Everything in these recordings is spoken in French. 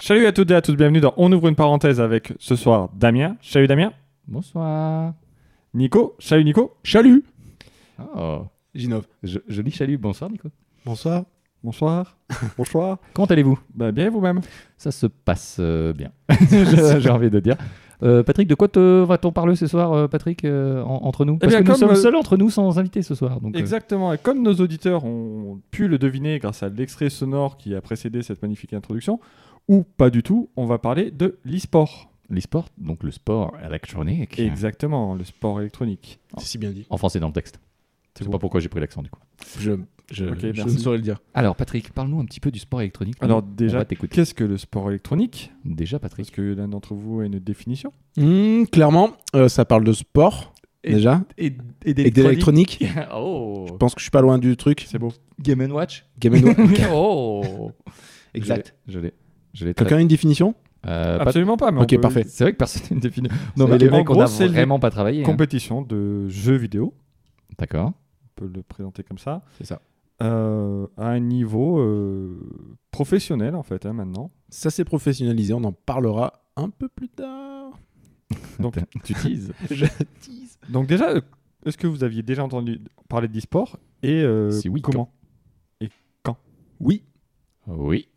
Salut à toutes et à tous, bienvenue dans On ouvre une parenthèse avec ce soir Damien. Salut Damien. Bonsoir. Nico. Salut Nico. Chalut Oh, J'inove. je- joli salut. Bonsoir, Nico. Bonsoir. Bonsoir. Bonsoir. Comment allez-vous Bah, bien vous-même. Ça se passe euh, bien, Je- j'ai envie de dire. Euh, Patrick, de quoi te va-t-on parler ce soir, euh, Patrick, euh, en- entre nous Parce bien, que nous comme, sommes euh, seuls entre nous sans invité ce soir. Donc, euh, Exactement. Et comme nos auditeurs ont pu le deviner grâce à l'extrait sonore qui a précédé cette magnifique introduction, ou pas du tout, on va parler de l'e-sport. les sports, donc le sport électronique. Exactement, le sport électronique. C'est si bien dit. En français dans le texte. Je sais bon. pas pourquoi j'ai pris l'accent du coup. Je, je, Ok, je merci. ne saurais le dire. Alors, Patrick, parle-nous un petit peu du sport électronique. Alors On déjà, va t'écouter. Qu'est-ce que le sport électronique Déjà, Patrick. Parce que l'un d'entre vous a une définition. Hmm, clairement, euh, ça parle de sport, Et- déjà, Et, et d'électronique. Je oh pense que je suis pas loin du truc. C'est beau. Game Watch Game Watch. Oh Je l'ai. Je l'ai. Quelqu'un a une définition Euh, pas- Absolument pas. Mais on Ok, peut- parfait. C'est vrai que personne ne définit. Non, C'est- mais les en mecs, on gros, a c'est les vraiment pas travaillé. hein. Compétition de jeux vidéo, D'accord. on peut le présenter comme ça. C'est ça. Euh, à un niveau euh, professionnel en fait hein, maintenant. Ça s'est professionnalisé, on en parlera un peu plus tard. Donc, Tu teases. Je tease. donc déjà, euh, est-ce que vous aviez déjà entendu parler d'e-sport et euh, Si oui, comment Oui, Oui.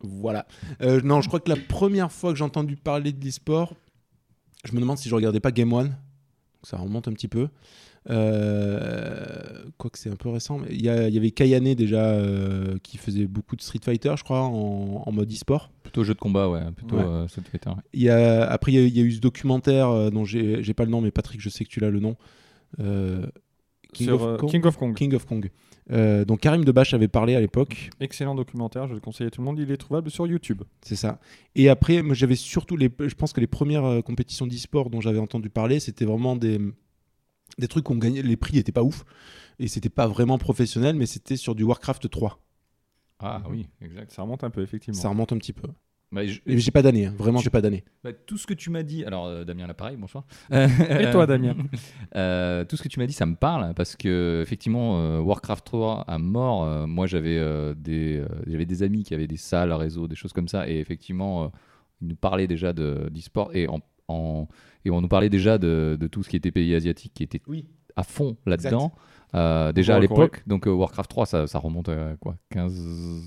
voilà. Euh, non, je crois que la première fois que j'ai entendu parler de l'e-sport, je me demande si je regardais pas Game One. Ça remonte un petit peu. Euh, Quoique c'est un peu récent. mais Il y, a- il y avait Kayane déjà euh, qui faisait beaucoup de Street Fighter, je crois, en, en mode e-sport. Plutôt jeu de combat, ouais. Plutôt Ouais. euh, Street Fighter, ouais. Il y a- après, il y, a- il y a eu ce documentaire euh, dont j'ai j'ai pas le nom, mais Patrick, je sais que tu l'as le nom. Euh, King, Sur, of euh, Kong, King of Kong. King of Kong. Euh, donc Karim Debache avait parlé à l'époque. Excellent documentaire, je le conseille à tout le monde. Il est trouvable sur YouTube. C'est ça. Et après, moi, j'avais surtout les. Je pense que les premières euh, compétitions d'e-sport dont j'avais entendu parler, c'était vraiment des des trucs où on gagnait. Les prix n'étaient pas ouf et c'était pas vraiment professionnel, mais c'était sur du Warcraft 3. Ah oui, exact. Ça remonte un peu effectivement. Ça remonte un petit peu. Bah, je- Et J'ai pas d'année, hein. vraiment, j'ai pas d'année. bah, tout ce que tu m'as dit. Alors, euh, Damien, là, pareil, bonsoir. Et toi Damien Euh, tout ce que tu m'as dit, ça me parle parce que effectivement, euh, Warcraft 3 à mort. euh, moi, j'avais euh, des, euh, j'avais des amis qui avaient des salles, réseaux, des choses comme ça, et effectivement, euh, ils nous parlaient déjà de d'e-sport et en, en- et on nous parlait déjà de, de tout ce qui était pays asiatique, qui était Oui. à fond là-dedans. Euh, déjà à Ouais, l'époque, donc euh, Warcraft 3, ça, ça remonte à quoi 15,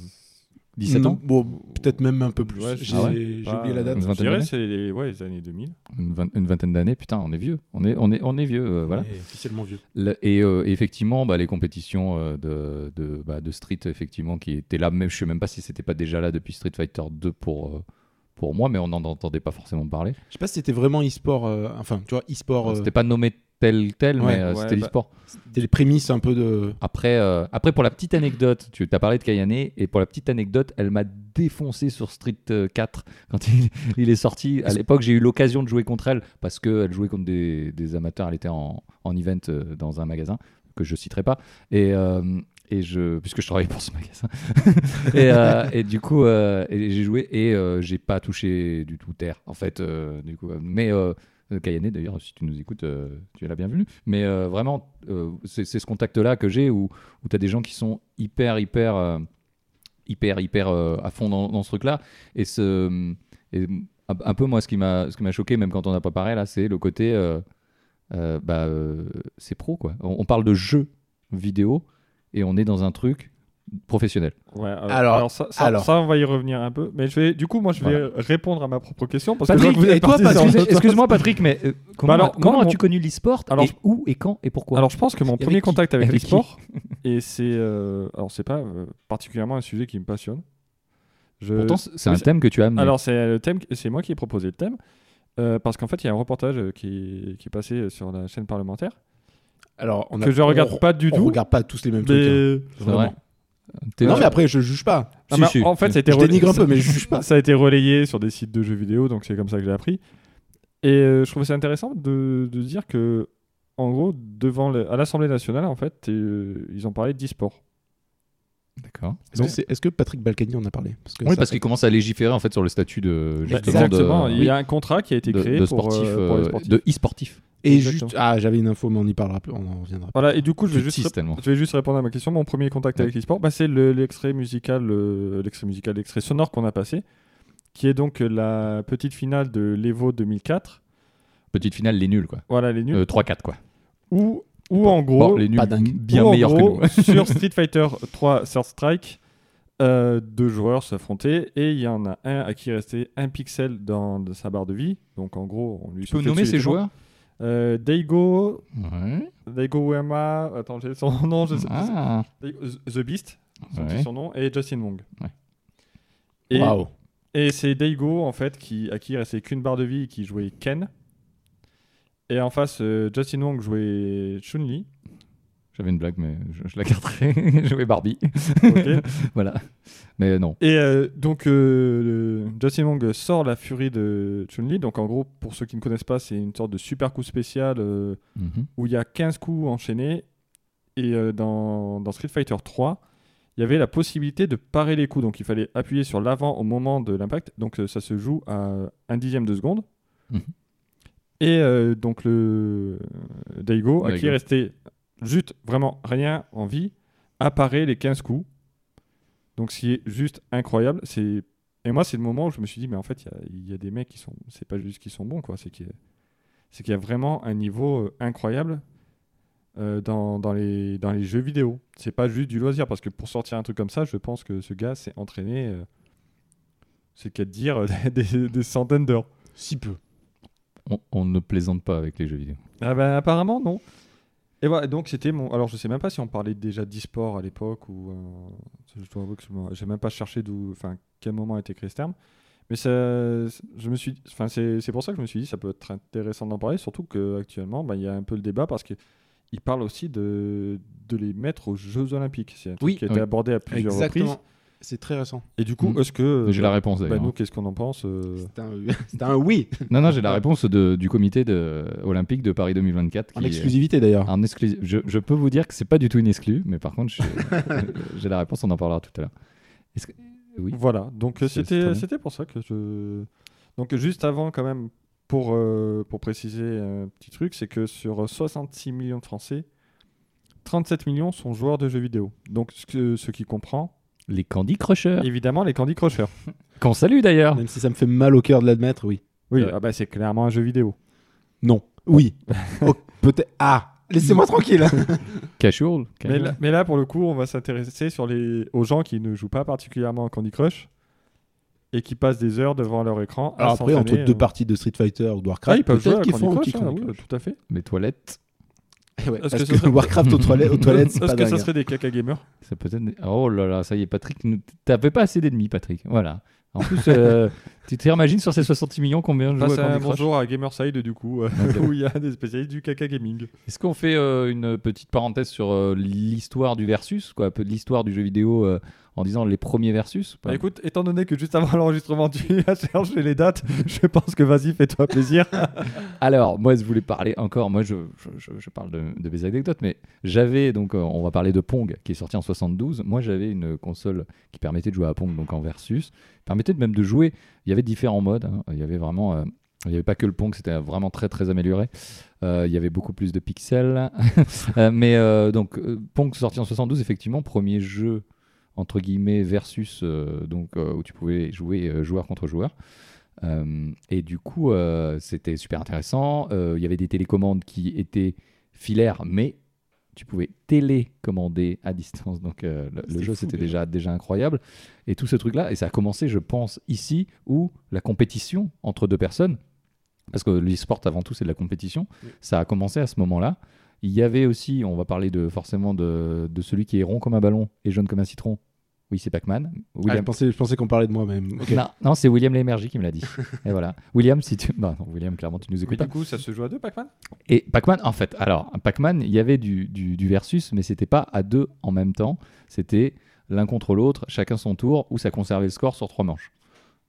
17 ans, Bon, peut-être même un peu plus. Ouais, j'ai ah Mm. ouais j'ai Pas, oublié la date. euh, Je Vingtaine dirais d'années c'est les, ouais, les années 2000. une, vingt- une vingtaine d'années. Putain, on est vieux, on est, on est, on est vieux. euh, voilà. Et officiellement vieux. Le- Et euh, effectivement, bah, les compétitions euh, de, de, bah, de Street, effectivement, qui étaient là, même, je sais même pas si c'était pas déjà là depuis Street Fighter 2 pour, euh, pour moi, mais on n'en entendait pas forcément parler. Je sais pas si c'était vraiment e-sport. euh, enfin, tu vois, e-sport. euh, C'était pas nommé tel tel, Ouais, mais euh, ouais, c'était bah- l'e-sport. c'était les prémices un peu de. Après, euh, après, pour la petite anecdote, tu as parlé de Kayane, et pour la petite anecdote, elle m'a défoncé sur Street euh, 4 quand il, il est sorti. À l'époque, j'ai eu l'occasion de jouer contre elle parce qu'elle jouait contre des, des amateurs. Elle était en, en event euh, dans un magasin que je citerai pas. Et. euh, et je, puisque je travaillais pour ce magasin. et, euh, et du coup, euh, et j'ai joué et euh, j'ai pas touché du tout terre, en fait. euh, du coup, euh, mais euh, euh, Kayane, d'ailleurs, si tu nous écoutes, euh, tu es la bienvenue. Mais euh, vraiment, euh, c'est c'est ce contact-là que j'ai où, où tu as des gens qui sont hyper, hyper, euh, hyper, hyper euh, à fond dans, dans ce truc-là. Et, ce, et un, un peu, moi, ce qui m'a ce qui m'a choqué, même quand on n'a pas parlé, là, c'est le côté. euh, euh, bah, euh, c'est pro, quoi. On, on parle de jeu vidéo et on est dans un truc professionnel. Ouais, euh, alors, Alors, ça, ça- alors. ça, on va y revenir un peu. Mais je vais, du coup, moi, je vais Voilà. répondre à ma propre question parce Patrick, que je vois que vous et êtes toi, parti sur Patrick, autre chose. Excuse-moi, Patrick, mais euh, comment, alors, comment moi, as-tu mon- connu l'e-sport Alors, et Où et quand et pourquoi Alors, je pense que mon Avec premier qui contact avec, Avec qui l'e-sport, et c'est, euh, alors, c'est pas euh, particulièrement un sujet qui me passionne. Je- Pourtant, c'est un Euh, oui, thème que tu as amené. alors, c'est le thème, c'est moi qui ai proposé le thème. euh, parce qu'en fait, il y a un reportage euh, qui, qui est passé euh, sur la chaîne parlementaire Alors, on a- que je regarde on- pas du on tout. regarde pas tous les mêmes mais- euh, trucs. hein, C'est vraiment. vrai. T'es- Non, tu- mais après, je juge pas. Ah, Si, mais si. En fait, ça a été Je rela- dénigre un ça- peu, mais je juge pas. Ça a été relayé sur des sites de jeux vidéo, donc c'est comme ça que j'ai appris. Et euh, je trouvais ça intéressant de, de dire que, en gros, devant le- à l'Assemblée nationale, en fait, euh, ils ont parlé d'e-sport. D'accord. Est-ce que, c'est- est-ce que Patrick Balkany en a parlé Parce que Oui, ça- parce qu'il commence à légiférer en fait sur le statut de Bah, justement de- exactement. Il oui, y a un contrat qui a été de- créé de pour, sportif, euh, pour les euh, sportifs. de e-sportif. Et Exactement. juste, ah, j'avais une info, mais on y parlera plus, on en reviendra. Voilà, et du coup, je vais, Tu juste, teases rép- tellement. je vais juste répondre à ma question. Mon premier contact Ouais. avec l'e-sport, bah, c'est le- l'extrait musical, euh, l'extrait musical, l'extrait sonore qu'on a passé, qui est donc la petite finale de l'Evo 2004. Petite finale, les nuls, quoi. Voilà, les nuls. Euh, 3-4, quoi. Où, où en gros, Bon, les nuls, pas dingue. bien où, en meilleurs gros, que nous. sur Street Fighter 3 Third Strike, euh, deux joueurs s'affrontaient et il y en a un à qui restait un pixel dans de sa barre de vie. Donc en gros, on lui Tu peux sautait nommer dessus ces les joueurs gens. Euh, Daigo, Ouais. Daigo Uema, attends, j'ai son nom, je sais Ah, Daigo- The Beast, son, ouais. son nom, et Justin Wong. Ouais. Et, Waouh. et c'est Daigo en fait qui, à qui il restait qu'une barre de vie et qui jouait Ken. Et en face, euh, Justin Wong jouait Chun-Li. J'avais une blague, mais je, je la garderai. Jouer Barbie. Ok. voilà. Mais non. Et euh, donc, euh, le- Justin Wong sort la furie de Chun-Li. Donc, en gros, pour ceux qui ne connaissent pas, c'est une sorte de super coup spécial euh, Mhm. où il y a 15 coups enchaînés. Et euh, dans, dans Street Fighter 3, il y avait la possibilité de parer les coups. Donc, il fallait appuyer sur l'avant au moment de l'impact. Donc, euh, ça se joue à un dixième de seconde. Mhm. Et euh, donc, le Daigo, à qui Daigo. il restait juste vraiment rien en vie, apparaît les 15 coups. Donc, ce qui est juste incroyable, c'est. Et moi, c'est le moment où je me suis dit, mais en fait, il y a- il y, a des mecs qui sont. C'est pas juste qu'ils sont bons, quoi. C'est qu'il y, a- c'est qu'il y a vraiment un niveau euh, incroyable euh, dans, dans, les, dans les jeux vidéo. C'est pas juste du loisir, parce que pour sortir un truc comme ça, je pense que ce gars s'est entraîné. euh, c'est qu'à dire euh, des, des centaines d'heures. Si peu. On, on ne plaisante pas avec les jeux vidéo. Ah ben, apparemment, non. Et voilà, donc c'était mon. Alors, je sais même pas si on parlait déjà d'e-sport à l'époque ou. euh, Je dois avouer que je me- j'ai même pas cherché d'où. Enfin, quel moment a été créé ce terme. Mais ça, je me suis, enfin, c'est c'est pour ça que je me suis dit ça peut être intéressant d'en parler, surtout qu'actuellement, il y a un peu le débat parce que il parle aussi de, de les mettre aux Jeux Olympiques. C'est un truc Oui, qui a été oui. abordé à plusieurs reprises. Exactement. C'est très récent. Et du coup, Mm. est-ce que. J'ai la réponse bah, d'ailleurs. nous, qu'est-ce qu'on en pense euh, C'est un, c'est un oui. Non, non, j'ai la réponse de- du comité de- olympique de Paris 2024. En qui est- exclusivité d'ailleurs. en exclu- Je, je peux vous dire que c'est pas du tout une exclue, mais par contre, je- j'ai la réponse, on en parlera tout à l'heure. Est-ce que- Oui. Voilà, donc euh, C'est- c'est très c'était bien. c'était pour ça que je. Donc juste avant, quand même, pour, euh, pour préciser un petit truc, c'est que sur 66 millions de Français, 37 millions sont joueurs de jeux vidéo. Donc ce, que- ce qui comprend Les Candy Ah. Crushers, évidemment les Candy Crushers. qu'on salue Ah. d'ailleurs. Même si ça me fait mal au cœur de l'admettre, oui. Oui, C'est vrai. ah bah, c'est clairement un jeu vidéo. Non. Oui. Oh, Peut-être. Ah Mm. Laissez-moi tranquille. Ah, Casual. Mais casual. là, mais là, pour le coup, on va s'intéresser sur les... aux gens qui ne jouent pas particulièrement à Candy Crush et qui passent des heures devant leur écran. à Alors Ah, après, entre s'entraîner, deux euh. parties de Street Fighter ou de Ah, Warcraft, ils peuvent jouer peut-être à qu'ils Candy font un Crush, petit ah, Candy oui, Crush. tout à fait. Les toilettes, Eh ouais, Est-ce parce que ce que, serait- Warcraft aux toilettes, aux toilettes c'est Est-ce pas que ça dingue. hein. serait des caca gamers c'est peut-être. Oh là là, ça y est, Patrick, nous- t'avais pas assez d'ennemis, Patrick. Voilà. En plus, euh, tu t'imagines sur ces 60 millions combien de joueurs Passe un à Candy Crush bonjour à Gamerside du coup, euh, où il y a des spécialistes du caca gaming. Est-ce qu'on fait euh, une petite parenthèse sur euh, l'histoire du versus, quoi, un peu de l'histoire du jeu vidéo euh, en disant les premiers versus Bah, écoute, étant donné que juste avant l'enregistrement tu as cherché les dates, je pense que vas-y fais-toi plaisir. Alors, moi, je voulais parler encore. Moi, je, je, je- je parle de, de mes anecdotes, mais j'avais donc, euh, on va parler de Pong, qui est sorti en 72. Moi, j'avais une console qui permettait de jouer à Pong, donc en versus, permettait de- même de jouer. Il y avait différents modes. hein. Il y avait vraiment, euh, il n'y avait pas que le Pong, c'était vraiment très très amélioré. Euh, il y avait beaucoup plus de pixels. Euh, mais euh, donc, euh, Pong sorti en 72, effectivement, premier jeu entre guillemets versus, euh, donc euh, où tu pouvais jouer euh, joueur contre joueur. Euh, et du coup, euh, c'était super intéressant. Euh, Il y avait des télécommandes qui étaient filaires, mais tu pouvais télécommander à distance. Donc euh, le- le, C'était jeu, fou, c'était déjà, déjà. déjà incroyable. Et tout ce truc-là, et ça a commencé, je pense, ici, où la compétition entre deux personnes, parce que l'e-sport avant tout, c'est de la compétition, Oui. ça a commencé à ce moment-là. Il y avait aussi, on va parler de, forcément de, de celui qui est rond comme un ballon et jaune comme un citron. Oui, c'est Pac-Man. Ah, je William, pensais, je pensais qu'on parlait de moi-même. Ok. non, non, c'est William Lémergie qui me l'a dit. Et voilà. William, si tu. Bah, non, William, clairement, tu nous écoutes pas. coup, ça se joue à deux, Pac-Man Et Pac-Man, en fait, alors, Pac-Man, il y avait du, du, du versus, mais c'était pas à deux en même temps. C'était l'un contre l'autre, chacun son tour, ou ça conservait le score sur trois manches.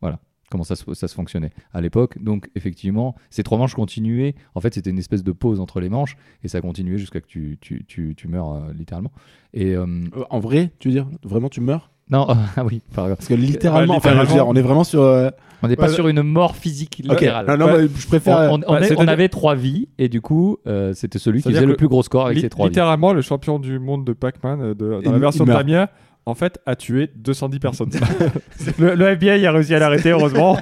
Voilà comment ça, se- ça se fonctionnait à l'époque. Donc, effectivement, ces trois manches continuaient. En fait, c'était une espèce de pause entre les manches, et ça continuait jusqu'à que tu, tu, tu, tu meurs euh, littéralement. Et. euh, Euh, En vrai, tu veux dire Vraiment, tu meurs non, ah oui, pardon. Parce que littéralement, Ouais, enfin, je veux dire, littéralement. on est vraiment sur. euh, On n'est pas Ouais, sur une mort physique Ok, littérale. non, non, Ah, Ouais. mais je préfère. on, on- on Ouais, est- c'est- on avait trois vies et du coup euh, c'était celui qui C'est-à-dire faisait le que plus gros score avec Li- ses trois vies. Littéralement, le champion du monde de Pac-Man euh, de- dans la Il- version il de meurt. Damien, en fait, a tué 210 personnes. le, le FBI a réussi à l'arrêter, heureusement.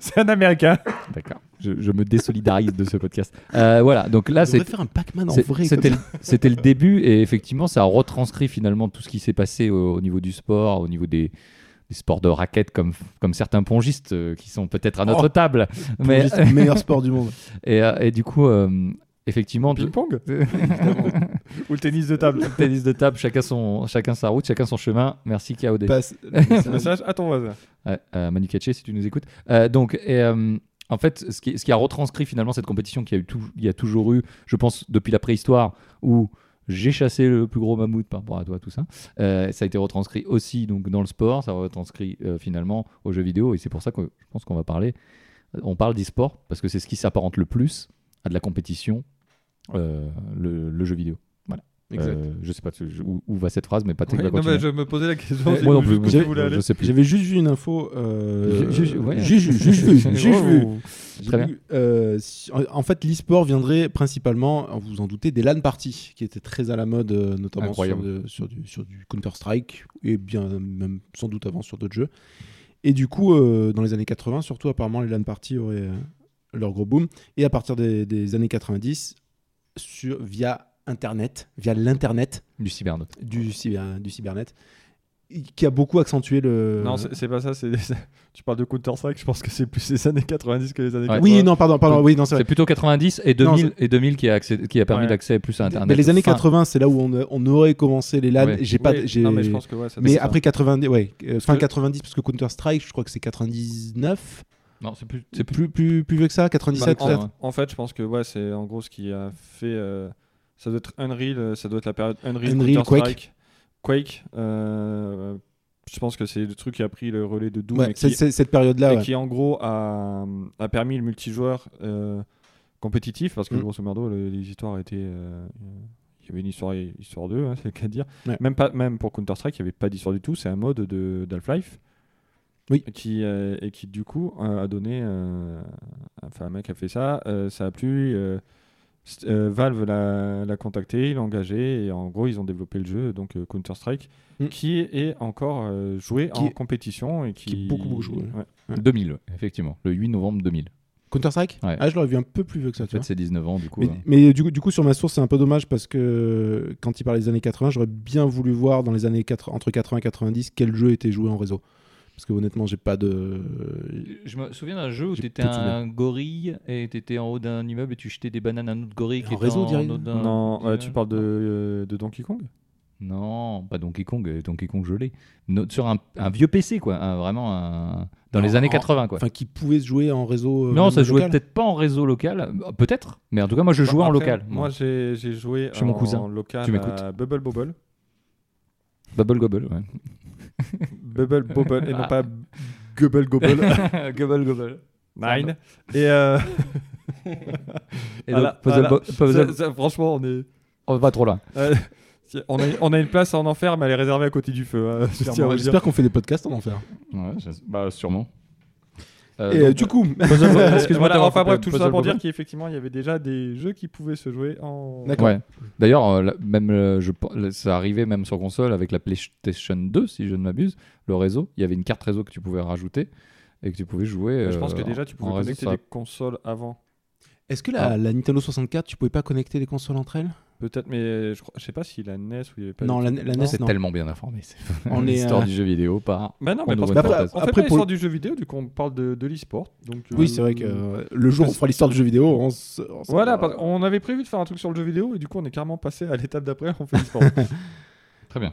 C'est un Américain. D'accord. Je, je me désolidarise de ce podcast. Euh, voilà, donc là, On c'est devrait faire un Pac-Man en C'est- vrai. C'était comme le, c'était le début et effectivement, ça retranscrit finalement tout ce qui s'est passé au, au niveau du sport, au niveau des, des sports de raquettes comme, comme certains pongistes euh, qui sont peut-être à notre Oh, table. ça. Mais, Juste le meilleur sport du monde. et, euh, et du coup, euh, effectivement, tout- Ping-pong Ou le tennis de table tennis de table, chacun, son, chacun sa route, chacun son chemin. Merci KOD. Passe- Message à ton voisin. Ouais, euh, Manu Katché, si tu nous écoutes. Euh, donc, et, euh, en fait, ce qui, ce qui a retranscrit finalement cette compétition qui a eu tout, il y a toujours eu, je pense, depuis la préhistoire, où j'ai chassé le plus gros mammouth par rapport à toi, tout ça. Euh, ça a été retranscrit aussi donc dans le sport, ça a retranscrit euh, finalement aux jeux vidéo, et c'est pour ça que je pense qu'on va parler. On parle d'e-sport parce que c'est ce qui s'apparente le plus à de la compétition, euh, le, le jeu vidéo. Voilà. Exact. Euh, je sais pas où, où va cette phrase, mais Patrick Ouais, va non, mais continuer. je me posais la question. Eh, Moi c'est non où- plus, jusqu'où je- tu voulais je, aller. sais plus. J'avais juste vu une info. euh, J'ai- j'ai- ouais. J'ai ju- juste vu. J'ai Oh. vu. J'ai Très lu, euh, si- en- en fait, l'e-sport viendrait principalement, vous vous en doutez, des LAN parties, qui étaient très à la mode, euh, notamment sur, Incroyable. de- sur du, sur du Counter-Strike, et bien même sans doute avant sur d'autres jeux. Et du coup, euh, dans les années 80, surtout, apparemment, les LAN parties auraient euh, leur gros boom. Et à partir des, des années 90, sur, via Internet, via l'Internet, Du cybernaute. du, cyber- du Cybernet, qui a beaucoup accentué le. Non, c'est c'est pas ça. c'est- Tu parles de Counter-Strike, je pense que c'est plus les années 90 que les années Ouais. 80. oui, non, pardon, pardon, oui, non, c'est vrai. C'est plutôt 90 et Non, 2000, et 2000 qui, a accès- qui a permis Ouais. l'accès plus à Internet. Mais les années Fin. 80, c'est là où on, on aurait commencé les LAN. Ouais. J'ai pas, Oui, j'ai- non, mais je pense que ouais, ça doit mais être ça. après 90, ouais, euh, fin que- 90 parce que Counter Strike, je crois que c'est 99. Non, c'est plus. C'est plus, plus plus vieux que ça, Bah, 97 en, peut-être. en fait, je pense que ouais, c'est en gros ce qui a fait. euh, ça doit être Unreal, euh, ça doit être la période Unreal, Unreal, Counter-Strike, Quake. euh, je pense que c'est le truc qui a pris le relais de Doom Ouais, et, c'est- qui, c'est- cette et période-là. ouais. qui, en gros a, a permis le multijoueur euh, compétitif parce que Mm. grosso modo le- les histoires étaient. euh, il y avait une histoire, histoire 2, hein, c'est le cas de dire. Ouais. Même, pas, même pour Counter-Strike, il n'y avait pas d'histoire du tout, c'est un mode de- d'Half-Life. Oui. Qui, euh, et qui, du coup, euh, a donné. euh, enfin, un mec a fait ça, euh, ça a plu. euh, st- euh, Valve l'a l'a contacté, il l'a engagé, et en gros, ils ont développé le jeu, donc euh, Counter-Strike, Mm. qui est encore euh, joué Qui en est- compétition. Et qui, qui est beaucoup, beaucoup joué. Ouais. 2000, effectivement. Le 8 novembre 2000. Counter Strike. Ouais. Ah, je l'aurais vu un peu plus vieux que ça. En Tu fait, vois. c'est 19 ans, du coup. Mais, euh, mais du, coup, du coup, sur ma source, c'est un peu dommage parce que quand il parle des années 80, j'aurais bien voulu voir dans les années 80, entre 80 et 90 quel jeu était joué en réseau. Parce que honnêtement, j'ai pas de. Je me souviens d'un jeu où J'ai t'étais plus de souvenirs. un gorille et t'étais en haut d'un immeuble et tu jetais des bananes à un autre gorille. En qui était réseau, en direct haut d'un- Non, d'un- euh, tu parles de, euh, de Donkey Kong Non, pas Donkey Kong, euh, Donkey Kong gelé. No- sur un, un vieux PC, quoi. un- vraiment un- dans les Non, années en- 80, quoi. Enfin, qui pouvait se jouer en réseau. euh, non, même ça se jouait local. peut-être pas en réseau local. euh, Peut-être. Mais en tout cas, moi, je jouais Bah, en après, local. Moi, j'ai j'ai joué Chez en mon cousin. local Tu m'écoutes à Bubble Bobble. Bubble Gobble, ouais. Bubble Bobble, et non Ah. pas Gubble Gobble. Gobble Gobble. Nine. Et euh, Et Voilà, donc, puzzle voilà. bo- puzzle- ça- ça, franchement, on est. on va trop loin. euh, si- on, a, on a une place en enfer, mais elle est réservée à côté du feu. hein, je tiens à vous le dire. J'espère qu'on fait des podcasts en enfer. Ouais, bah sûrement. Et euh, du Euh, coup, excuse-moi voilà, d'avoir enfin bref, tout coupé le ça pour puzzle dire bobble. qu'effectivement, il y avait déjà des jeux qui pouvaient se jouer en. D'accord. Ouais. D'ailleurs, euh, la- même euh, je, pen- la- ça arrivait même sur console avec la PlayStation 2, si je ne m'abuse, le réseau. Il y avait une carte réseau que tu pouvais rajouter et que tu pouvais jouer. Je pense euh, que déjà, tu en pouvais réseau, connecter ça- des consoles avant. Est-ce que la, Ah. la Nintendo 64, tu pouvais pas connecter les consoles entre elles Peut-être, mais je, crois- je sais pas si la NES ou il y avait pas. Non, du- la, E la Non. NES, C'est non. tellement bien informé. C'est On est, l'histoire euh, du jeu vidéo par. Bah non, On mais parce qu'on ouvre une après, parenthèse. on fait Après, pas pour- l'histoire du jeu vidéo, du coup on parle de, de l'e-sport. donc, euh, Oui, c'est vrai que euh, le jour où on fera l'histoire du jeu vidéo, on se. on se- Voilà, parce- on avait prévu de faire un truc sur le jeu vidéo et du coup on est carrément passé à l'étape d'après, on fait l'e-sport. Très bien.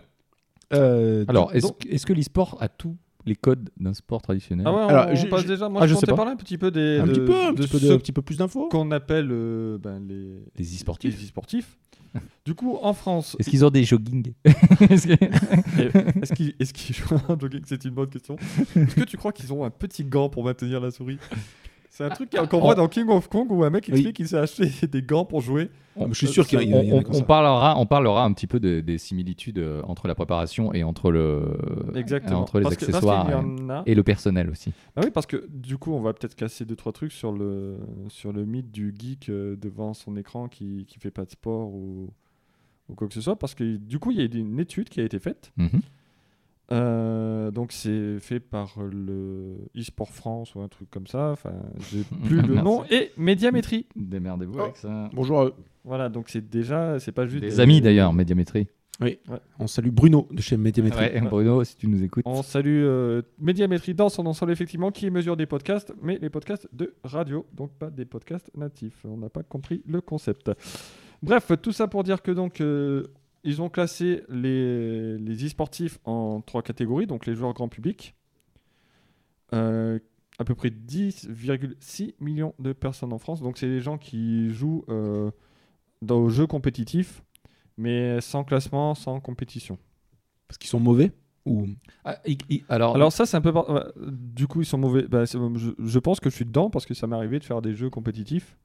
Euh, Alors, est-ce donc- est-ce que l'e-sport a tous les codes d'un sport traditionnel ah ouais, on, Alors, on je- passe je- déjà. Moi ah, je, je sais comptais pas. parler un petit peu des, un de, petit peu, un de petit peu de- ce un petit peu plus d'infos. qu'on appelle euh, ben, les, Les les e-sportifs e-sportifs. du coup en France, Est-ce qu'ils ont des jogging Est-ce que- est-ce qu'ils est-ce qu'ils jouent un jogging C'est une bonne question. Est-ce que tu crois qu'ils ont un petit gant pour maintenir la souris c'est un truc qu'on voit dans King of Kong où un mec Oui. explique qu'il s'est acheté des gants pour jouer. Ah, mais je suis sûr qu'il y, en a- il y en on, a comme on ça. parlera, on parlera un petit peu de- des similitudes euh, entre la préparation et entre, le, Euh, Exactement. entre les Parce que- parce qu'il accessoires y euh, en a- et le personnel aussi. Ah oui, parce que du coup, on va peut-être casser deux trois trucs sur le sur le mythe du geek euh, devant son écran qui qui fait pas de sport ou ou quoi que ce soit, parce que du coup, il y a eu une étude qui a été faite Mhm. Euh, donc c'est fait par le eSport France ou un truc comme ça. Enfin, j'ai plus le nom. Et Médiamétrie. Démerdez-vous Oh. avec ça. Bonjour à euh, eux. Voilà, donc c'est déjà, c'est pas juste. Des amis d'ailleurs, Médiamétrie. On salue Bruno de chez Médiamétrie. Ouais, Bruno, si tu nous écoutes. On salue euh, Médiamétrie dans son ensemble, effectivement, qui mesure des podcasts, mais les podcasts de radio, donc pas des podcasts natifs. On n'a pas compris le concept. Bref, tout ça pour dire que donc. euh, ils ont classé les, les e-sportifs en trois catégories, donc les joueurs grand public. Euh, à peu près 10,6 millions de personnes en France. Donc, c'est les gens qui jouent euh, dans- aux jeux compétitifs, mais sans classement, sans compétition. Parce qu'ils sont mauvais ou Ah, i- i- alors, Oh. Alors ça, c'est un peu... par- ouais, Du coup, ils sont mauvais. Bah, c'est- je, je pense que je suis dedans parce que ça m'est arrivé de faire des jeux compétitifs.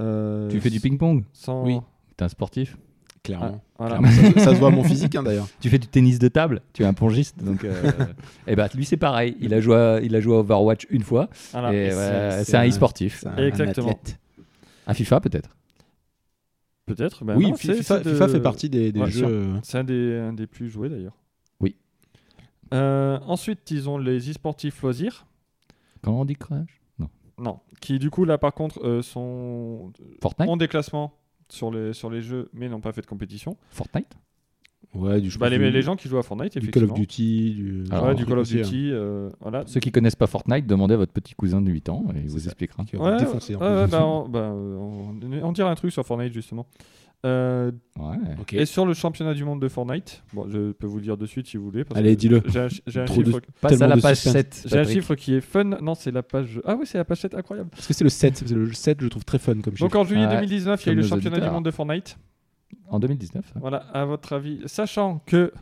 Euh, tu fais du ping-pong sans... Oui. T'es un sportif Ah, clairement. voilà. Clairement, ça, se- ça se voit à mon physique hein, d'ailleurs. Tu fais du tennis de table Tu es un pongiste donc Et bah lui c'est pareil, il a joué à- il a joué à Overwatch une fois Voilà. et ouais, c'est- c'est Ah, c'est un un- e-sportif. C'est un- un Exactement. athlète. À FIFA peut-être. Peut-être. bah oui, non, FIFA, c'est- c'est de- FIFA fait partie des, des Ouais, jeux. sûr. euh, C'est un des, un des plus joués d'ailleurs. Oui. Euh, ensuite, ils ont les e-sportifs loisirs. Comment on dit Crash Non. Non. Qui du coup, là par contre, euh, sont... Fortnite ont des classements sur les, sur les jeux, mais n'ont pas fait de compétition. Fortnite Ouais, du je Bah, pense les, du- les gens qui jouent à Fortnite, du Call effectivement. of Duty, du, Ouais, Alors, du Call of hein. Duty. euh, voilà. Ceux qui connaissent pas Fortnite, demandez à votre petit cousin de 8 ans et il vous ça. expliquera. hein, Qui Ouais, va défoncer. en ouais, plus. ouais, bah, on, bah, euh, on- on dira un truc sur Fortnite justement. Euh, Ouais. Ok. et sur le championnat du monde de Fortnite, bon, je peux vous le dire de suite si vous voulez. parce Allez, que dis-le. J'ai un, chi- j'ai un Trop de- chiffre, Passe à Tellement la de page suspense. 7. j'ai un Patrick. chiffre qui est fun. Non, c'est la page. Ah oui, c'est la page 7, incroyable. Parce que c'est le 7, c'est le 7, je le trouve très fun Donc comme chiffre. en juillet Ah, 2019, il y a eu comme le nos championnat du auditeurs. monde de Fortnite. En 2019. Voilà, à votre avis, sachant que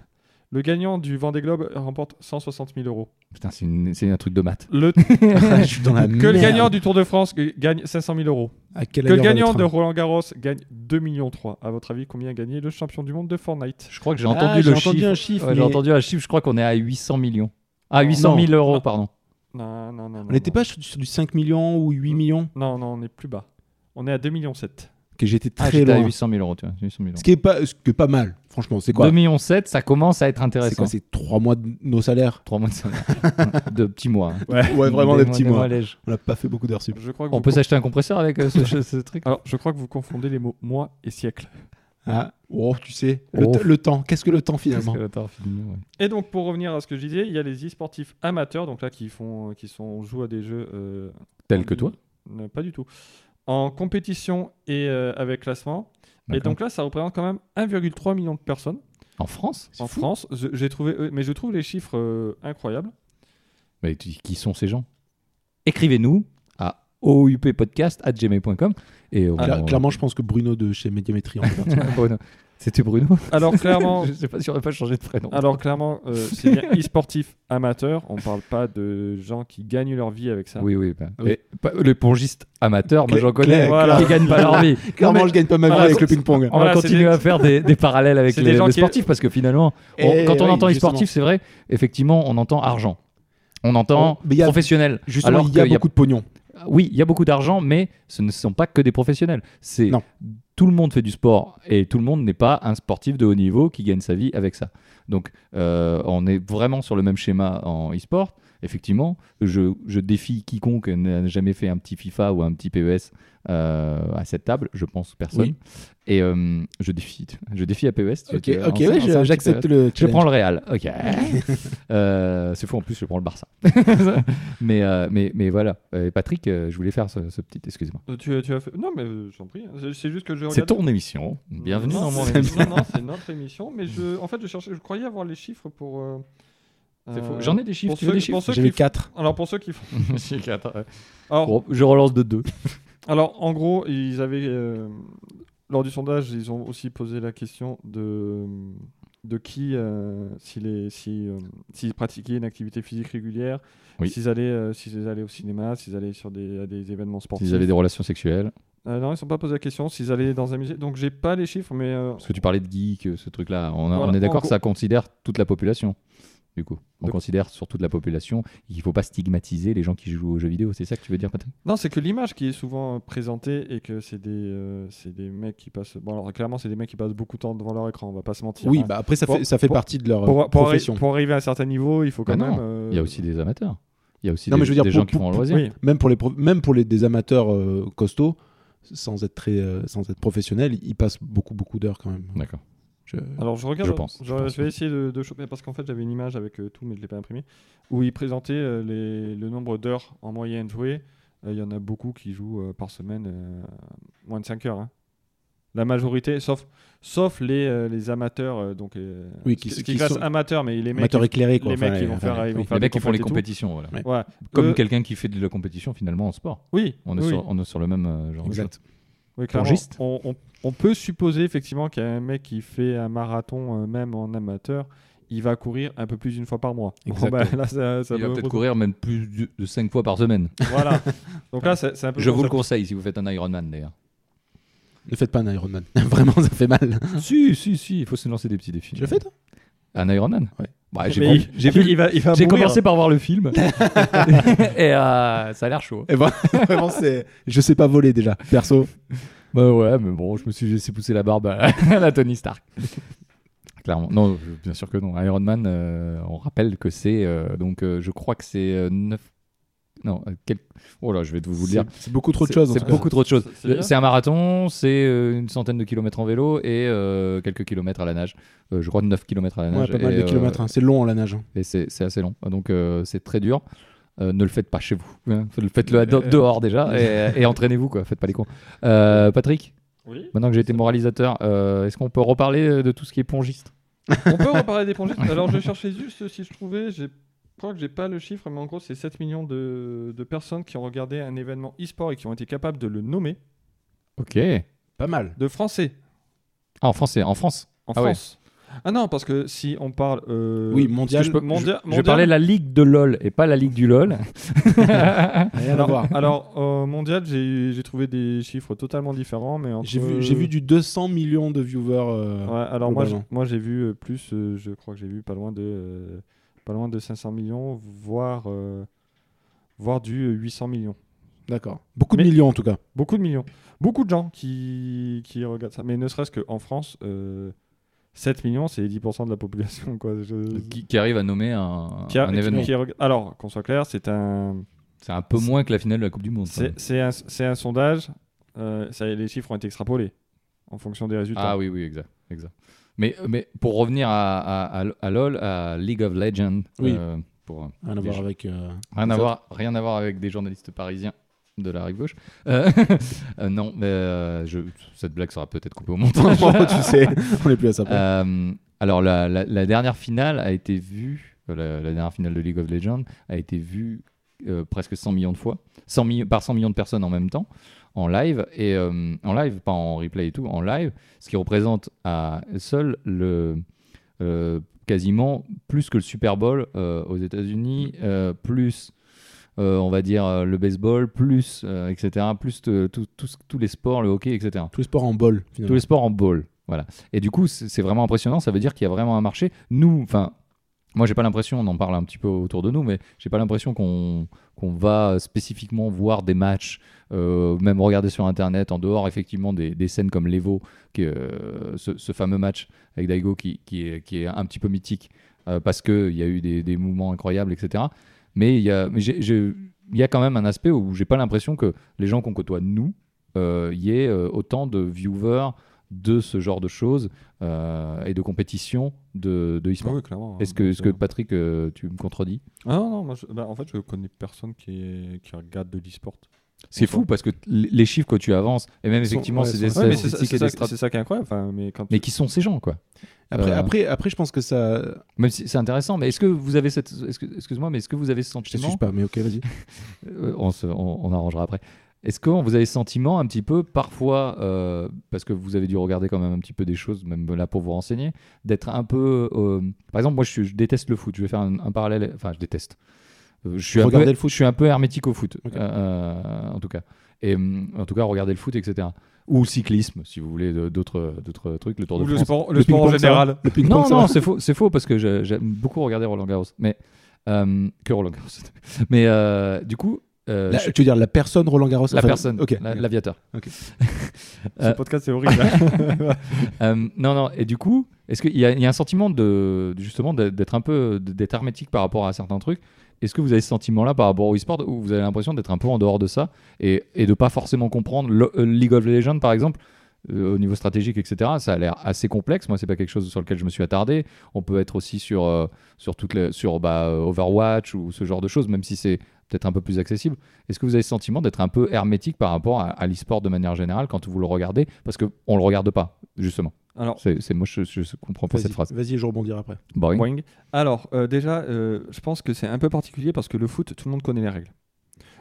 le gagnant du Vendée Globe remporte 160 000 euros. Putain, c'est une- c'est un truc de maths. Le, je suis dans la que le merde. gagnant du Tour de France g- gagne 500 000 euros. À quelle Que le allure va gagnant le de train Roland Garros gagne 2 millions 3. À votre avis, combien a gagné le champion du monde de Fortnite Je crois que j'ai Ah, entendu j'ai le entendu chiffre. un chiffre, Ouais, J'ai mais- entendu un chiffre, je crois qu'on est à 800 millions. Ah, 800 000 euros, pardon. Non, non, non. On n'était pas sur, sur du 5 millions ou 8 millions Non, non, on est plus bas. On est à 2,7 millions. Que j'étais Ah, très j'étais à loin. 800 000 euros, tu vois. 800 000 euros. Ce qui est pas, ce qui est pas mal, franchement. C'est quoi 2,7 millions, ça commence à être C'est intéressant. quoi C'est 3 mois de nos salaires 3 mois de salaire. de petits mois. hein. Ouais, vraiment des, petits mois. lèges. On n'a pas fait beaucoup d'heures sup. Je crois que On vous peut con- s'acheter un compresseur avec euh, ce, ce- ce truc. Alors, je crois que vous confondez les mots mois et siècle. Ah, oh, tu sais, le, Oh. te- le temps. Qu'est-ce que le temps finalement Parce que, attends, finalement, ouais. Et donc, pour revenir à ce que je disais, il y a les e-sportifs amateurs, donc là, qui, font, euh, qui sont, jouent à des jeux. euh, Tel que toi. euh, Pas du tout. En compétition et euh, avec classement. Et D'accord. donc là, ça représente quand même 1,3 million de personnes En France en France. Je- J'ai trouvé, euh, mais je trouve les chiffres euh, incroyables. Mais tu- qui sont ces gens Écrivez-nous à ouppodcast.gmail.com. Et on- Cla- on- Clairement, je pense que Bruno de chez Médiamétrie. en fait. Bruno. C'était Bruno Alors clairement, Je sais pas si on n'a pas changé de prénom. alors clairement, euh, c'est bien e-sportif amateur. On parle pas de gens qui gagnent leur vie avec ça. Oui, oui. bah, Oui. et pas- les pongistes amateurs, moi Cla- j'en connais, clair, voilà. qui gagnent pas leur vie. Euh, Clairement, Non, mais je gagne pas ma vie Voilà, avec c'est- le ping-pong. on Voilà, va c'est continuer des- à faire des, des parallèles avec C'est les, des gens les qui- sportifs parce que finalement, on- Eh quand on oui, entend justement. e-sportif, c'est vrai, effectivement, on entend argent. On entend Oh, mais il y a- professionnel. Justement, alors il y a qu'il y a- beaucoup de pognon. Oui, il y a beaucoup d'argent, mais ce ne sont pas que des professionnels. C'est Non. tout le monde fait du sport et tout le monde n'est pas un sportif de haut niveau qui gagne sa vie avec ça. Donc, euh, on est vraiment sur le même schéma en e-sport. Effectivement, je, je défie quiconque n'a jamais fait un petit FIFA ou un petit PES euh, à cette table. Je pense personne. Oui. Et euh, je défie, je défie à PES. tu veux Ok, que- ok, on- on ouais, fait un je- petit j'accepte PES. le. Je prends challenge. le Real. Ok. Euh, c'est fou, en plus, je prends le Barça. mais, euh, mais, mais voilà. Euh, Patrick, euh, je voulais faire ce, ce petit. Excusez-moi. Euh, Tu, tu as fait... Non, mais euh, j'en prie. hein. C'est- C'est juste que je C'est regarde. ton émission. Bienvenue Non, dans mon c'est- émission. Non, non, c'est notre émission. Mais je, en fait, je cherchais, je croyais avoir les chiffres pour. euh, C'est faux. euh, J'en ai des chiffres. pour Tu veux des ceux- pour chiffres ceux J'avais qui font- 4. Alors pour ceux qui font. J'ai quatre, ouais. Alors, Bon, Je relance de deux. alors en gros, ils avaient euh, lors du sondage, ils ont aussi posé la question de de qui euh, s'il est- si, euh, s'ils pratiquaient une activité physique régulière, Oui. s'ils allaient euh, s'ils allaient au cinéma, s'ils allaient sur des à des événements sportifs. S'ils avaient des relations sexuelles. Euh, non, ils sont pas posé la question s'ils allaient dans un musée. Donc j'ai pas les chiffres, mais euh, Parce que tu parlais de geek, euh, ce truc-là. On, a- on Voilà, est en d'accord gros- que ça considère toute la population. du coup. On De- considère surtout de la population. Il faut pas stigmatiser les gens qui jouent aux jeux vidéo. C'est ça que tu veux dire, Patrick Non, c'est que l'image qui est souvent euh, présentée et que c'est des, euh, c'est des mecs qui passent. Bon, alors clairement, c'est des mecs qui passent beaucoup de temps devant leur écran, on va pas se mentir. Oui, hein. bah après, ça Pour- fait, ça fait pour- partie de leur euh, pour, pour arri- profession. pour arriver à un certain niveau, il faut quand Bah non, même. euh, Il y a aussi des amateurs. Il y a aussi Non, des, mais je veux dire, des pour- gens qui pour- font un pour- loisir. Oui, Même pour les, pro- même pour les des amateurs euh, costauds, sans être très, euh, sans être professionnels, ils passent beaucoup, beaucoup d'heures quand même. D'accord. Je- alors je regarde. Je pense, Je, je pense, je vais essayer de, de choper parce qu'en fait, j'avais une image avec euh, tout, mais je l'ai pas imprimée, où il présentait euh, les- le nombre d'heures en moyenne jouées. Euh, Il y en a beaucoup qui jouent euh, par semaine euh, moins de 5 heures. hein. La majorité, sauf, sauf les, euh, les amateurs, euh, donc euh, Oui, ce qui- ce qui classe sont- amateurs, mais les mecs Amateurs éclairés, quoi. les Enfin, mecs qui vont faire, ils vont oui. faire Les des mecs qui font les compètes et tout. Euh, compétitions, voilà. Ouais. Ouais. Comme Eux- quelqu'un qui fait de la compétition finalement en sport. Oui, On est, oui, sur, on est sur le même euh, genre de Exact. oui, clairement. Pongiste. On, on- on peut supposer effectivement qu'il y a un mec qui fait un marathon, euh, même en amateur, il va courir un peu plus d'une fois par mois. Bon, Exactement. bah, là, ça, ça choses. Il va peut- peut-être courir même plus de 5 fois par semaine. Voilà. Donc là, c'est c'est un peu. Je comme vous le ça. conseille si vous faites un Ironman d'ailleurs. Ne faites pas un Ironman. Vraiment, ça fait mal. si, si, si, il faut se lancer des petits défis. Tu l'as fait, toi Un Ironman Ouais. Bah, j'ai Mais vu- il- j'ai vu- il va, il va j'ai mourir. commencé par voir le film. et euh, ça a l'air chaud. Et ben, vraiment, c'est. Je sais pas voler déjà, perso. Bah ouais, mais bon, je me suis laissé pousser la barbe à à la Tony Stark. Clairement. Non, je- bien sûr que non. Iron Man, euh, on rappelle que c'est. euh, donc, euh, je crois que c'est 9. Non, euh, quel- oh là, je vais vous le dire. C'est- C'est beaucoup trop de C'est- choses. en tout C'est cas. beaucoup trop de choses. C'est- c'est bien. C'est un marathon, c'est euh, une centaine de kilomètres en vélo et euh, quelques kilomètres à la nage. Euh, je crois 9 kilomètres à la Ouais, nage. pas mal et, de euh, kilomètres. hein. C'est long en la nage. hein. et c'est c'est assez long. Donc euh, c'est très dur. Euh, ne le faites pas chez vous. hein. Faites- Faites-le à do- Euh, dehors déjà et, et entraînez-vous quoi. Faites pas les cons. Euh, Patrick, Oui. maintenant que j'ai été moralisateur, euh, est-ce qu'on peut reparler de tout ce qui est pongiste On peut reparler des pongistes. Alors, je cherchais juste si je trouvais. j'ai- Je crois que j'ai pas le chiffre, mais en gros, c'est 7 millions de, de personnes qui ont regardé un événement e-sport et qui ont été capables de le nommer Ok. Ah, Pas mal. de français en français, en France. en Ah ouais. France. Ah non, parce que si on parle. euh, oui, parce que mondial. je peux- Je, mondia- je parlais de la ligue de LOL et pas la ligue du LOL. Rien à Alors, voir. alors, euh, mondial, j'ai j'ai trouvé des chiffres totalement différents, mais entre- J'ai vu, j'ai vu du 200 millions de viewers. euh, Ouais, alors moi, j'ai- globalement. moi j'ai vu euh, plus, euh, je crois que j'ai vu pas loin de euh, pas loin de 500 millions, voire euh, voire du euh, 800 millions. D'accord. Beaucoup de Mais- millions en tout cas. Beaucoup de millions, beaucoup de gens qui qui regardent ça, mais ne serait-ce qu'en France, euh, 7 millions, c'est 10% de la population, quoi. Je- qui, qui arrive à nommer un, qui a- un qui- événement. qui rega- alors, qu'on soit clair, c'est un C'est un peu moins que la finale de la Coupe du Monde. quand même. C'est c'est un, c'est un sondage. euh, ça, les chiffres ont été extrapolés en fonction des résultats. Ah oui, oui, exact. exact. Mais, mais pour revenir à, à, à, à LoL, à League of Legends, Oui. euh, pour, euh, Rien à Des voir gens. avec. euh, rien, les à autres. voir, rien à voir avec des journalistes parisiens de la rive gauche. Euh, euh, non, mais euh, je, cette blague sera peut-être coupée au montage. Oh, tu sais, on n'est plus à ça. près. Euh, alors, la, la, la dernière finale a été vue, euh, la, la dernière finale de League of Legends a été vue euh, presque 100 millions de fois, 100 mi- par 100 millions de personnes en même temps, en live, et euh, en live, pas en replay et tout, en live, ce qui représente à seul le. euh, quasiment plus que le Super Bowl euh, aux États-Unis, euh, plus. euh, on va dire euh, le baseball, plus, euh, etc., plus euh, tout- tous- tous les sports, le hockey, etc. Tous les sports en bol, Tous finalement. les sports en ball. Voilà. Et du coup, c'est c'est vraiment impressionnant. Ça veut dire qu'il y a vraiment un marché. Nous, enfin, moi, j'ai pas l'impression, on en parle un petit peu autour de nous, mais j'ai pas l'impression qu'on qu'on va spécifiquement voir des matchs, euh, même regarder sur Internet, en dehors effectivement des, des scènes comme l'Evo, qui, est, euh, ce, ce fameux match avec Daigo qui, qui, est, qui est un petit peu mythique, euh, parce qu'il y a eu des, des mouvements incroyables, etc. Mais il y a, mais j'ai- j'ai- il y a quand même un aspect où j'ai pas l'impression que les gens qu'on côtoie, nous, euh, y ait euh, autant de viewers de ce genre de choses euh, et de compétition de, de Ah e-sport. oui, clairement. Est-ce que, est-ce que Patrick, euh, tu me contredis Ah non, non, moi, je- bah, en fait, je connais personne qui, est- qui regarde de l'e-sport. C'est fou parce que t- les chiffres que tu avances, et même Sont- effectivement, ouais, c'est sont- des Ouais, mais c'est ça, statistiques c'est et des ça- strates- c'est ça qui est incroyable. enfin, mais quand Mais tu- qui sont ces gens, quoi Après, Euh, après, après, je pense que ça. Même si c'est intéressant, mais est-ce que vous avez cette. est-ce que- Excuse-moi, mais est-ce que vous avez ce Je te sentiment suis pas, mais ok, vas-y. Euh, on, se- on- on arrangera après. Est-ce que vous avez ce sentiment un petit peu, parfois, euh, parce que vous avez dû regarder quand même un petit peu des choses, même là pour vous renseigner, d'être un peu. euh, par exemple, moi je, suis- je déteste le foot, je vais faire un, un parallèle. Enfin, je déteste. Euh, Je suis, un peu, Regardez le foot. je suis un peu hermétique au foot. Ok. Euh, en tout cas. Et hum, en tout cas, regardez le foot, etc. Ou le cyclisme, si vous voulez, de- d'autres d'autres trucs, le Tour de Ou le France. sport, le Le sport en ping-pong, ça va général. Le ping-pong, Non, ça va non, c'est faux, c'est faux parce que je- j'aime beaucoup regarder Roland Garros, mais euh, que Roland Garros. Mais euh, du coup, euh, La- je- Tu veux dire la personne Roland Garros la enfin, personne, Ok. la- l'aviateur. Ce Euh, podcast, c'est horrible. Euh, non, non. Et du coup, est-ce qu'il y, a- il y a un sentiment de justement de- d'être un peu de- d'être hermétique par rapport à certains trucs Est-ce que vous avez ce sentiment-là par rapport au e-sport où vous avez l'impression d'être un peu en dehors de ça et, et de pas forcément comprendre le- euh, League of Legends par exemple euh, au niveau stratégique, etc. Ça a l'air assez complexe. Moi, c'est pas quelque chose sur lequel je me suis attardé. On peut être aussi sur euh, sur toute la- sur bah, euh, Overwatch ou ce genre de choses, même si c'est peut-être un peu plus accessible. Est-ce que vous avez ce sentiment d'être un peu hermétique par rapport à, à l'e-sport de manière générale quand vous le regardez Parce que on le regarde pas, justement. Alors, C'est, c'est- moi, je, je comprends pas Vas-y, cette phrase. Vas-y, je rebondirai après. Boring. boing. Alors euh, déjà, euh, je pense que c'est un peu particulier parce que le foot, tout le monde connaît les règles.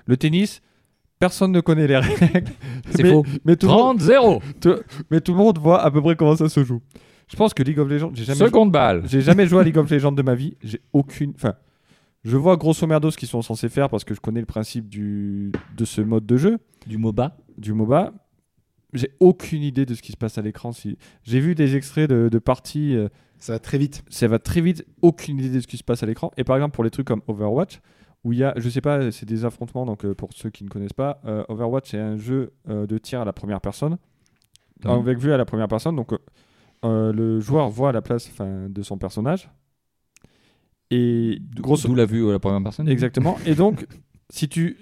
Le tennis, personne ne connaît les règles. C'est mais, faux. Mais tout, le monde, 30-0. mais tout le monde voit à peu près comment ça se joue. Je pense que League of Legends, j'ai jamais, Seconde balle. J'ai jamais joué à League of Legends de ma vie. J'ai aucune. Enfin, je vois grosso merdo ce qu'ils sont censés faire parce que je connais le principe du... de ce mode de jeu, Du MOBA. du MOBA. J'ai aucune idée de ce qui se passe à l'écran. Si... J'ai vu des extraits de, de parties. euh, Ça va très vite. ça va très vite, aucune idée de ce qui se passe à l'écran. Et par exemple, pour les trucs comme Overwatch, où il y a, je sais pas, c'est des affrontements, donc euh, pour ceux qui ne connaissent pas, euh, Overwatch c'est un jeu euh, de tir à la première personne, Mhm. Ah, avec vue à la première personne, donc euh, euh, le joueur voit la place 'fin, de son personnage. Et grosso D'où l'a vu euh, la première personne Exactement. Et donc, si tu.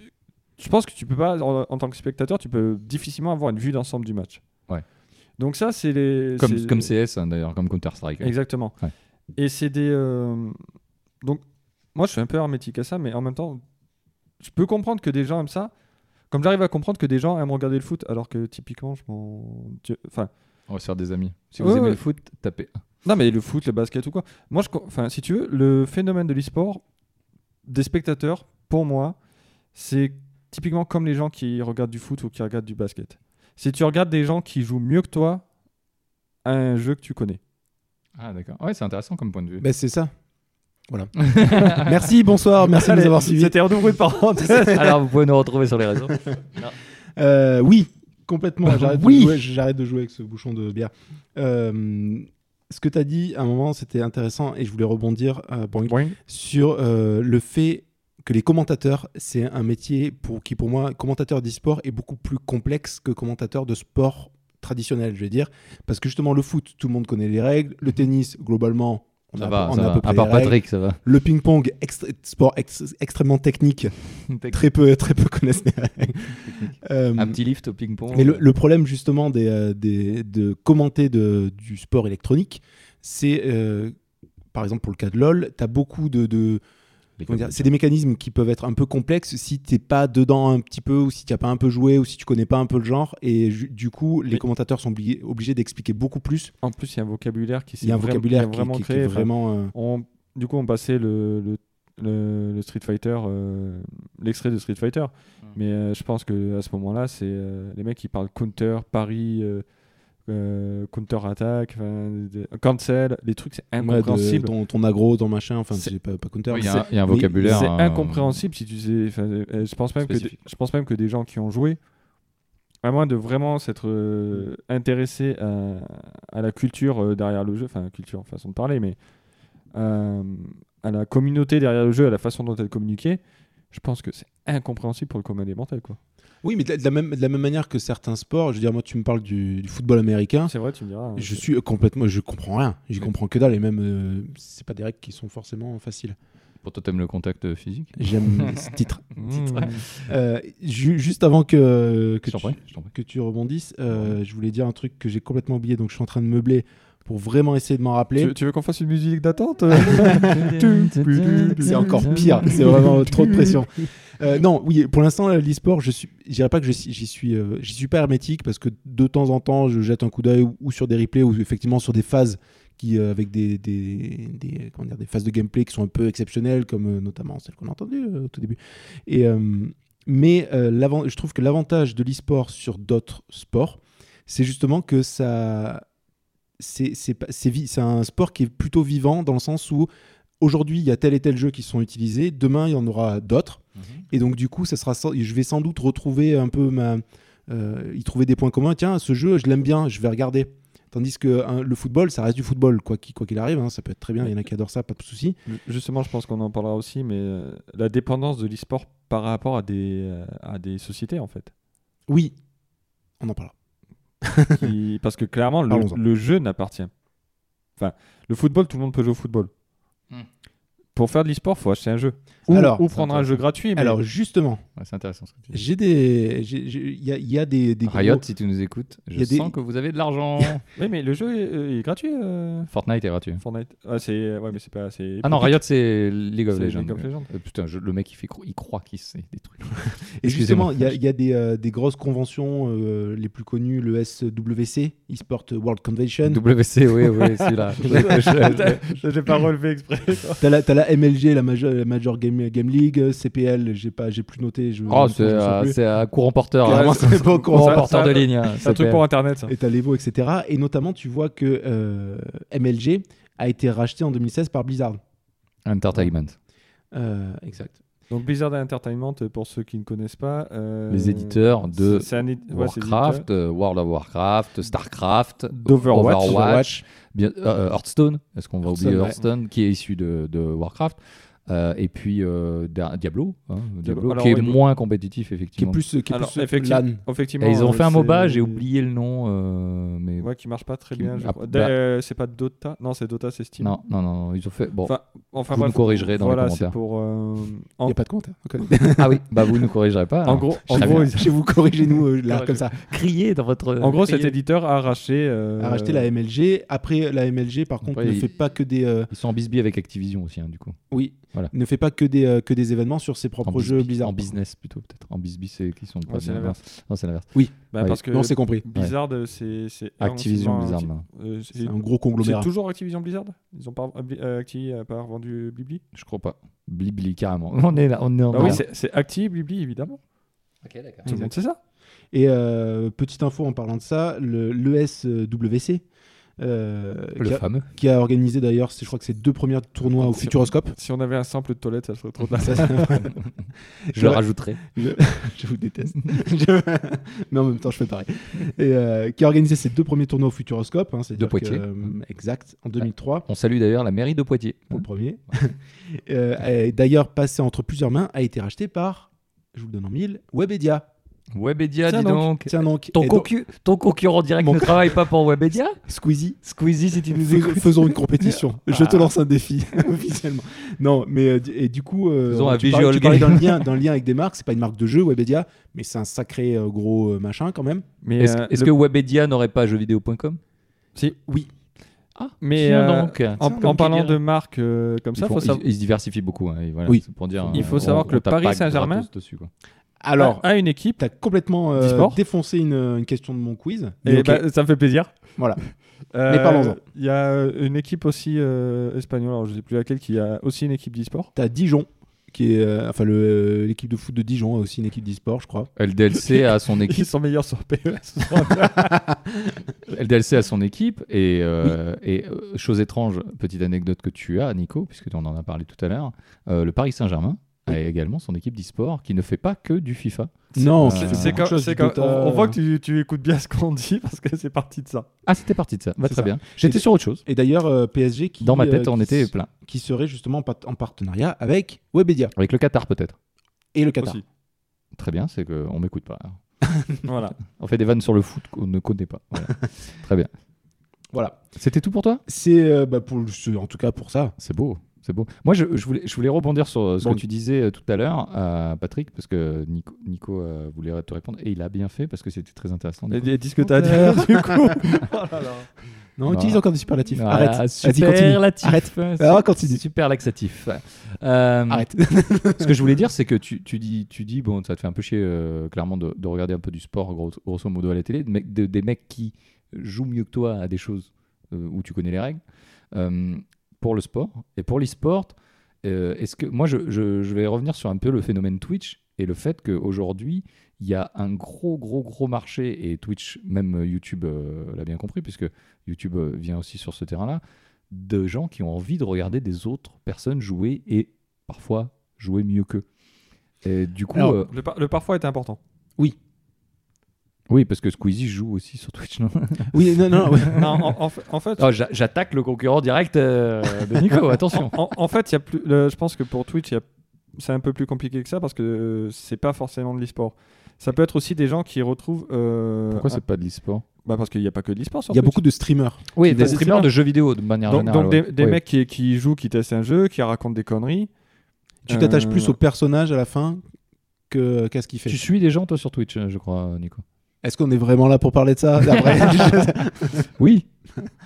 Je pense que tu peux pas, en, en tant que spectateur, tu peux difficilement avoir une vue d'ensemble du match. Ouais. Donc, ça, c'est les. Comme, comme CS, hein, d'ailleurs, comme Counter-Strike. Exactement. Ouais. Et c'est des. euh, Donc, moi, je suis un peu hermétique à ça, mais en même temps, je peux comprendre que des gens aiment ça. Comme j'arrive à comprendre que des gens aiment regarder le foot, alors que typiquement, je m'en. Dieu- Enfin, On va se faire des amis. Si Ouais, vous aimez ouais. le foot, tapez. non, mais le foot, le basket ou quoi. Moi, je. co- Enfin, si tu veux, le phénomène de l'e-sport, des spectateurs, pour moi, c'est typiquement comme les gens qui regardent du foot ou qui regardent du basket. Si tu regardes des gens qui jouent mieux que toi à un jeu que tu connais. Ah, d'accord. Ouais, c'est intéressant comme point de vue. Bah, c'est ça. Voilà. merci, bonsoir, merci de nous Allez, avoir suivis. C'était un nouveau de Oh, parenthèse. Alors, vous pouvez nous retrouver sur les réseaux. Euh, oui, complètement. J'arrête Euh, Oui. de, jouer- j'arrête de jouer avec ce bouchon de bière. Euh, ce que tu as dit à un moment, c'était intéressant et je voulais rebondir euh, pour une- sur euh, le fait que les commentateurs, c'est un métier pour, qui, pour moi, commentateur d'e-sport est beaucoup plus complexe que commentateur de sport traditionnel, je veux dire. Parce que justement, le foot, tout le monde connaît les règles. Le tennis, globalement, on Ça a, va, on ça a à va. peu près À part les règles. Patrick, ça va. Le ping-pong, extré- sport ex- extrêmement technique. Très peu, très peu connaissent les règles. Euh, Un petit lift au ping-pong. mais le, le problème justement des, euh, des- de commenter de- du sport électronique, c'est euh, par exemple pour le cas de LoL, tu as beaucoup de... de- comment dire, c'est des mécanismes qui peuvent être un peu complexes si t'es pas dedans un petit peu, ou si tu n'as pas un peu joué, ou si tu connais pas un peu le genre. Et ju- du coup, les Mais- commentateurs sont obligés, obligés d'expliquer beaucoup plus. En plus, il y a un vocabulaire qui s'est Il y a un vra- vocabulaire qui qui, a vraiment qui- qui créé. est Enfin, vraiment... euh, on- du coup, on passait le, le, le- le Street Fighter, euh, l'extrait de Street Fighter. Mm. Mais euh, je pense que à ce moment-là, c'est euh, les mecs qui parlent counter, pari, euh, euh, counter attack, enfin, des- cancel, les trucs, c'est ouais, de- incompréhensible. euh, ton, ton aggro, ton machin, enfin, C'est- j'ai pas, pas counter. Oui, mais Il y, a un- c'est- il y a un mais vocabulaire. C'est euh, incompréhensible si tu sais. enfin, euh, Je pense même que des- Spécifique. je pense même que des gens qui ont joué, à moins de vraiment s'être euh, intéressé à, à la culture euh, derrière le jeu, enfin culture, façon de parler, mais euh, à la communauté derrière le jeu, à la façon dont elle communiquait, je pense que c'est incompréhensible pour le commun des mortels, quoi. Oui, mais de la, de la même, de la même manière que certains sports, je veux dire, moi tu me parles du- du football américain, C'est vrai, tu me diras. hein, Je c'est- suis complètement, je comprends rien, j'y comprends que dalle et même euh, c'est pas des règles qui sont forcément faciles. Pour toi, t'aimes le contact physique J'aime ce titre. Mmh. Euh, ju- juste avant que que Je t'en tu, prie, je t'en prie. que tu rebondisses, euh, je voulais dire un truc que j'ai complètement oublié, donc je suis en train de meubler pour vraiment essayer de m'en rappeler. Tu, tu veux qu'on fasse une musique d'attente euh? C'est encore pire, c'est vraiment trop de pression. Euh, non, oui, pour l'instant, l'e-sport, je suis, je dirais pas que je suis- j'y suis, euh, j'y suis pas hermétique parce que de temps en temps, je jette un coup d'œil ou, ou sur des replays ou effectivement sur des phases qui, euh, avec des, des, des- comment dire, des phases de gameplay qui sont un peu exceptionnelles, comme euh, notamment celle qu'on a entendue euh, au tout début. Et, euh, mais euh, l'avan- je trouve que l'avantage de l'e-sport sur d'autres sports, c'est justement que ça. C'est c'est pas- c'est vi- c'est un sport qui est plutôt vivant dans le sens où aujourd'hui, il y a tel et tel jeu qui sont utilisés, demain, il y en aura d'autres. Mhm. Et donc, du coup, ça sera, sans- je vais sans doute retrouver un peu ma. euh, y trouver des points communs. Tiens, ce jeu, je l'aime bien, je vais regarder. Tandis que hein, le football, ça reste du football, quoi qu'il quoi qu'il arrive. hein, ça peut être très bien, il y en a qui adorent ça, pas de souci. Ju- Justement, je pense qu'on en parlera aussi, mais euh, la dépendance de l'e-sport par rapport à des, euh, à des sociétés, en fait. Oui, on en parle. Qui- parce que clairement, le, Parlons-en. le jeu n'appartient. Enfin, le football, tout le monde peut jouer au football. Hmm. Pour faire de l'e-sport, faut acheter un jeu. Ou, Alors, ou prendre un intéressant. jeu gratuit. mais- Alors, justement, Ouais, c'est intéressant ce que tu dis. j'ai des. j'ai- j'ai- Il y a, il y a des. des Riot, gros- si tu nous écoutes, y je a des- sens que vous avez de l'argent. Oui, mais le jeu est, euh, est gratuit, euh, Fortnite est gratuit. Fortnite. Ah, c'est... Ouais, mais c'est pas... c'est- Ah non, Riot, c'est League of C'est Legends. League of Legends. Euh, putain, je- le mec, il, fait cro- il croit qu'il sait des trucs. Et Excusez-moi. justement, il y a, il y a des, euh, des grosses conventions euh, les plus connues, le SWC, eSport World Convention. WC, oui, oui, celui-là. Je l'ai pas relevé exprès. T'as la, t'as la MLG, la Major, la Major Game, Game League, euh, CPL, j'ai pas, j'ai plus noté. Je, oh, je c'est me souviens à, plus. c'est à courant porteur. Clairement, hein. c'est pas au courant. Courant Ça- porteur ça- de ligne. hein, C'est un truc CPL. pour Internet, ça. Et t'as l'Evo, etc. Et notamment, tu vois que euh, MLG a été racheté en 2016 par Blizzard. Euh, Entertainment. exact. Donc Blizzard Entertainment, euh, pour ceux qui ne connaissent pas... euh, Les éditeurs de c'est- c'est un édi- ouais, c'est l'éditeur Warcraft, euh, World of Warcraft, Starcraft, D'Overwatch. bien- euh, Hearthstone. Est-ce qu'on va Hearthstone, oublier ouais. Hearthstone, qui est issu de, de Warcraft euh, Et puis euh, Dia- Diablo, hein, Diablo, Alors, qui est oui, moins compétitif, Qui est effectivement. plus, qui est Alors, plus euh, effecti- LAN. effectivement... Et ils ont euh, fait un c'est- MOBA, j'ai oublié le nom, euh, mais Ouais, qui marche pas très Qui- bien. je ah, crois. bah- Euh, c'est pas Dota Non, c'est Dota, c'est Steam. non, non, non, ils ont fait. Bon, Enfin, enfin, Vous bref, nous corrigerez dans les voilà, c'est commentaires. pour. euh, Il en, n'y a pas de commentaire. Ok. ah oui, bah vous ne corrigerez pas. en gros, en Très gros, bien. ils- Chez vous, corrigez-nous euh, là, Ouais, comme je- ça. crier dans votre. en gros, cet crier. éditeur a arraché. euh, A racheté la MLG. Après, la MLG, par contre, Après, ne il- fait pas que des. euh, Ils sont en bisbille avec Activision aussi, hein, du coup. Oui. Voilà. Ne fait pas que des, euh, que des événements sur ses En propres bisbille- jeux Blizzard. En business plutôt, peut-être. En bisbille, c'est qui sont. pas Ouais, c'est bien- l'inverse. Non, c'est l'inverse. bah, Ouais. parce que Non, c'est compris. Blizzard, euh, c'est. c'est- effectivement, Activision Blizzard. un- là. euh, c'est- C'est un gros C'est conglomérat. toujours Activision Blizzard Ils ont pas, euh, Bli- euh, Acti a pas vendu Blibli Je crois pas. Blibli, carrément. On est là, on est en. Bah oui, c'est- c'est Acti, Blibli, évidemment. Ok, d'accord. Tout le Exact. monde sait ça. Et euh, petite info en parlant de ça, le- l'ESWC, euh, Le qui, a- fameux. Ah, qui a organisé d'ailleurs, c'est- je crois que c'est deux premiers tournois au C'est- Futuroscope. Si on avait un sample de toilette, ça serait trop tard. Ça, c'est- Je le rajouterai. je vous déteste. Je- Mais en même temps, je fais pareil. Et, euh, qui a organisé ses deux premiers tournois au Futuroscope. hein, c'est-à-dire De Poitiers. que, euh, exact, en 2003, On salue d'ailleurs la mairie de Poitiers. pour le premier. Euh, et D'ailleurs, passé entre plusieurs mains, a été racheté par, je vous le donne en mille, Webedia. Webedia, Tiens dis donc. Tiens donc, Ton, et donc, concu- ton concurrent direct Mon- ne travaille pas pour Webedia Squeezie Squeezie, si tu nous Fais- écoutes. faisons une compétition. Je te Ah. lance un défi officiellement. Non, mais euh, du- et du coup, euh, Faisons un tu, parlais, visual tu parlais game. dans le lien, dans le lien avec des marques. C'est pas une marque de jeu Webedia, mais c'est un sacré euh, gros euh, machin quand même. Mais, Est-ce euh, est-ce le- que Webedia n'aurait pas jeuxvideo.com Si. Oui. Ah, Mais, tiens euh, donc. En, Tiens, en donc, parlant Kylian. de marques euh, comme Ils, ça, font- faut ils- savoir. ils se diversifient beaucoup. hein, et voilà, Oui. c'est pour dire, Il euh, faut savoir que le tape Paris pas Saint-Germain- gratos dessus, quoi. Alors, a une équipe. t'as complètement euh, Disport. défoncé une, euh, une question de mon quiz. Et Eh Mais ben, ok. bah, ça me fait plaisir. Voilà. Euh, Mais parlons-en. Il y a euh, une équipe aussi euh, espagnole, alors je ne sais plus laquelle, qui a aussi une équipe d'e-sport. T'as Dijon, qui est euh, enfin le- euh, l'équipe de foot de Dijon a aussi une équipe d'e-sport, je crois. LDLC a son équipe. Ils sont meilleurs sur E PES. LDLC a son équipe et, euh, et, euh, chose étrange, petite anecdote que tu as, Nico, puisque on en a parlé tout à l'heure, euh, le Paris Saint-Germain a également son équipe d'e-sport qui ne fait pas que du FIFA. Non, c'est- qui fait C'est beaucoup comme- de choses, c'est du comme- on, Dota. on voit que tu, tu écoutes bien ce qu'on dit parce que c'est parti de ça. Ah, c'était parti de ça. Bah, C'est très ça. bien. J'étais Et- sur autre chose. Et d'ailleurs, euh, PSG qui Dans ma tête, euh, on qui- était plein. qui serait justement en pat- en partenariat avec Webedia Avec le Qatar, peut-être. et le Qatar. Aussi. Très bien, c'est qu'on m'écoute pas. Voilà. On fait des vannes sur le foot qu'on ne connaît pas. Voilà. très bien. Voilà. C'était tout pour toi C'est euh, bah, pour le- c'est- en tout cas pour ça. C'est beau, c'est beau. Moi, je, je voulais, je voulais rebondir sur euh, ce Bon. que tu disais euh, tout à l'heure, euh, Patrick, parce que Nico, Nico euh, voulait te répondre et il a bien fait parce que c'était très intéressant. Et, et dis ce que t'as à dire du coup. Oh là là. Non, Bah. utilise encore des superlatifs. Arrête. Vas-y, super continue. latif. Arrête. Euh, Alors, Ah, continue. Super laxatif. Euh, Arrête. Ce que je voulais dire, c'est que tu, tu dis, tu dis, bon, ça te fait un peu chier, euh, clairement, de, de regarder un peu du sport, gros- grosso modo, à la télé, de mecs- de- des mecs qui jouent mieux que toi à des choses euh, où tu connais les règles, euh, pour le sport. Et pour l'e-sport, euh, est-ce que. Moi, je, je- je vais revenir sur un peu le phénomène Twitch et le fait qu'aujourd'hui, il y a un gros, gros, gros marché, et Twitch, même euh, YouTube euh, l'a bien compris, puisque YouTube euh, vient aussi sur ce terrain-là, de gens qui ont envie de regarder des autres personnes jouer et parfois jouer mieux qu'eux. Et du coup, Alors, euh, Le, par- le parfois est important. oui, parce que Squeezie joue aussi sur Twitch. non Oui, non, non. ouais. Non, en, en fait- en fait, Ah, j'a- J'attaque le concurrent direct euh, de Nico, attention. en, en fait, il y a plus, le- je pense que pour Twitch, il y a- c'est un peu plus compliqué que ça parce que euh, c'est pas forcément de l'e-sport. Ça peut être aussi des gens qui retrouvent. euh, Pourquoi un- c'est pas de l'e-sport bah Parce qu'il n'y a pas que de l'e-sport sur Il y a Twitch. beaucoup de streamers. Oui, des des streamers streamers. de jeux vidéo de manière Donc, générale. donc ouais. des, des Ouais. mecs qui, qui jouent, qui testent un jeu, qui racontent des conneries. Tu t'attaches Euh, plus au personnage à la fin que- qu'à ce qu'il fait. Tu suis des gens, toi, sur Twitch, euh, je crois, euh, Nico. Est-ce qu'on est vraiment là pour parler de ça Après, Oui.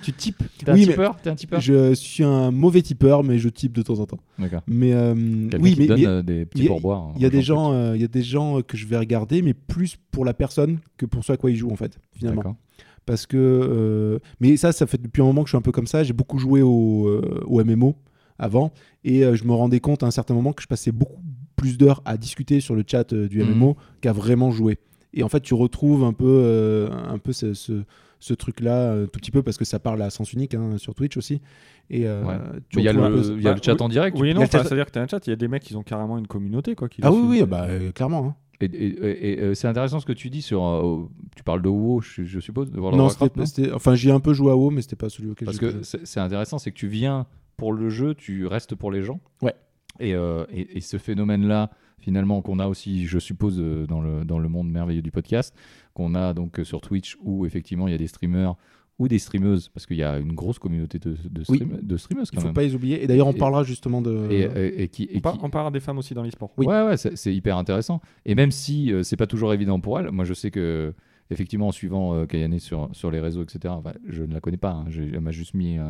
tu types. T'es un Oui, mais- tipeur T'es un tipeur Je suis un mauvais tipeur, mais je type de temps en temps. D'accord. Mais euh, Quelqu'un oui, qui mais donne il y a- euh, des petits il y a- pourboires. il y a des gens, euh, il y a des gens euh, que je vais regarder, mais plus pour la personne que pour ce à quoi ils jouent en fait, finalement. Parce que, euh, mais ça, ça fait depuis un moment que je suis un peu comme ça. J'ai beaucoup joué au, euh, au MMO avant, et euh, je me rendais compte à un certain moment que je passais beaucoup plus d'heures à discuter sur le chat euh, du Mhm. MMO qu'à vraiment jouer. Et en fait, tu retrouves un peu, euh, un peu ce, ce- ce truc-là, euh, tout petit peu, parce que ça parle à sens unique hein, sur Twitch aussi. Et euh, Ouais. tu Il y a retrouves un peu le, ce- il y a bah, le chat en direct. Oui, et non, Il y a le enfin, chat- c'est-à-dire que t'as un chat, il y a des mecs qui ont carrément une communauté. Quoi, qui Ah le oui, oui, suivent. bah, euh, clairement. hein. Et, et- et- et, euh, c'est intéressant ce que tu dis sur. euh, tu parles de WoW, je, je suppose, de World of Non, Warcraft, c'était- c'était- enfin, j'y ai un peu joué à WoW, mais c'était pas celui auquel Parce j'étais- que c'est c'est intéressant, c'est que tu viens pour le jeu, tu restes pour les gens. Ouais. Et, euh, et- et ce phénomène-là, finalement, qu'on a aussi, je suppose, euh, dans le, dans le monde merveilleux du podcast, qu'on a donc euh, sur Twitch, où effectivement il y a des streamers ou des streameuses, parce qu'il y a une grosse communauté de, de, Oui. stream- de streameuses Il quand faut même. pas euh, les oublier. Et d'ailleurs, on Et- parlera justement de. Et, euh, et- et qui, et On, par- qui- on parle des femmes aussi dans l'e-sport. Oui. Ouais, ouais, c'est c'est hyper intéressant. Et même si euh, c'est pas toujours évident pour elle, moi je sais que, effectivement, en suivant euh, Kayane sur, sur les réseaux, etc., enfin, je ne la connais pas, hein, j'ai- elle m'a juste mis euh,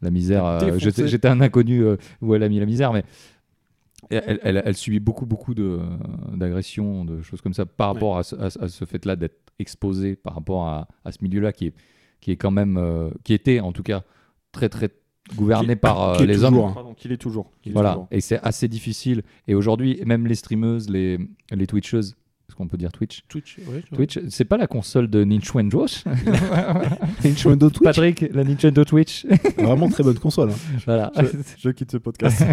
la misère. euh, Défoncé. J'étais j'étais un inconnu euh, où elle a mis la misère, mais elle, elle- elle subit beaucoup, beaucoup de, euh, d'agressions, de choses comme ça, par Ouais. rapport à ce, à ce- à ce fait-là d'être exposée, par rapport à, à ce milieu-là qui est, qui est quand même, euh, qui était en tout cas très, très gouverné Qui- par euh, qui est les hommes. toujours, hein. Pardon, qu'il est toujours. qu'il est Voilà, toujours. et c'est assez difficile. Et aujourd'hui, même les streameuses, les, les Twitcheuses, est-ce qu'on peut dire Twitch Twitch, ouais, tu vois. Twitch, c'est pas la console de Nintendo Nintendo Twitch. Patrick, la Nintendo Twitch. Vraiment très bonne console. hein. voilà. Je quitte ce podcast.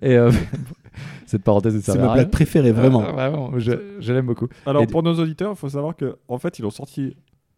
Et, euh, cette parenthèse ne C'est servait à ma rien. blague préférée, Euh, vraiment. vraiment, je, je l'aime beaucoup. Et Alors, du- pour nos auditeurs, il faut savoir que en fait, ils ont sorti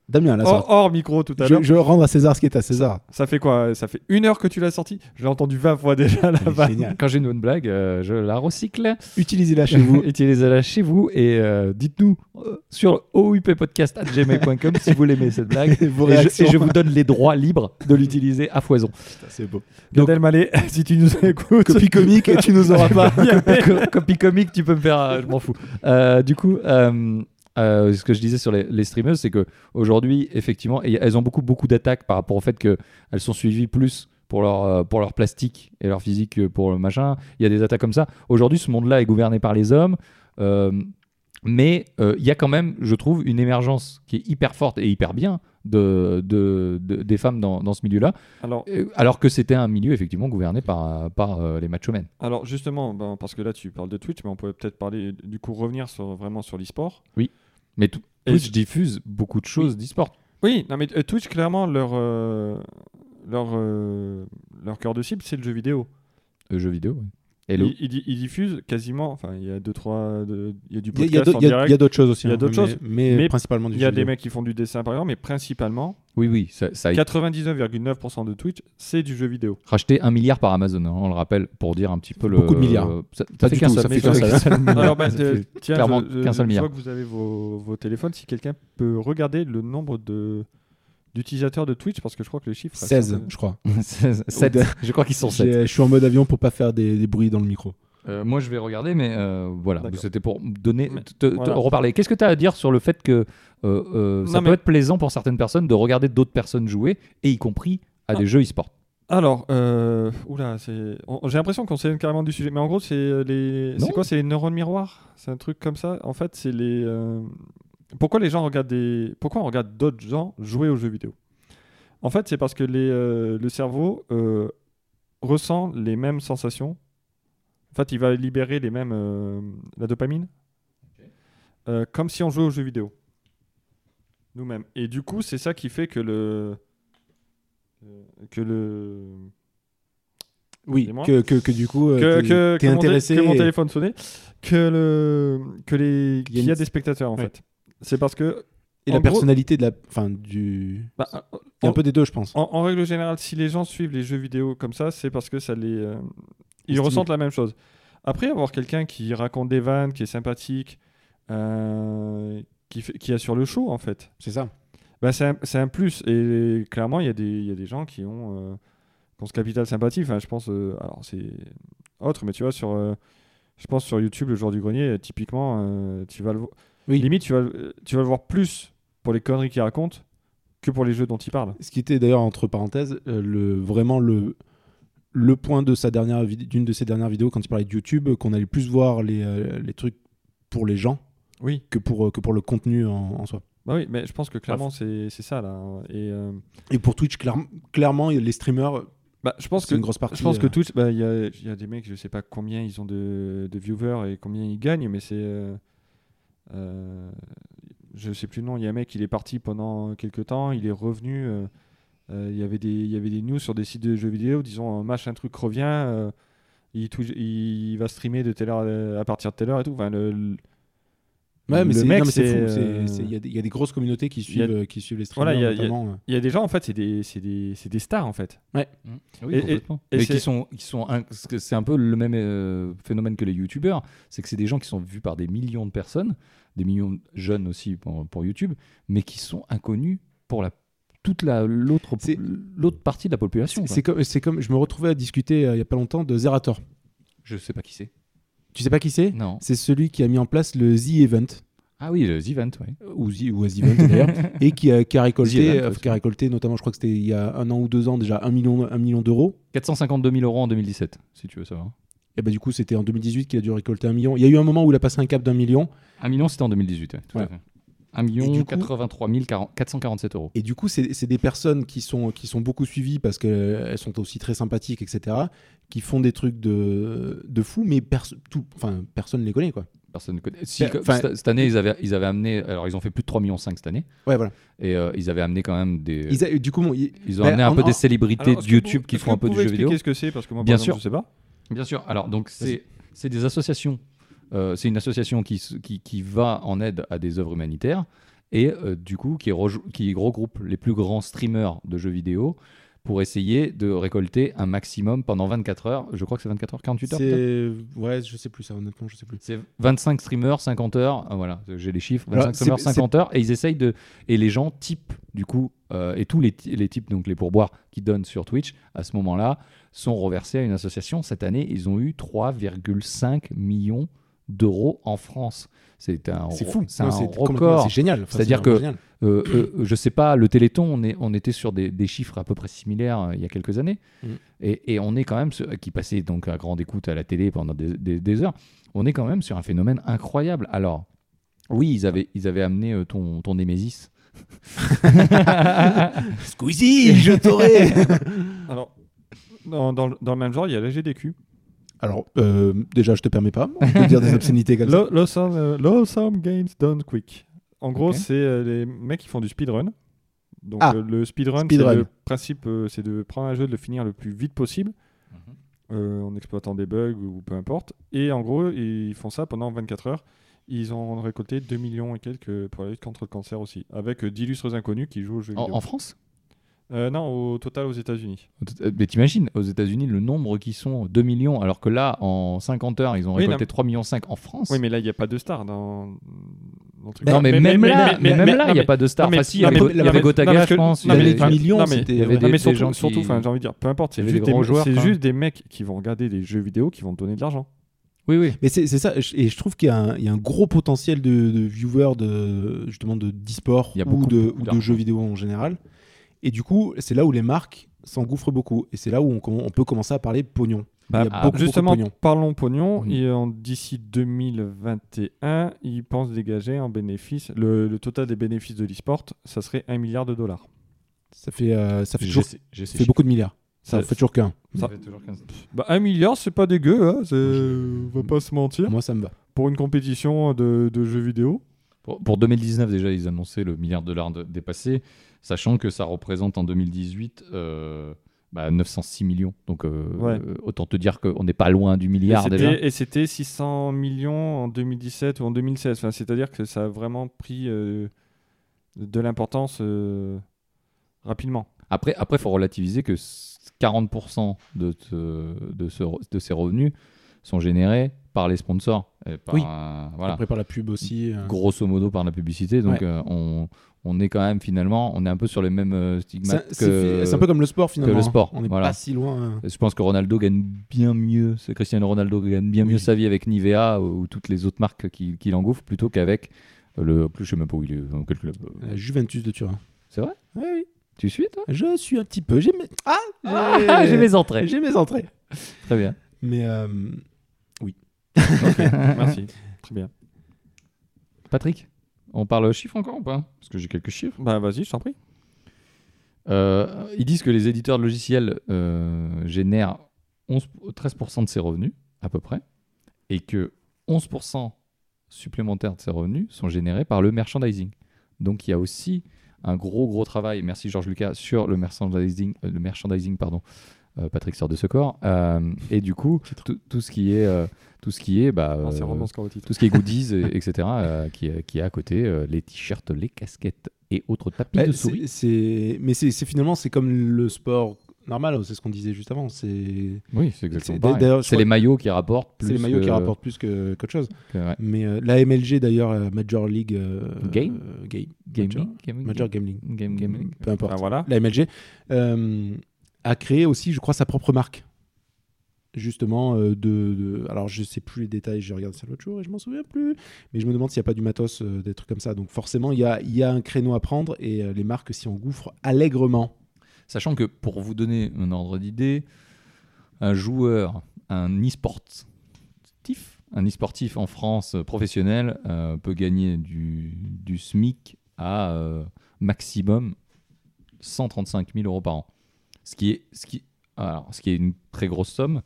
Damien, là, hors, hors micro oh, tout à je, l'heure. je rends à César ce qui est à César. Ça fait quoi Ça fait une heure que tu l'as sorti Je l'ai entendu 20 fois déjà Elle est là-bas. géniale. Quand j'ai une bonne blague, euh, je la recycle. Utilisez-la chez vous. Utilisez-la chez vous et euh, dites-nous euh, sur ouppodcast.gmail.com si vous l'aimez cette blague. Vos Et je, réactions. et je vous donne les droits libres de l'utiliser à foison. Putain, C'est beau. Gad Elmaleh, si tu nous écoutes. Copie comique, tu nous auras pas. Co- Copie comique, tu peux me faire, euh, je m'en fous. Euh, du coup, euh, euh, ce que je disais sur les, les streameuses, c'est que aujourd'hui, effectivement, et elles ont beaucoup beaucoup d'attaques par rapport au fait que elles sont suivies plus pour leur euh, pour leur plastique et leur physique que pour le machin. Il y a des attaques comme ça. Aujourd'hui, ce monde-là est gouverné par les hommes. euh, mais euh, il y a quand même, je trouve, une émergence qui est hyper forte et hyper bien de, de- de- des femmes dans, dans ce milieu-là, Alors, euh, alors que c'était un milieu effectivement gouverné par, euh, par euh, les macho men. alors justement, ben, parce que là, tu parles de Twitch, mais on pourrait peut-être parler, euh, du coup, revenir sur, vraiment sur l'e-sport. Mais tout, Et- Twitch diffuse beaucoup de choses d'e-sport. Oui, non, mais euh, Twitch, clairement, leur, euh, leur, euh, leur cœur de cible, c'est le jeu vidéo. Euh, jeux vidéo, oui. Hello. Ils, ils di- ils diffusent quasiment, enfin, il y a deux, trois, de- il y a du Il y a- il y a podcast d'autres- en il y a- il y a direct, d'autres choses aussi. Il y a hein, d'autres mais- choses. Mais, Mais principalement du il y a jeu des vidéo. mecs qui font du dessin, par exemple, mais principalement, Oui, oui, ça, ça a été 99,9% de Twitch, c'est du jeu vidéo. racheté un milliard par Amazon, hein, on le rappelle, pour dire un petit peu le. euh, Beaucoup de milliards. Ça, ça Pas fait du qu'un tout, seul, ça fait mais qu'un ça fait milliard. Alors, bah, Ça euh, fait- tiens, clairement je, je- 15 je milliards. vois que vous avez vos, vos téléphones. Si quelqu'un peut regarder le nombre de d'utilisateurs de Twitch, parce que je crois que le chiffre. a 16, certainement- je crois. Sept, sept. je crois qu'ils sont 7. J'ai- Je suis en mode avion pour pas faire des, des bruits dans le micro. moi, je vais regarder, mais euh, voilà, D'accord. c'était pour donner, Mais- te, te voilà. reparler. Qu'est-ce que tu as à dire sur le fait que euh, euh, ça Non, peut mais- être plaisant pour certaines personnes de regarder d'autres personnes jouer, et y compris Ah. à des jeux e-sport Alors, euh, oula, c'est. on- J'ai l'impression qu'on s'éloigne carrément du sujet, mais en gros, c'est euh, les. Non. C'est quoi C'est les neurones miroirs C'est un truc comme ça. En fait, c'est les. euh, Pourquoi les gens regardent des. Pourquoi on regarde d'autres gens jouer aux jeux vidéo En fait, c'est parce que les, euh, le cerveau euh, ressent les mêmes sensations. En fait, il va libérer les mêmes. euh, la dopamine. Euh, comme si on jouait aux jeux vidéo. Nous-mêmes. Et du coup, c'est ça qui fait que le. euh, que le Oui, Dis-moi. que, que, que du coup, euh, que, t'es- que- t'es que mon télé- intéressé. que mon et- téléphone sonnait, que le que les Qu'il y a qu'il y a une- des spectateurs en Ouais. fait. C'est parce que Et la en gros- personnalité de la. Enfin, du. bah, Un en- peu des deux, je pense. en, en règle générale, si les gens suivent les jeux vidéo comme ça, c'est parce que ça les euh, ils Ils ressentent la même chose. Après avoir quelqu'un qui raconte des vannes, qui est sympathique, euh, qui fait- qui assure le show en fait. C'est ça. Bah, c'est un, c'est un plus. Et clairement, il y, a des- il y a des gens qui ont, euh, qui ont ce capital sympathie. Enfin, je pense. euh, alors, c'est autre, mais tu vois, sur, euh, je pense sur YouTube, le joueur du grenier, euh, typiquement, euh, tu vas le voir. Oui. Limite, tu vas, le- euh, tu vas le voir plus pour les conneries qu'il raconte que pour les jeux dont il parle. Ce qui était d'ailleurs, entre parenthèses, euh, le, vraiment le, le point de sa dernière vid- d'une de ses dernières vidéos quand il parlait de YouTube, qu'on allait plus voir les, euh, les trucs pour les gens Oui. que pour, euh, que pour le contenu en, en soi. Bah oui, mais je pense que clairement, c'est c'est ça, là. Et euh, Et pour Twitch, clairement clairement, les streamers, bah, je pense c'est que. une grosse partie. Je pense que euh, Twitch, bah, il y, a, il y a des mecs, je sais pas combien ils ont de, de viewers et combien ils gagnent, mais c'est. euh, euh, je sais plus le nom. Il y a un mec, il est parti pendant quelques temps, il est revenu. euh, euh, il, y avait des, il y avait des news sur des sites de jeux vidéo disant un match, un truc revient, euh, il, Twitch- il, va streamer de telle heure euh, à partir de telle heure et tout. Enfin, le- le- ouais, euh, mais le c'est mec, non, mais c'est c'est, fou. c'est- euh, c'est- Il y, a des- il y a des grosses communautés qui y suivent, a- euh, qui suivent les Voilà, streamers. il y a- il y a- notamment, euh. il y a des gens, en fait, c'est des, c'est des, c'est des stars, en fait. Oui, Et- et- complètement. et mais c'est- qui sont, qui sont un- parce que c'est un peu le même euh, phénomène que les youtubeurs, c'est que c'est des gens qui sont vus par des millions de personnes, des millions de jeunes aussi pour, pour YouTube, mais qui sont inconnus pour la toute la l'autre C'est- l'autre partie de la population. C'est- C'est comme, c'est comme, je me retrouvais à discuter euh, il y a pas longtemps de Zerator. quoi. Je sais pas qui c'est. Tu sais pas qui c'est Non. C'est celui qui a mis en place le The Event. Ah oui, le event, ouais. ou, The- ou à The Event, d'ailleurs, et qui a, qui a récolté, The Event, euh, aussi. qui a récolté notamment, je crois que c'était il y a un an ou deux ans déjà, un million, un million d'euros. 452 000 euros en 2017, si tu veux savoir. Et bah du coup, c'était en 2018 qu'il a dû récolter un million. Il y a eu un moment où il a passé un cap d'un million, 1 million, c'était en 2018, ouais, tout Ouais. à fait. 1 Et million du coup- 83 40 447 euros. et du coup, c'est c'est des personnes qui sont, qui sont beaucoup suivies parce qu'elles sont aussi très sympathiques, etc., qui font des trucs de, de fou, mais perso- tout, enfin, personne ne les connaît, quoi. Personne ne connaît. Si, Ben, que- enfin- cette cette année, ils avaient, ils avaient amené. Alors, ils ont fait plus de 3,5 millions cette année. Ouais, voilà. Et euh, ils avaient amené quand même des. Ils a- du coup, mon- il- Ils ont Ben, amené un en- peu en- des célébrités Alors, de est-ce que vous- YouTube qui est-ce font que un peu vous de pouvez jeux vidéo. expliquer ce que c'est Parce que moi, par Bien exemple, sûr. je sais pas. Bien sûr. Alors, donc, Vas-y. c'est c'est des associations. Euh, c'est une association qui, s- qui, qui va en aide à des œuvres humanitaires et euh, du coup qui, rejou- qui regroupe les plus grands streamers de jeux vidéo pour essayer de récolter un maximum pendant 24 heures. Je crois que c'est 24 heures, 48 heures. peut-être c'est. Ouais, je sais plus ça, honnêtement, je sais plus. C'est 25 streamers, 50 heures, euh, voilà, j'ai les chiffres, 25 Alors, c'est- streamers, c'est- 50 heures, et ils essayent de... Et les gens typent, du coup, euh, et tous les, ti- les types, donc les pourboires qu'ils donnent sur Twitch, à ce moment-là, sont reversés à une association. Cette année, ils ont eu 3,5 millions d'euros en France. C'est un, C'est re- fou, c'est Non, un complètement- record. C'est génial. Enfin, C'est-à-dire vraiment que- génial. Euh, euh, euh, je sais pas, le Téléthon, on, est, on était sur des, des chiffres à peu près similaires euh, il y a quelques années. Mm. Et, et on est quand même, sur- qui passait donc à grande écoute à la télé pendant des, des- des heures, on est quand même sur un phénomène incroyable. Alors, oui, ils avaient, ils avaient amené euh, ton, ton Némésis. Squeezie, je t'aurai Alors, dans, dans le- dans le même genre, il y a la GDQ. Alors, euh, déjà, je te permets pas. On peut dire des obscénités comme ça. Lo- Lawson, euh, Lawson Games Done Quick. En gros, Ok. c'est euh, les mecs qui font du speedrun. Donc Ah, euh, le speedrun, speedrun. c'est le principe, euh, c'est de prendre un jeu, de le finir le plus vite possible, Mhm. euh, en exploitant des bugs ou peu importe. Et en gros, ils font ça pendant 24 heures. Ils ont récolté 2 millions et quelques pour la lutte contre le cancer aussi, avec euh, d'illustres inconnus qui jouent aux jeux En, vidéo. en France Euh, Euh, non, au total aux États-Unis. Mais t'imagines, aux États-Unis, le nombre qui sont 2 millions, alors que là, en 50 heures, ils ont Oui, récolté non. 3,5 millions en France. Oui, mais là, il n'y a pas de star dans. dans le truc. non, mais, même là, mais, même là, il n'y a pas de star. non, mais- Enfin, si, il y non, avait mais- Go- il y non, mais- avait non, Gotaga, parce je que- non, pense. il y mais avait- les millions, Non, mais- c'était- il y avait ouais. Non, mais des des surtout, gens surtout, qui- enfin, j'ai envie de dire, peu importe, Il c'est y avait juste, des des, grands joueurs, c'est quoi. juste des mecs qui vont regarder des jeux vidéo qui vont te donner de l'argent. Oui, oui. Mais c'est c'est ça, je- et je trouve qu'il y, a un- il y a un gros potentiel de, de viewers de justement de d'e-sport Il y a ou beaucoup, de, beaucoup ou de d'argent. jeux vidéo en général. Et du coup, c'est là où les marques s'engouffrent beaucoup, et c'est là où on, comm- on peut commencer à parler pognon. Bah, Il y a ah, beaucoup, Justement, beaucoup de pognon. Mmh. parlons pognon. Mhm. Et en- d'ici 2021, ils pensent dégager en bénéfice. Le, le total des bénéfices de l'e-sport, ça serait 1 milliard de dollars. Ça fait euh, ça fait, J'ai toujours- ces- j'ai ces ça fait beaucoup de milliards. Ça, Ça- fait toujours qu'un. ça- Ça fait toujours 15. Euh, Bah, 1 milliard, c'est pas dégueu, hein, c'est- on va pas se mentir. Mmh. Moi, ça me va. Pour une compétition de, de jeux vidéo. Pour, pour 2019, déjà, ils annonçaient le milliard de dollars de- dépassé, sachant que ça représente en 2018 euh, bah, 906 millions. Donc euh, Ouais. euh, autant te dire qu'on n'est pas loin du Et milliard déjà. c'était- Et c'était 600 millions en 2017 ou en 2016. Enfin, C'est-à-dire que ça a vraiment pris euh, de l'importance euh, rapidement. Après, après, faut relativiser que s- 40% de, te- de, ce, de ces revenus sont générés par les sponsors. et par, Oui. euh, voilà. Après par la pub aussi. euh. Grosso modo par la publicité. Donc Ouais. euh, on, on est quand même finalement, on est un peu sur les mêmes euh, Ça- stigmates C'est que. c'est un peu comme le sport finalement. le sport, On n'est voilà. pas si loin. hein. Je pense que Ronaldo gagne bien mieux, c'est Cristiano Ronaldo gagne bien mieux Oui. sa vie avec Nivea ou, ou toutes les autres marques qui, qui l'engouffrent plutôt qu'avec le. Je sais même pas où il est, dans quel club. La Juventus de Turin. C'est vrai Oui, oui. Tu suis toi Je suis un petit peu. J'ai mes... Ah, Ah, J'ai mes entrées. J'ai mes entrées. Très bien. Mais euh, Ok, merci. Très bien. Patrick, on parle chiffres encore ou pas Parce que j'ai quelques chiffres. Bah, vas-y, je t'en prie. Euh, ils disent que les éditeurs de logiciels euh, génèrent 11, 13% de ses revenus, à peu près, et que 11% supplémentaires de ses revenus sont générés par le merchandising. Donc il y a aussi un gros, gros travail, merci Georges Lucas, sur le merchandising, euh, le merchandising pardon, euh, Patrick sort de ce corps, Euh, et du coup, tout tout ce qui est, euh, tout ce qui est, bah, Non, Ah, c'est euh, vraiment score au titre. tout ce qui est goodies, et- etc., euh, qui, est- qui est à côté, euh, les t-shirts, les casquettes et autres tapis bah, de c'est- souris. c'est- mais c'est c'est finalement c'est comme le sport normal. C'est ce qu'on disait juste avant. C'est Oui, c'est exactement exactement C'est- pareil. d'ailleurs, je C'est les crois- maillots qui rapportent plus. c'est les maillots qui que- rapportent plus que qu'autre chose. que- ouais. Mais euh, la MLG d'ailleurs, euh, Major League euh, Game euh, Game Major- Gaming Gaming Major Gambling. Game- Gaming Ah Peu importe. Enfin, Ah, voilà. la MLG, euh, a créé aussi, je crois, sa propre marque. Justement, euh, de, de- Alors, je sais plus les détails, j'ai regardé ça l'autre jour et je m'en souviens plus. Mais je me demande s'il n'y a pas du matos, euh, des trucs comme ça. Donc, forcément, il y a, il y a un créneau à prendre et euh, les marques s'y engouffrent allègrement. Sachant que pour vous donner un ordre d'idée, un joueur, un e-sportif, un e-sportif en France euh, professionnel euh, peut gagner du, du SMIC à euh, maximum 135 000 euros par an. Ce qui est, ce qui, alors, ce qui est une très grosse somme,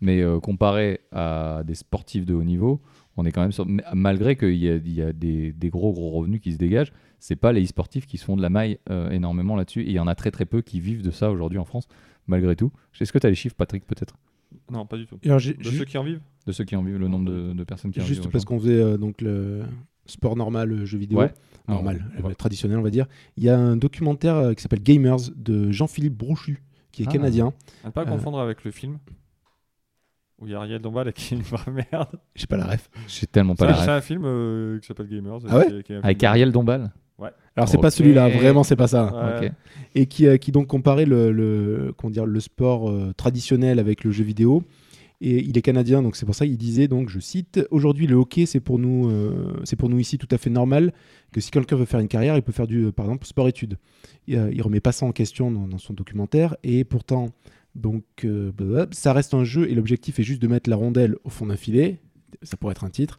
mais euh, comparé à des sportifs de haut niveau, on est quand même sur- m- malgré qu'il y a, il y a des, des gros gros revenus qui se dégagent, c'est pas les e-sportifs qui se font de la maille euh, énormément là-dessus. Et il y en a très très peu qui vivent de ça aujourd'hui en France, malgré tout. Est-ce que tu as les chiffres, Patrick, peut-être Non, pas du tout. Et alors, j'ai- De ju- ceux qui en vivent De ceux qui en vivent, le nombre de, de personnes qui en juste vivent parce aujourd'hui qu'on faisait euh, donc le sport normal, euh, jeu vidéo, Ouais. normal, Alors, euh, ouais. traditionnel, on va dire. Il y a un documentaire euh, qui s'appelle Gamers de Jean-Philippe Brochu, qui est Ah. canadien. À ne pas Euh. confondre confondre avec le film où il y a Ariel Dombal qui est une merde. J'ai pas la ref. J'ai tellement pas C'est la ref. un film euh, qui s'appelle Gamers. Ah ouais Avec Ariel Dombal Oh. Alors, c'est pas Ok. celui-là, vraiment, c'est pas ça. hein. Ok. et qui, euh, qui donc comparait le, le- comment dire, le sport euh, traditionnel avec le jeu vidéo. Et il est canadien, donc c'est pour ça qu'il disait, donc je cite, aujourd'hui le hockey, c'est pour nous, euh, c'est pour nous ici tout à fait normal que si quelqu'un veut faire une carrière, il peut faire du, euh, par exemple, sport-études. Il ne il remet pas ça en question dans, dans son documentaire, et pourtant, donc euh, blablabla, ça reste un jeu, et l'objectif est juste de mettre la rondelle au fond d'un filet. Ça pourrait être un titre.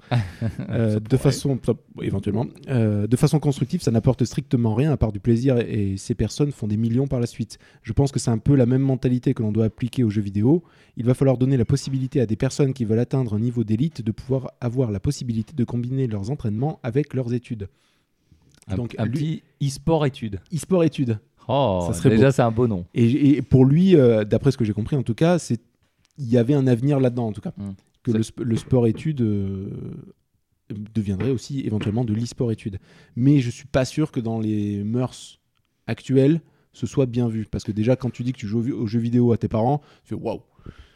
Euh, de façon, ça- éventuellement, euh, de façon constructive, ça n'apporte strictement rien à part du plaisir et, et ces personnes font des millions par la suite. Je pense que c'est un peu la même mentalité que l'on doit appliquer aux jeux vidéo. Il va falloir donner la possibilité à des personnes qui veulent atteindre un niveau d'élite de pouvoir avoir la possibilité de combiner leurs entraînements avec leurs études. Un, Donc, un lui, petit e-sport étude. e-sport études. ah, Oh, Ça serait déjà, c'est un beau nom. Et, et pour lui, euh, d'après ce que j'ai compris, en tout cas, c'est il y avait un avenir là-dedans, en tout cas, Mm. que le, sp- le sport étude euh, deviendrait aussi éventuellement de l'e-sport étude. Mais je suis pas sûr que dans les mœurs actuelles, ce soit bien vu, parce que déjà, quand tu dis que tu joues aux vi- aux jeux vidéo à tes parents, tu fais waouh.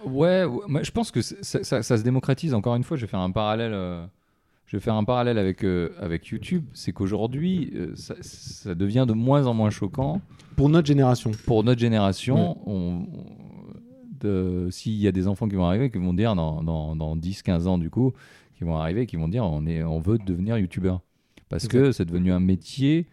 Ouais, ouais, mais je pense que c'est- ça, ça- ça se démocratise. Encore une fois, je vais faire un parallèle. euh, je vais faire un parallèle avec euh, avec YouTube. C'est qu'aujourd'hui, euh, ça, ça devient de moins en moins choquant Pour notre génération, pour notre génération. on- on- de- S'il y a des enfants qui vont arriver, qui vont dire dans, dans, 10-15 ans du coup, qui vont arriver, qui vont dire on est on veut devenir youtubeur parce que c'est devenu un métier.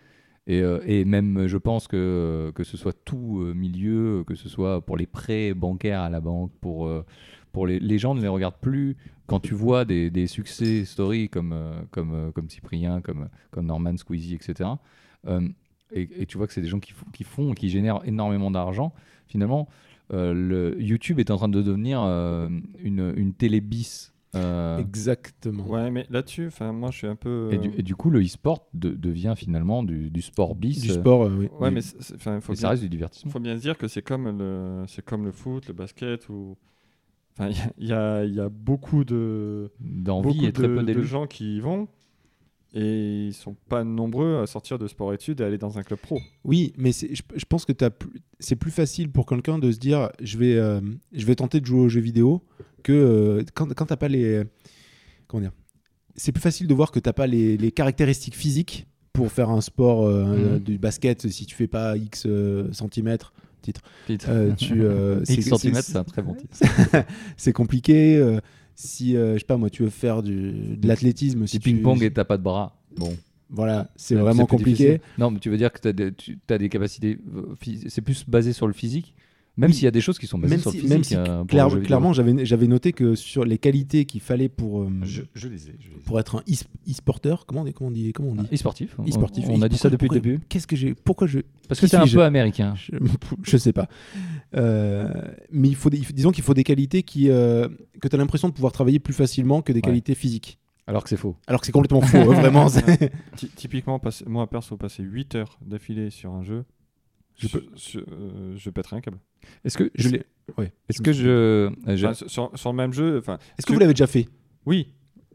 Et, euh, et même, je pense que, que ce soit tout euh, milieu, que ce soit pour les prêts bancaires à la banque, pour, euh, pour les, les gens ne les regardent plus. Quand tu vois des, des succès stories comme, euh, comme, euh, comme Cyprien, comme, comme Norman Squeezie, etc., euh, et, et tu vois que c'est des gens qui, font- qui font, qui génèrent énormément d'argent, finalement, euh, le, YouTube est en train de devenir euh, une, une télé bis Euh, Exactement. Ouais, mais là-dessus, enfin, moi, je suis un peu. euh, et, du, et du coup, le e-sport de- devient finalement du, du sport bis. Du euh, sport, euh, oui. Ouais, du- mais c'est- c'est- enfin, faut et ça bien, reste du divertissement. faut bien se dire que c'est comme le, c'est comme le foot, le basket ou. Enfin, il y a- il y a, il y a beaucoup de, D'envie beaucoup et très de, peu de d'élus. gens qui y vont et ils sont pas nombreux à sortir de sport études et aller dans un club pro. Oui, mais c'est- je, je pense que t'as plus- c'est plus facile pour quelqu'un de se dire je vais, euh, je vais tenter de jouer aux jeux vidéo que euh, quand, quand t'as pas les. Comment dire C'est plus facile de voir que t'as pas les, les caractéristiques physiques pour faire un sport euh, Mhm. du basket si tu fais pas X euh, centimètres. Titre. euh, tu, euh, c'est- X centimètres, c'est- c'est un très bon titre. C'est compliqué. euh, si, euh, je sais pas, moi, tu veux faire du, de l'athlétisme. Si Si tu- ping-pong et t'as pas de bras, bon. Voilà, c'est Euh, vraiment plus compliqué. difficile. Non, mais tu veux dire que t'as des- tu as des capacités. euh, phys- C'est plus basé sur le physique Même Oui. s'il y a des choses qui sont basées Même sur le si- physique. même si euh, pour Claire- le jeu vidéo. clairement, j'avais j'avais noté que sur les qualités qu'il fallait pour, euh, les ai. je les ai. pour être un is- e-sporteur, comment on dit, comment on dit, comment on dit Ah, E-sportif. on- E-sportif. On, a dit ça depuis le Pourquoi- début. Qu'est-ce que j'ai Pourquoi je Parce qui que c'est un suis-je peu américain. je, je sais pas. Euh, mais il faut, des- il faut- disons qu'il faut des qualités qui, euh, que tu as l'impression de pouvoir travailler plus facilement que des Ouais. qualités physiques. Alors que c'est faux. Alors que c'est complètement faux, hein, vraiment. c'est- Ty- typiquement, passer- moi, perso, passer 8 heures d'affilée sur un jeu, je, peux, je, euh, je pèterais un câble. Est-ce que Je je l'ai- ouais. Est-ce que je. euh, je- Enfin, sur- sur, sur le même jeu, enfin, Est-ce que vous l'avez déjà fait oui.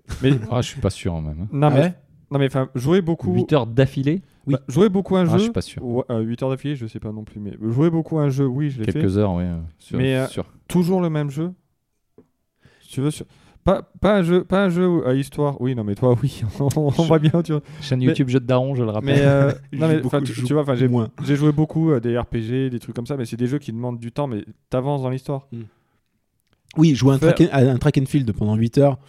Mais, Ah, je suis pas sûr même. hein. non, Ah mais, ouais non, mais enfin, jouer beaucoup. 8 heures d'affilée Oui. bah, jouer beaucoup un Ah, je suis jeu. pas sûr. 8 heures d'affilée, je sais pas non plus. Mais jouer beaucoup un jeu, oui, je l'ai fait. Quelques heures, oui. euh, Sûr, Mais, euh, sûr. toujours le même jeu Si tu veux sur- pas, pas un jeu pas un jeu où- à histoire oui non mais toi oui on, on voit bien tu vois. Chaîne mais- YouTube Jeu de Daron, je le rappelle. mais, euh, non, J'ai mais, enfin, beaucoup tu, joué. tu vois enfin, j'ai, moins. j'ai joué beaucoup à des RPG des trucs comme ça mais c'est des jeux qui demandent du temps mais t'avances dans l'histoire Oui, jouer un Faire- track, and, à un track and field pendant 8 heures.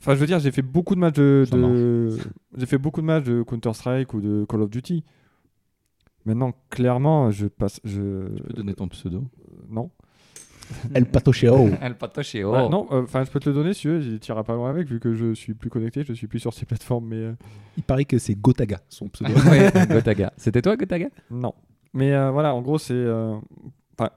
enfin je veux dire j'ai fait beaucoup de matchs de, Ça de- j'ai fait beaucoup de matchs de Counter Strike ou de Call of Duty maintenant clairement je passe je Tu peux donner ton pseudo non El Patocheo. El Patoche, Ah, non euh, enfin je peux te le donner si tu veux il tira pas loin avec vu que je suis plus connecté je suis plus sur ces plateformes mais euh, Il paraît que c'est Gotaga, son pseudo. Gotaga. C'était toi, Gotaga Non. Mais euh, voilà, en gros, c'est. euh, enfin,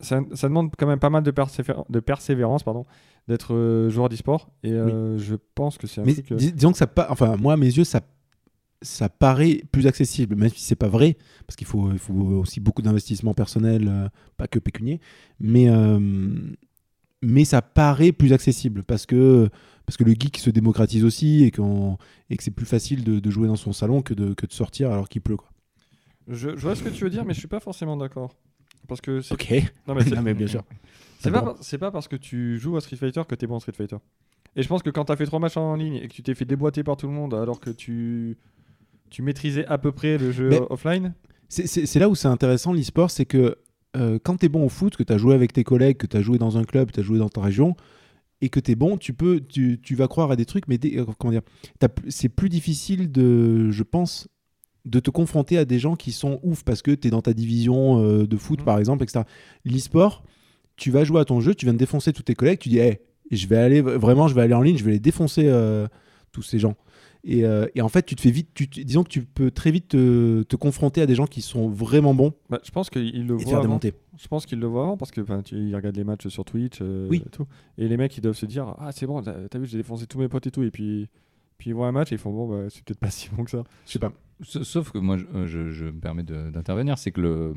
ça, ça demande quand même pas mal de, persévé- de persévérance pardon, d'être euh, joueur d'e-sport. Et euh, je pense que c'est un Mais truc. euh, dis- disons que ça, pa- enfin moi à mes yeux ça, ça paraît plus accessible, même si c'est pas vrai, parce qu'il faut, il faut aussi beaucoup d'investissement personnel, euh, pas que pécunier, mais euh, mais ça paraît plus accessible parce que parce que le geek se démocratise aussi et, qu'on- et que c'est plus facile de, de jouer dans son salon que de, que de sortir alors qu'il pleut quoi. je, je vois ce que tu veux dire, mais je suis pas forcément d'accord. Parce que c'est. Ok. Non, mais c'est- Non, mais bien sûr. c'est pas, D'accord. par- c'est pas parce que tu joues à Street Fighter que t'es bon à Street Fighter. Et je pense que quand t'as fait trois matchs en ligne et que tu t'es fait déboîter par tout le monde alors que tu. Tu maîtrisais à peu près le jeu Mais- offline C'est- C'est c'est là où c'est intéressant l'e-sport, c'est que euh, quand tu es bon au foot, que tu as joué avec tes collègues, que tu as joué dans un club, tu as joué dans ta région, et que tu es bon, tu, peux, tu, tu vas croire à des trucs, mais des- euh, comment dire, t'as p- c'est plus difficile, de, je pense, de te confronter à des gens qui sont ouf parce que tu es dans ta division euh, de foot, Mhm. par exemple, etc. L'e-sport, tu vas jouer à ton jeu, tu viens de défoncer tous tes collègues, tu dis, hey, je vais aller, vraiment, je vais aller en ligne, je vais les défoncer, euh, tous ces gens. Et, euh, et en fait, tu te fais vite, tu, tu- disons que tu peux très vite te, te confronter à des gens qui sont vraiment bons Bah, Je pense qu'il le et voit. te faire avant. démonter. Je pense qu'ils le voient avant parce que ben, tu, ils regardent les matchs sur Twitch euh, Oui. et tout. Et les mecs ils doivent se dire ah c'est bon t'as t'as vu j'ai défoncé tous mes potes et tout et puis puis ils voient un match et ils font bon bah c'est peut-être pas si bon que ça. Je sais pas. Sa- Sauf que moi, je, euh, je- je me permets de- d'intervenir, c'est que le-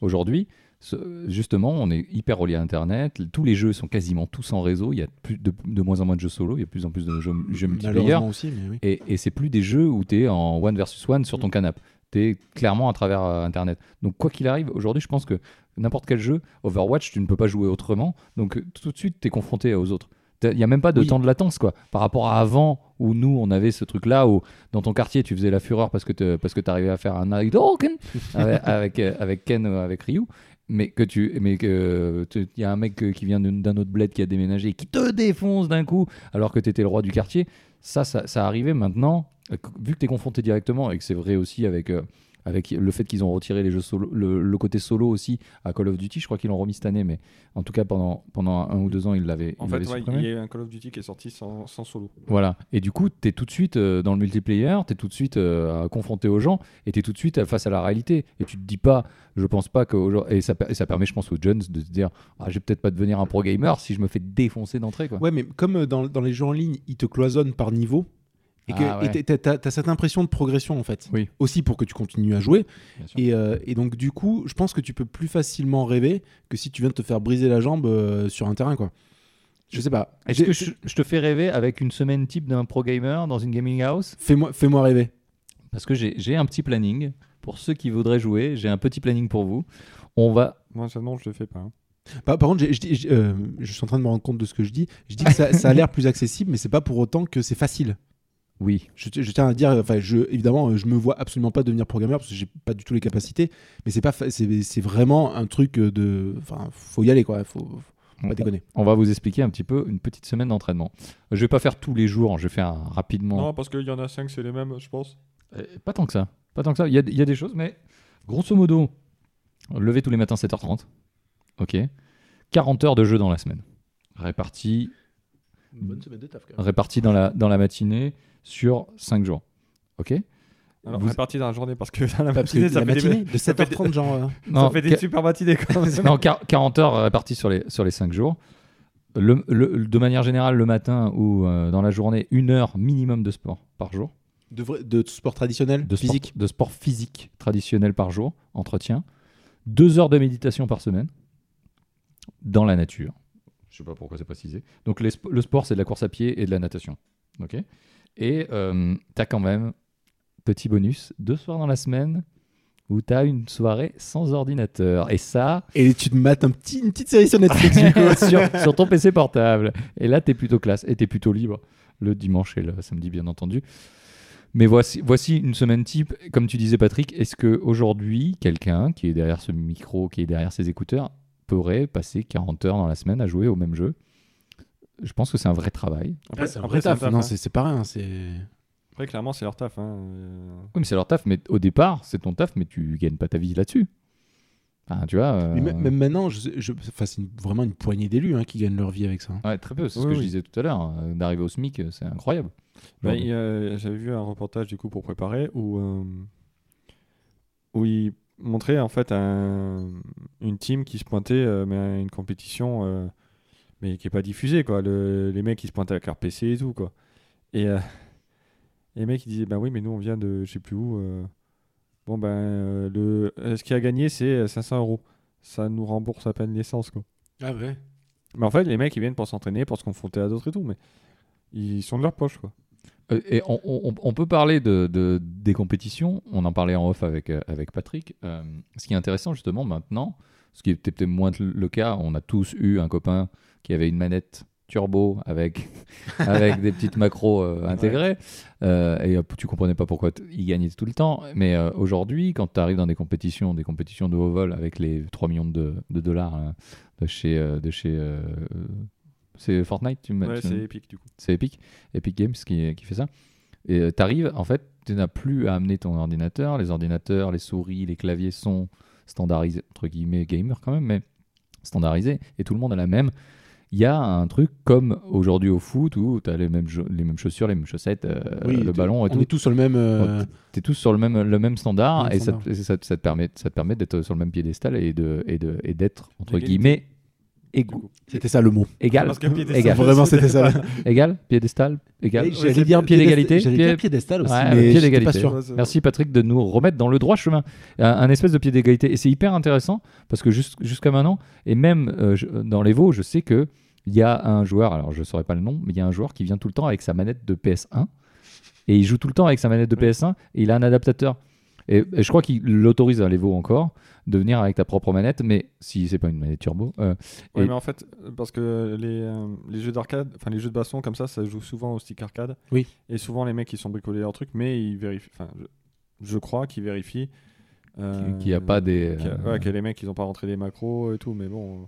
aujourd'hui, ce- justement, on est hyper relié à Internet. Tous les jeux sont quasiment tous en réseau. Il y a plus de, de moins en moins de jeux solo. Il y a de plus en plus de jeux, jeux multiplayer. Malheureusement aussi, mais oui. Et, et c'est plus des jeux où tu es en one versus one sur ton canapé. Tu es clairement à travers euh, Internet. Donc, quoi qu'il arrive, aujourd'hui, je pense que n'importe quel jeu, Overwatch, tu ne peux pas jouer autrement. Donc, euh, tout de suite, tu es confronté aux autres. T'as- Il n'y a même pas de Oui. temps de latence, quoi. Par rapport à avant, où nous, on avait ce truc-là, où dans ton quartier, tu faisais la fureur parce que tu parce que arrivais à faire un Hadouken avec, avec, euh, avec Ken ou avec Ryu. Mais que tu, mais que tu- il y a un mec euh, qui vient d'une- d'un autre bled qui a déménagé et qui te défonce d'un coup alors que tu étais le roi du quartier. Ça, ça, ça arrivait maintenant. euh, Vu que tu es confronté directement et que c'est vrai aussi avec, euh, avec le fait qu'ils ont retiré les jeux solo, le, le côté solo aussi à Call of Duty. Je crois qu'ils l'ont remis cette année, mais en tout cas pendant pendant un ou deux ans, ils l'avaient. En ils fait, l'avaient ouais, supprimé. il y a un Call of Duty qui est sorti sans, sans solo. Voilà. Et du coup, t'es tout de suite euh, dans le multiplayer, t'es tout de suite euh, confronté aux gens, et t'es tout de suite euh, face à la réalité. Et tu te dis pas, je pense pas que. aujourd'hui- Et ça, per- et ça permet, je pense, aux jeunes de se dire, ah, je vais peut-être pas devenir un pro gamer si je me fais défoncer d'entrée, quoi. Ouais, mais comme euh, dans, dans les jeux en ligne, ils te cloisonnent par niveau. Et que Ah ouais. et t'as- t'as t'as cette impression de progression en fait. Oui. Aussi pour que tu continues à jouer. Bien sûr. Et, euh, et donc du coup, je pense que tu peux plus facilement rêver que si tu viens de te faire briser la jambe euh, sur un terrain quoi. Je sais pas. Est-ce J'ai- que je, je te fais rêver avec une semaine type d'un pro gamer dans une gaming house Fais-moi fais-moi rêver. Parce que j'ai j'ai un petit planning. Pour ceux qui voudraient jouer, j'ai un petit planning pour vous. On va. Moi, ça, non, je le fais pas. hein. Par, par contre, j'ai- je dis- je euh, je suis en train de me rendre compte de ce que je dis. Je dis que ça, ça a l'air plus accessible, mais c'est pas pour autant que c'est facile. Oui. Je, ti- je tiens à dire, enfin, je, évidemment, euh, je me vois absolument pas devenir programmeur parce que j'ai pas du tout les capacités, mais c'est pas, fa- c'est c'est vraiment un truc euh, de, enfin, faut y aller quoi, faut, faut On- pas déconner. On va vous expliquer un petit peu une petite semaine d'entraînement. Je vais pas faire tous les jours, je vais faire un- rapidement. Non, parce qu'il y en a 5, c'est les mêmes, je pense. Euh, Pas tant que ça. Pas tant que ça. Il y a, il y a des choses, mais grosso modo, lever tous les matins 7h30. Ok. 40 heures de jeu dans la semaine. Réparties Bonne semaine de taf quand réparti dans, la, dans la matinée sur 5 jours. Ok Alors, Vous- on est parti dans la journée parce que dans la Parce que matinée, ça la fait des- matinée de 7h30 genre. euh, ça fait des ca- super matinées quand même. non, quar- 40 heures réparties sur les, sur les 5 jours. Le- le- de manière générale, le matin ou euh, dans la journée, une heure minimum de sport par jour. de, vrai- de sport traditionnel, de physique. sport, de sport physique traditionnel par jour, entretien, deux heures de méditation par semaine dans la nature. Je sais pas pourquoi c'est précisé. Donc les sp- le sport, c'est de la course à pied et de la natation. Ok. Et euh, t'as quand même petit bonus deux soirs dans la semaine où t'as une soirée sans ordinateur. Et ça, Et tu te mates un petit, une petite série sur Netflix. du coup. sur, sur ton PC portable. Et là, t'es plutôt classe et t'es plutôt libre le dimanche et le samedi, bien entendu. Mais voici, voici une semaine type. Comme tu disais, Patrick, est-ce que aujourd'hui, quelqu'un qui est derrière ce micro, qui est derrière ses écouteurs, pourrait passer 40 heures dans la semaine à jouer au même jeu Je pense que c'est un vrai travail. Après, c'est un Après vrai taf, taf, non, hein. c'est c'est pas rien, c'est. Après, clairement, c'est leur taf. hein. Euh, Oui, mais c'est leur taf. Mais au départ, c'est ton taf, mais tu gagnes pas ta vie là-dessus. Ah, tu vois. euh, Mais même même maintenant, je, je- enfin, c'est une- vraiment une poignée d'élus hein, qui gagnent leur vie avec ça. hein. euh, ouais, très peu. C'est ce Oui, que je oui. disais tout à l'heure. euh, D'arriver au SMIC, euh, c'est incroyable. Ben, Aujourd'hui. il y a- J'avais vu un reportage du coup pour préparer où, euh, où il montrait en fait un- une team qui se pointait euh, mais à une compétition euh, mais qui est pas diffusée quoi. Le- les mecs qui se pointaient avec leur PC et tout quoi. Et euh, les mecs ils disaient ben oui mais nous on vient de je sais plus où. euh, bon ben euh, le euh, ce qui a gagné c'est euh, 500 euros. Ça nous rembourse à peine l'essence quoi. Ah ouais. Mais en fait les mecs ils viennent pour s'entraîner pour se confronter à d'autres et tout mais ils sont de leur poche quoi. Euh, Et on, on- on peut parler de, de- des compétitions, on en parlait en off avec, euh, avec Patrick. Euh, ce qui est intéressant justement maintenant, ce qui était peut-être moins le le cas, on a tous eu un copain qui avait une manette turbo avec, avec des petites macros euh, intégrées, Euh, et euh, tu comprenais pas pourquoi t- il gagnait tout le temps. Mais euh, aujourd'hui, quand tu arrives dans des compétitions, des compétitions de haut vol avec les 3 millions de, de dollars hein, de chez... euh, de chez euh, euh, c'est Fortnite, tu me Ouais Bah, tu- c'est épique du coup. c'est Epic, Epic Games qui, qui fait ça. Et euh, t'arrives, en fait, tu n'as plus à amener ton ordinateur. Les ordinateurs, les souris, les claviers sont standardisés, entre guillemets, gamer quand même, mais standardisés. Et tout le monde a la même. Il y a un truc comme aujourd'hui au foot où tu as les mêmes, jo- les mêmes chaussures, les mêmes chaussettes, euh, le ballon et on tout. est tous sur le même. euh, Tu es tous sur le même, le même standard Même et, ça te- standard. et Ça, te- ça te permet, ça te permet d'être sur le même piédestal et d'être, de, et de, et d'être entre D'égalité. guillemets, égaux. C'était ça le mot. Égal. Parce que pied Égal. Vraiment, c'était ça. Égal, piédestal, égal. Ouais, Ouais, c'est pied d'égalité, J'allais pied- dire piédestal aussi, Ouais, mais pied j'étais d'égalité. pas sûr. euh, Merci Patrick de nous remettre dans le droit chemin. Un, un espèce de pied d'égalité. Et c'est hyper intéressant parce que jus- jusqu'à maintenant, et même euh, je- dans les Vaux, je sais que il y a un joueur, alors je ne saurais pas le nom, mais il y a un joueur qui vient tout le temps avec sa manette de PS1 et il joue tout le temps avec sa manette de Oui. PS1 et il a un adaptateur. Et, et je crois qu'il l'autorise à l'Evo encore de venir avec ta propre manette, mais si c'est pas une manette turbo. euh, Oui, Et- mais en fait, euh, parce que les, euh, les jeux d'arcade, enfin les jeux de baston comme ça, ça joue souvent au stick arcade. Oui. Et souvent les mecs ils sont bricolés leur truc, mais ils vérifient. Enfin, je, je crois qu'ils vérifient. euh, qui- qui a pas des. euh, qu'il y a- ouais, qu'il y a les mecs ils ont pas rentré des macros et tout, mais bon. euh,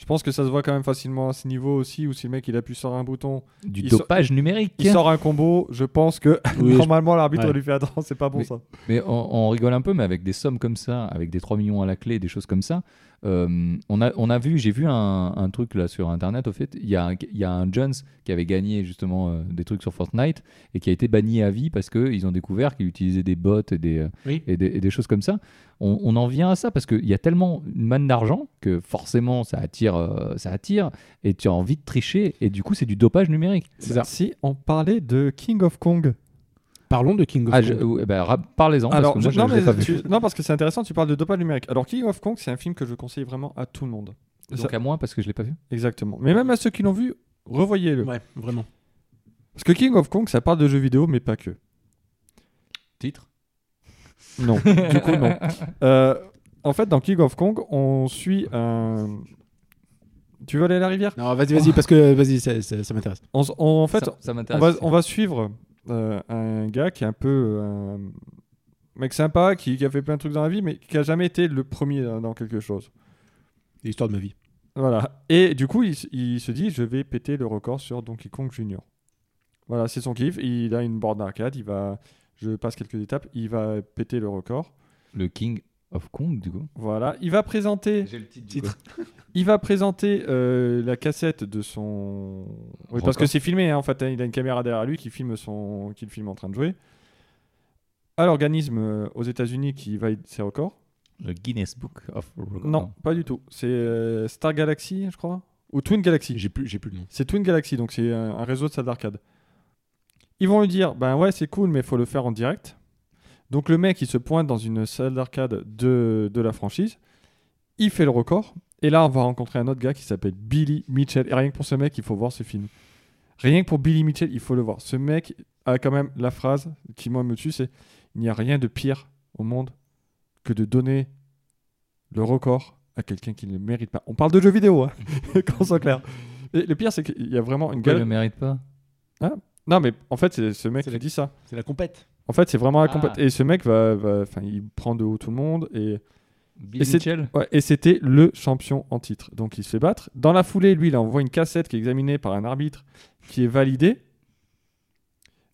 Je pense que ça se voit quand même facilement à ce niveau aussi, où si le mec il appuie sur un bouton, Du Il sort- dopage numérique. il sort un combo, je pense que Oui, je- normalement l'arbitre ouais. lui fait attends, c'est pas bon Mais- ça. Mais on, on rigole un peu, mais avec des sommes comme ça, avec des 3 millions à la clé, des choses comme ça, euh, on, a, on a vu, j'ai vu un, un truc là sur internet, au fait, il y a, un- il y a un Jones qui avait gagné justement euh, des trucs sur Fortnite et qui a été banni à vie parce qu'ils ont découvert qu'il utilisait des bots et des, euh, Oui. et des, et des choses comme ça. On, on en vient à ça parce qu'il y a tellement une manne d'argent que forcément ça attire, euh, ça attire et tu as envie de tricher et du coup c'est du dopage numérique. C'est ça. Si on parlait de King of Kong. Parlons de King of Ah, Kong. je- euh, bah, ra- Parlez-en parce Alors, que moi je- je non, ne l'ai mais pas vu. tu- non, parce que c'est intéressant, tu parles de dopage numérique. Alors, King of Kong, c'est un film que je conseille vraiment à tout le monde. Donc à moi parce que je l'ai pas vu. Exactement. Mais même à ceux qui l'ont vu, revoyez-le. Ouais, vraiment. Parce que King of Kong, ça parle de jeux vidéo, mais pas que. Titre Non, du coup, non. Euh, en fait, dans King of Kong, on suit un. Tu veux aller à la rivière Non, vas-y, Ah. vas-y, parce que vas-y, ça, ça- ça m'intéresse. On s- on- En fait, ça, ça on m'intéresse. va, on va suivre euh, un gars qui est un peu euh, un mec sympa, qui, qui a fait plein de trucs dans la vie, mais qui a jamais été le premier dans- dans quelque chose. L'histoire de ma vie. Voilà. Et du coup, il, s- il se dit, je vais péter le record sur Donkey Kong Junior. Voilà, c'est son kiff. Il a une borne d'arcade. Il va, je passe quelques étapes. Il va péter le record. Le King of Kong, du coup. Voilà. Il va présenter, J'ai le titre. il va présenter euh, la cassette de son. Oui, parce Record. que c'est filmé. hein, en fait, hein, il a une caméra derrière lui qui filme son, qui le filme en train de jouer. À l'organisme euh, aux États-Unis qui valide ses records. Le Guinness Book of Records. Non, pas du tout. C'est euh, Star Galaxy, je crois, ou Twin Galaxy. J'ai plus, j'ai plus le nom. C'est Twin Galaxy, donc c'est un, un réseau de salles d'arcade. Ils vont lui dire, ben ouais, c'est cool, mais faut le faire en direct. Donc le mec, il se pointe dans une salle d'arcade de, de la franchise. Il fait le record. Et là, on va rencontrer un autre gars qui s'appelle Billy Mitchell. Et rien que pour ce mec, il faut voir ce film. Rien que pour Billy Mitchell, il faut le voir. Ce mec a quand même la phrase qui, moi, me tue, c'est « Il n'y a rien de pire au monde que de donner le record à quelqu'un qui ne le mérite pas. » On parle de jeux vidéo, hein, qu'on soit clair. Et le pire, c'est qu'il y a vraiment une Pourquoi il gueule. le mérite pas Non, mais en fait, c'est ce mec C'est qui la- dit ça. C'est la compète. En fait, c'est vraiment la Ah. compète. Et ce mec, va, va- enfin, il prend de haut tout le monde. Et, Bill Et c'est- Mitchell ouais, et c'était le champion en titre. Donc, il se fait battre. Dans la foulée, lui, il envoie une cassette qui est examinée par un arbitre qui est validée.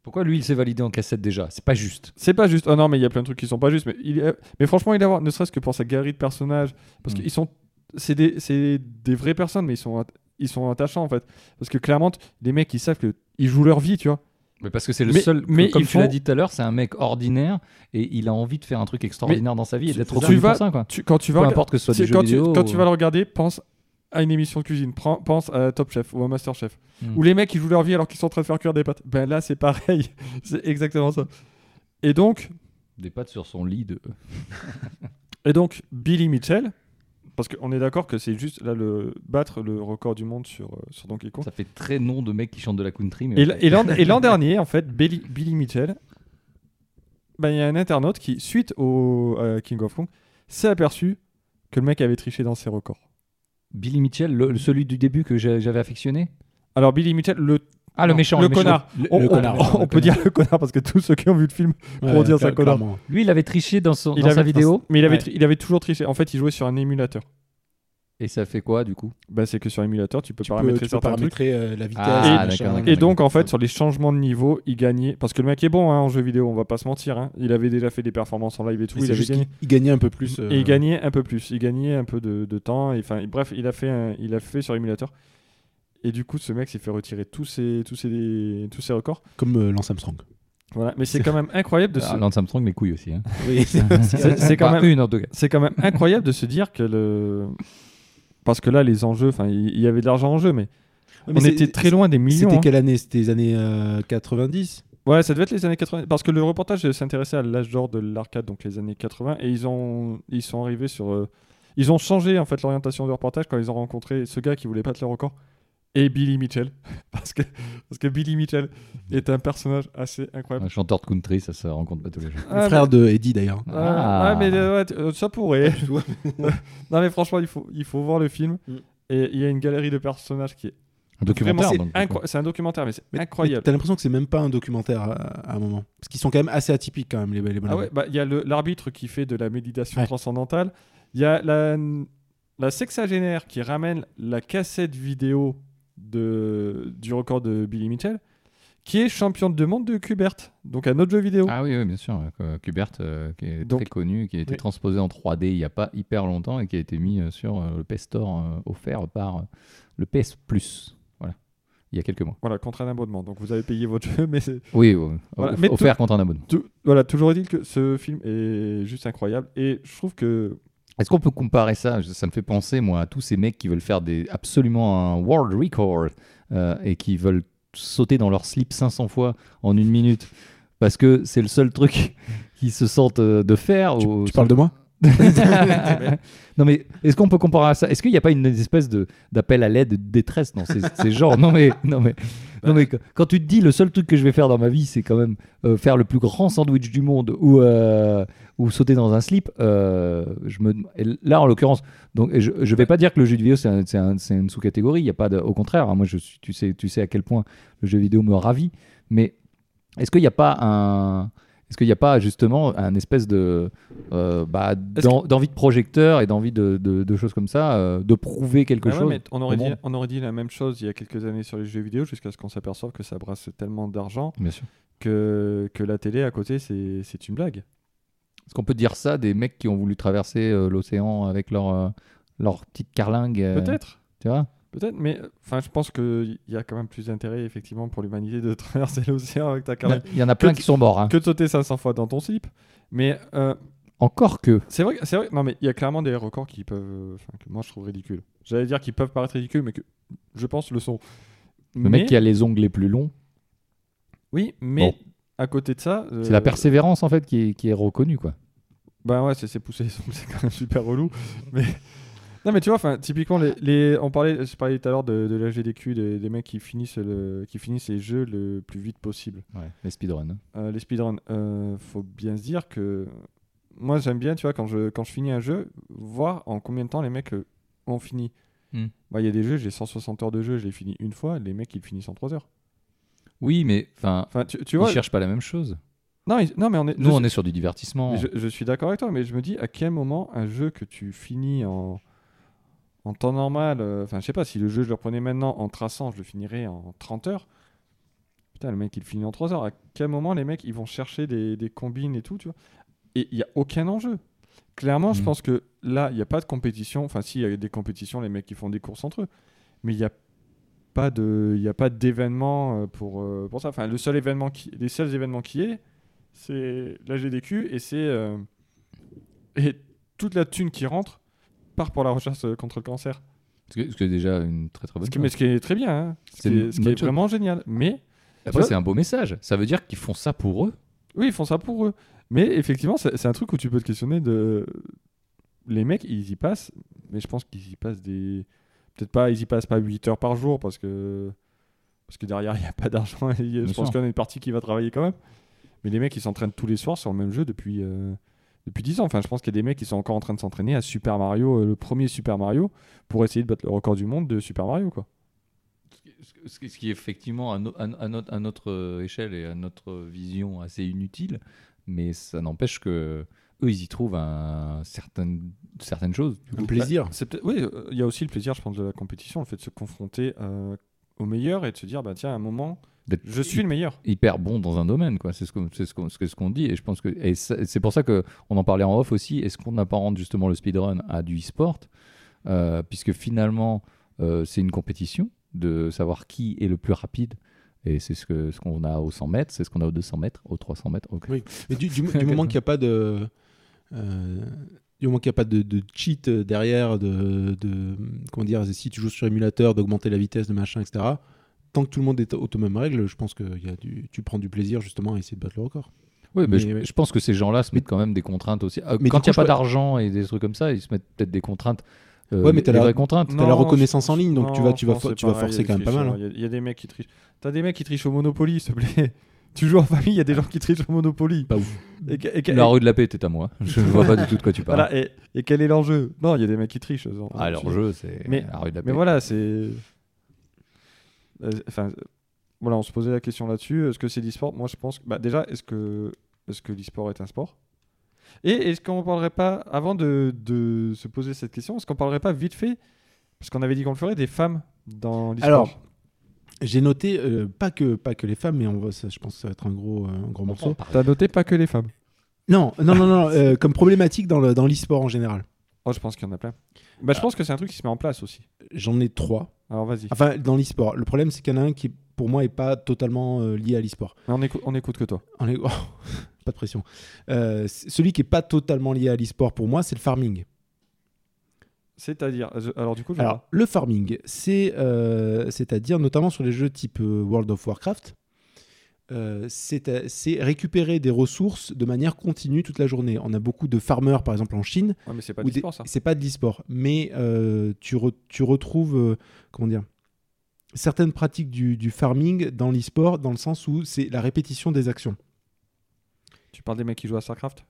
Pourquoi lui, il s'est validé en cassette déjà C'est pas juste. C'est pas juste. Oh non, mais il y a plein de trucs qui sont pas justes. Mais, il est- mais franchement, il est à voir, ne serait-ce que pour sa galerie de personnages. Parce Mm. qu'ils sont. C'est des, c'est des vraies personnes, mais ils sont, at- ils sont attachants, en fait. Parce que clairement, t- les mecs, ils savent que ils jouent leur vie, tu vois. Mais parce que c'est le Mais- seul. mais comme ils tu font- l'as dit tout à l'heure, c'est un mec ordinaire et il a envie de faire un truc extraordinaire dans sa vie et tu- d'être tu reconnu vas- pour ça, quoi. Tu, quand tu Peu vas importe que ce soit C'est des jeux quand, vidéo. tu, quand tu ou- vas le regarder, pense à une émission de cuisine, Prends- pense à Top Chef ou à Master Chef, Mm. où les mecs ils jouent leur vie alors qu'ils sont en train de faire cuire des pâtes. Ben là c'est pareil, c'est exactement ça. Et donc, euh, Des pattes sur son euh, lit de. et donc Billy Mitchell, parce qu'on est d'accord que c'est juste là le battre le record du monde sur, euh, sur Donkey Kong. Ça fait très nom de mec qui chante de la country. Mais Et l- et l'an et l'an dernier, en fait, Billy, Billy Mitchell, ben, il y a un internaute qui, suite au euh, King of Kong, s'est aperçu que le mec avait triché dans ses records. Billy Mitchell, le- celui du début que j'ai- j'avais affectionné Alors Billy Mitchell, le Ah, le Non, méchant. le méchant. connard. Le, on, le Oh, on- connard. on peut dire le connard parce que tous ceux qui ont vu le film, pour dire ça, connard. clairement. Lui, il avait triché dans, son, dans avait sa vidéo. mais il avait, Ouais. tri- il avait toujours triché. En fait, il jouait sur un émulateur. Et ça fait quoi, du coup Bah, c'est que sur un émulateur, tu peux Tu peux, paramétrer tu peux certains trucs. paramétrer euh, la vitesse. Ah, machin. d'accord, d'accord. Et donc, en fait, sur les changements de niveau, il gagnait. Parce que le mec est bon hein, en jeu vidéo, on va pas se mentir. hein. Il avait déjà fait des performances en live et tout. Mais Il c'est avait juste gagné. qu'il- il gagnait un peu plus. euh, Et il gagnait un peu plus. Il gagnait un peu de, de temps. Et, enfin, bref, il a fait, un- il a fait sur émulateur. Et du coup, ce mec s'est fait retirer tous ses, tous ses, tous ses records. Comme euh, Lance Armstrong. Voilà. Mais c'est quand même incroyable de se, Ah, Lance Armstrong, mes couilles aussi. hein. Oui, c'est C'est- c'est quand Pas même- Bah, une en tout cas. c'est quand même incroyable de se dire que le. Parce que là, les enjeux, enfin, il il y avait de l'argent en jeu, mais, Mais on c'est- était très loin des millions. C'était hein. quelle année C'était les années euh, 90 Ouais, ça devait être les années 80. Parce que le reportage euh, s'intéressait à l'âge d'or de l'arcade, donc les années 80, et ils, ont... ils sont arrivés sur. euh, Ils ont changé en fait l'orientation du reportage quand ils ont rencontré ce gars qui voulait battre le record et Billy Mitchell. Parce que, parce que Billy Mitchell est un personnage assez incroyable. Un chanteur de country, ça se rencontre pas tous les jours. Ah, Le frère de Eddie d'ailleurs. mais- ah, ouais, mais euh, ouais, t- euh, ça pourrait. non, mais franchement, il faut, il faut voir le film. Mm. Et il y a une galerie de personnages qui est un documentaire. Vraiment, c'est donc, incro- c'est un documentaire, mais c'est Mais- mais incroyable. T'as l'impression que c'est même pas un documentaire à, à un moment. Parce qu'ils sont quand même assez atypiques quand même, les, les bonhommes. Ah ouais, bah, il y a le- l'arbitre qui fait de la méditation Ouais. transcendantale. Il y a la, la sexagénaire qui ramène la cassette vidéo de, du record de Billy Mitchell, qui est championne de monde de Kubert, donc un autre jeu vidéo. Ah oui, oui, bien sûr. euh, Kubert, euh, qui est Donc- très connu, qui a été Oui. transposé en 3D il n'y a pas hyper longtemps et qui a été mis euh, sur euh, le PS Store euh, offert par euh, le PS Plus. Voilà. Il y a quelques mois. Voilà, contre un abonnement. Donc vous avez payé votre jeu, mais c'est- Oui, oui, oui. Voilà, Off- mais tout- offert contre un abonnement. tout- voilà, toujours est-il que ce film est juste incroyable. Et je trouve que Est-ce qu'on peut comparer ça Je- Ça me fait penser, moi, à tous ces mecs qui veulent faire des, absolument un world record euh, et qui veulent sauter dans leur slip 500 fois en une minute parce que c'est le seul truc qu'ils se sentent euh, de faire. Oh, Tu, ou- tu parles de moi non mais est-ce qu'on peut comparer à ça Est-ce qu'il n'y a pas une espèce de d'appel à l'aide, de détresse dans ces, ces genres Non mais non mais non mais quand- quand tu te dis le seul truc que je vais faire dans ma vie, c'est quand même euh, faire le plus grand sandwich du monde ou euh, ou sauter dans un slip. euh, je me et là en l'occurrence donc et je je vais pas dire que le jeu vidéo c'est un- c'est un- c'est une sous-catégorie. Il y a pas de, au contraire. hein, moi je suis tu sais tu sais à quel point le jeu vidéo me ravit. Mais est-ce qu'il n'y a pas un est-ce qu'il n'y a pas justement un espèce de euh, bah, Est-ce d'en- d'envie de projecteur et d'envie de, de- de choses comme ça, euh, de prouver quelque Ah ouais, chose mais on, aurait au dit, monde. on aurait dit la même chose il y a quelques années sur les jeux vidéo, jusqu'à ce qu'on s'aperçoive que ça brasse tellement d'argent Bien sûr. que, que la télé à côté, c'est c'est une blague. Est-ce qu'on peut dire ça des mecs qui ont voulu traverser euh, l'océan avec leur euh, leur petite carlingue euh, Peut-être. Tu vois Peut-être, mais enfin, je pense qu'il y a quand même plus d'intérêt effectivement pour l'humanité de traverser l'océan avec ta carlingue Il y en a plein Que- qui sont morts. hein. que de sauter 500 fois dans ton slip. Mais euh, Encore que. c'est vrai, c'est vrai. Non, mais il y a clairement des records qui peuvent, enfin, que moi je trouve ridicules. J'allais dire qu'ils peuvent paraître ridicules, mais que je pense le sont. Le mec qui a les ongles les plus longs, oui, mais à côté de ça, c'est la euh, persévérance en fait qui est, qui est reconnue quoi. Ben ouais, c'est c'est poussé, c'est quand même super relou. Mais non, mais tu vois, enfin, typiquement, les, les- on parlait, je parlais tout à l'heure de, de la GDQ, des, des mecs qui finissent le, qui finissent les jeux le plus vite possible. Les speedruns. hein. Euh, les speedruns, euh, faut bien se dire que moi j'aime bien, tu vois, quand je quand je finis un jeu, voir en combien de temps les mecs euh, ont fini. Moi, Hmm. il y a des jeux, j'ai 160 heures de jeu, je les finis une fois, les mecs ils le finissent en 3 heures. Oui, mais enfin, Enfin, tu, tu ils vois, cherchent pas la même chose. non, ils- non, mais on est, Nous, je- on est sur du divertissement. hein. Mais Je, je suis d'accord avec toi, mais je me dis à quel moment un jeu que tu finis en, en temps normal, euh, enfin je sais pas, si le jeu je le reprenais maintenant en traçant, je le finirais en 30 heures. Putain, le mec il le finit en 3 heures. À quel moment les mecs ils vont chercher des, des combines et tout, tu vois Et il n'y a aucun enjeu. Clairement, je Mhm. pense que là, il n'y a pas de compétition. Enfin, si, il y a des compétitions, les mecs qui font des courses entre eux. Mais il n'y a pas de il y a pas d'événement euh, pour euh, pour ça enfin le seul événement qui les seuls événements qui est c'est la GDQ et c'est euh, et toute la thune qui rentre part pour la recherche euh, contre le cancer Ce que, ce que déjà une très très bonne. ce qui, chose. mais ce qui est très bien hein. ce C'est qui une est, ce qui bonne est chose. vraiment génial mais Après, Ouais. c'est un beau message. Ça veut dire qu'ils font ça pour eux. oui ils font ça pour eux mais effectivement c'est c'est un truc où tu peux te questionner de les mecs ils y passent mais je pense qu'ils y passent des peut-être pas ils y passent pas 8 heures par jour parce que parce que derrière il n'y a pas d'argent et je Bien pense sûr. qu'il y en a une partie qui va travailler quand même mais les mecs ils s'entraînent tous les soirs sur le même jeu depuis euh, depuis 10 ans enfin je pense qu'il y a des mecs qui sont encore en train de s'entraîner à Super Mario euh, le premier Super Mario pour essayer de battre le record du monde de Super Mario quoi ce qui- ce qui est effectivement à, no- à- à notre, à notre, euh, échelle et à notre vision assez inutile, mais ça n'empêche que eux ils y trouvent un, certaines, certaines choses. Un plaisir. C'est peut-être- oui, euh, il y a aussi le plaisir, je pense, de la compétition, le fait de se confronter euh, au meilleur et de se dire, bah tiens, à un moment, D'être je suis le meilleur. hyper bon dans un domaine quoi c'est ce qu'on c'est ce qu'on ce que- ce qu'on dit et je pense que et ça- c'est pour ça que on en parlait en off aussi est-ce qu'on apparente justement le speedrun à du e-sport Euh, puisque finalement euh, c'est une compétition de savoir qui est le plus rapide et c'est ce que ce qu'on a aux 100 mètres c'est ce qu'on a aux 200 mètres aux 300 mètres ok. Oui. Mais du, du- du moment qu'il n'y a pas de. euh, du moment qu'il n'y a pas de, de cheat derrière, de, de- Comment dire Si tu joues sur émulateur, d'augmenter la vitesse, de machin, etc. Tant que tout le monde est aux mêmes règles, je pense que il y a du, tu prends du plaisir justement à essayer de battre le record. Oui, mais, Mais, je, ouais. je pense que ces gens-là se Mais- mettent quand même des contraintes aussi. Euh, Mais du quand coup, il n'y a je pas peux- d'argent et des trucs comme ça, ils se mettent peut-être des contraintes. euh, Ouais, mais des- t'as des la- vraies contraintes. t'as la reconnaissance en ligne, donc tu vas- tu je vas pense for- que tu vas pareil, il forcer y a quand des même pas mal, hein. tricheurs, Il y, a- il y a des mecs qui trichent. T'as des mecs qui trichent au Monopoly, s'il te plaît. Tu joues en famille, il y a des gens qui trichent au Monopoly. Pas ouf. Et, que- et que- La rue de la paix était à moi. Je ne vois pas du tout de quoi tu parles. voilà, et, et quel est l'enjeu Non, il y a des mecs qui trichent. ils ont- Ah, leur jeu, c'est Mais- la rue de la paix. Mais voilà, c'est. Euh, Enfin, euh, voilà, on se posait la question là-dessus. Est-ce que c'est l'e-sport Moi, je pense. Bah, déjà, est-ce que, est-ce que l'e-sport est un sport Et est-ce qu'on parlerait pas, avant de, de se poser cette question, est-ce qu'on parlerait pas vite fait, parce qu'on avait dit qu'on le ferait, des femmes dans l'histoire Alors, j'ai noté euh, pas que pas que les femmes, mais on va, ça, je pense que ça va être un gros euh, un gros morceau. T'as noté pas que les femmes Non, non, non, non, euh, comme problématique dans le- dans l'e-sport en général. Oh, je pense qu'il y en a plein. Bah, je pense que c'est un truc qui se met en place aussi. J'en ai trois. Alors, vas-y. Enfin, dans l'e-sport. Le problème, c'est qu'il y en a un qui, pour moi, est pas totalement euh, lié à l'e-sport. Mais on, écou- on écoute que toi. En les- Oh, pas de pression. Euh, c- celui qui est pas totalement lié à l'e-sport pour moi, c'est le farming. C'est-à-dire. je- Alors, du coup, je Alors, le farming, c'est, euh, c'est-à-dire notamment sur les jeux type euh, World of Warcraft, euh, c'est, euh, c'est récupérer des ressources de manière continue toute la journée. On a beaucoup de farmers, par exemple en Chine. Ouais, mais c'est pas où du des- sport, ça. C'est pas de l'e-sport, mais euh, tu, re- tu retrouves euh, comment dire certaines pratiques du, du farming dans l'e-sport, dans le sens où c'est la répétition des actions. Tu parles des mecs qui jouent à StarCraft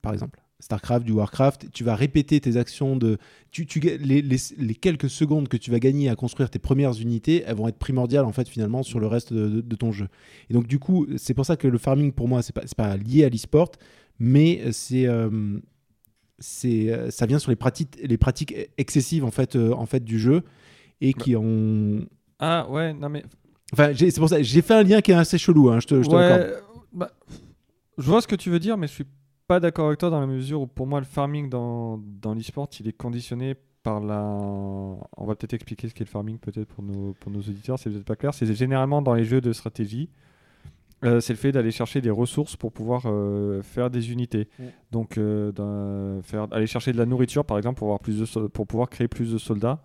par exemple. StarCraft, du Warcraft, tu vas répéter tes actions de. Tu, tu, ga- les, les- les quelques secondes que tu vas gagner à construire tes premières unités, elles vont être primordiales en fait finalement sur le reste de, de- de ton jeu. Et donc du coup, c'est pour ça que le farming pour moi, c'est pas, c'est pas lié à l'e-sport, mais euh, c'est. euh, c'est, euh, ça vient sur les pratiques, les pratiques excessives en fait, euh, en fait du jeu et qui ont. Ah, ouais, non, mais. Enfin, j'ai- c'est pour ça j'ai fait un lien qui est assez chelou. hein, je te, je te l'accorde. ouais, bah, je vois ce que tu veux dire, mais je suis pas d'accord avec toi dans la mesure où, pour moi, le farming dans, dans l'e-sport, il est conditionné par la. On va peut-être expliquer ce qu'est le farming, peut-être pour nos, pour nos auditeurs, c'est peut-être pas clair. C'est généralement dans les jeux de stratégie. euh, c'est le fait d'aller chercher des ressources pour pouvoir euh, faire des unités. Mm. Donc, euh, d'un- faire, aller chercher de la nourriture, par exemple, pour, avoir plus de sol- pour pouvoir créer plus de soldats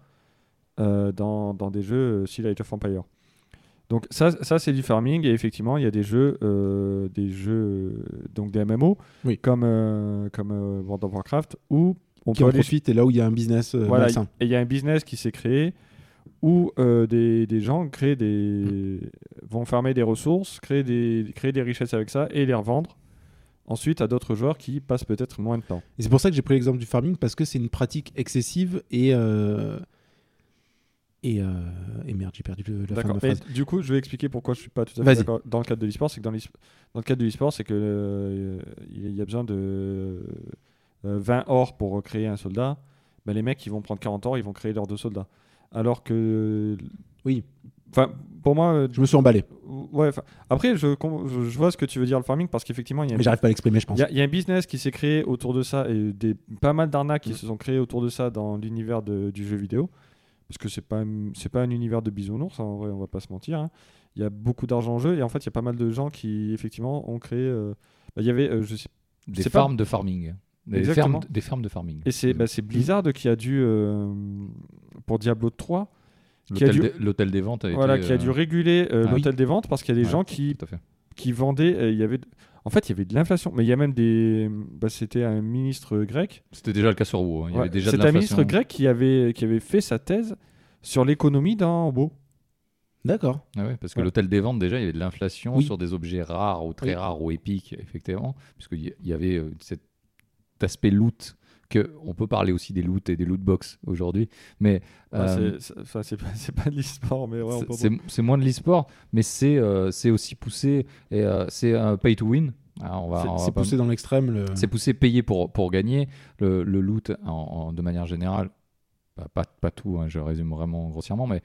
euh, dans, dans des jeux euh, style Age of Empire. Donc ça, ça c'est du farming et effectivement il y a des jeux, euh, des jeux euh, donc des MMO Oui. comme euh, comme euh, World of Warcraft où on qui peut en aller- profite et là où il y a un business euh, voilà, malsain. et il y a un business qui s'est créé où euh, des, des gens créent des vont farmer des ressources, créer des créer des richesses avec ça et les revendre ensuite à d'autres joueurs qui passent peut-être moins de temps. Et c'est pour ça que j'ai pris l'exemple du farming parce que c'est une pratique excessive et euh, et, euh, et merde, j'ai perdu le- la fin de D'accord. ma Mais phrase. du coup, je vais expliquer pourquoi je suis pas tout à fait Vas-y. d'accord dans le cadre de l'e-sport. C'est que dans, l'e- dans le cadre de l'e-sport, c'est que euh, il y a besoin de euh, 20 or pour créer un soldat. Ben, les mecs, ils vont prendre 40 or, ils vont créer leurs deux soldats. Alors que. Oui. Enfin, pour moi. euh, Je me suis emballé, ouais, enfin, après, je, com- je, je vois ce que tu veux dire le farming parce qu'effectivement, il y a un mais j'arrive pas à l'exprimer, je pense. il y a- il y, a un business qui s'est créé autour de ça et des, pas mal d'arnaques Mm. qui se sont créées autour de ça dans l'univers de- du jeu vidéo. Parce que c'est pas, un- c'est pas un univers de bisounours, hein, en vrai, on va pas se mentir. hein. Il y a beaucoup d'argent en jeu et en fait, il y a pas mal de gens qui, effectivement, ont créé. euh, bah, il y avait, euh, je sais- Des C'est pas- farms de farming. Des Exactement. fermes, des fermes de farming. et c'est bah, c'est Blizzard qui a dû, euh, pour Diablo 3, qui a L'hôtel dû- des- l'hôtel des ventes a été, voilà, qui a euh, dû réguler euh, ah oui. l'hôtel des ventes parce qu'il y a des ouais, gens qui tout à fait. qui vendaient. euh, il y avait, en fait, il y avait de l'inflation, mais il y a même des. bah, C'était un ministre grec C'était déjà le cas sur WoW. hein. Il y Ouais, avait déjà de C'est un ministre l'inflation. grec qui avait, qui avait fait sa thèse sur l'économie dans WoW. D'accord. Ah ouais, parce que Ouais. l'hôtel des ventes, déjà, il y avait de l'inflation Oui. sur des objets rares ou très Oui. rares ou épiques, effectivement, puisqu'il y- il y avait euh, cet aspect loot. Que on peut parler aussi des loot et des loot box aujourd'hui, mais Ouais, euh, c'est- c'est- enfin, c'est pas, c'est pas de l'e-sport, mais ouais, on peut- c'est- c'est c'est moins de l'e-sport, mais c'est euh, c'est aussi poussé, et euh, c'est un pay to win. Ah, on va- C'est- on va c'est pas- poussé dans l'extrême. le- C'est poussé payer pour, pour gagner. Le, le loot, en, en- de manière générale, bah, pas, pas tout, hein, je résume vraiment grossièrement, mais,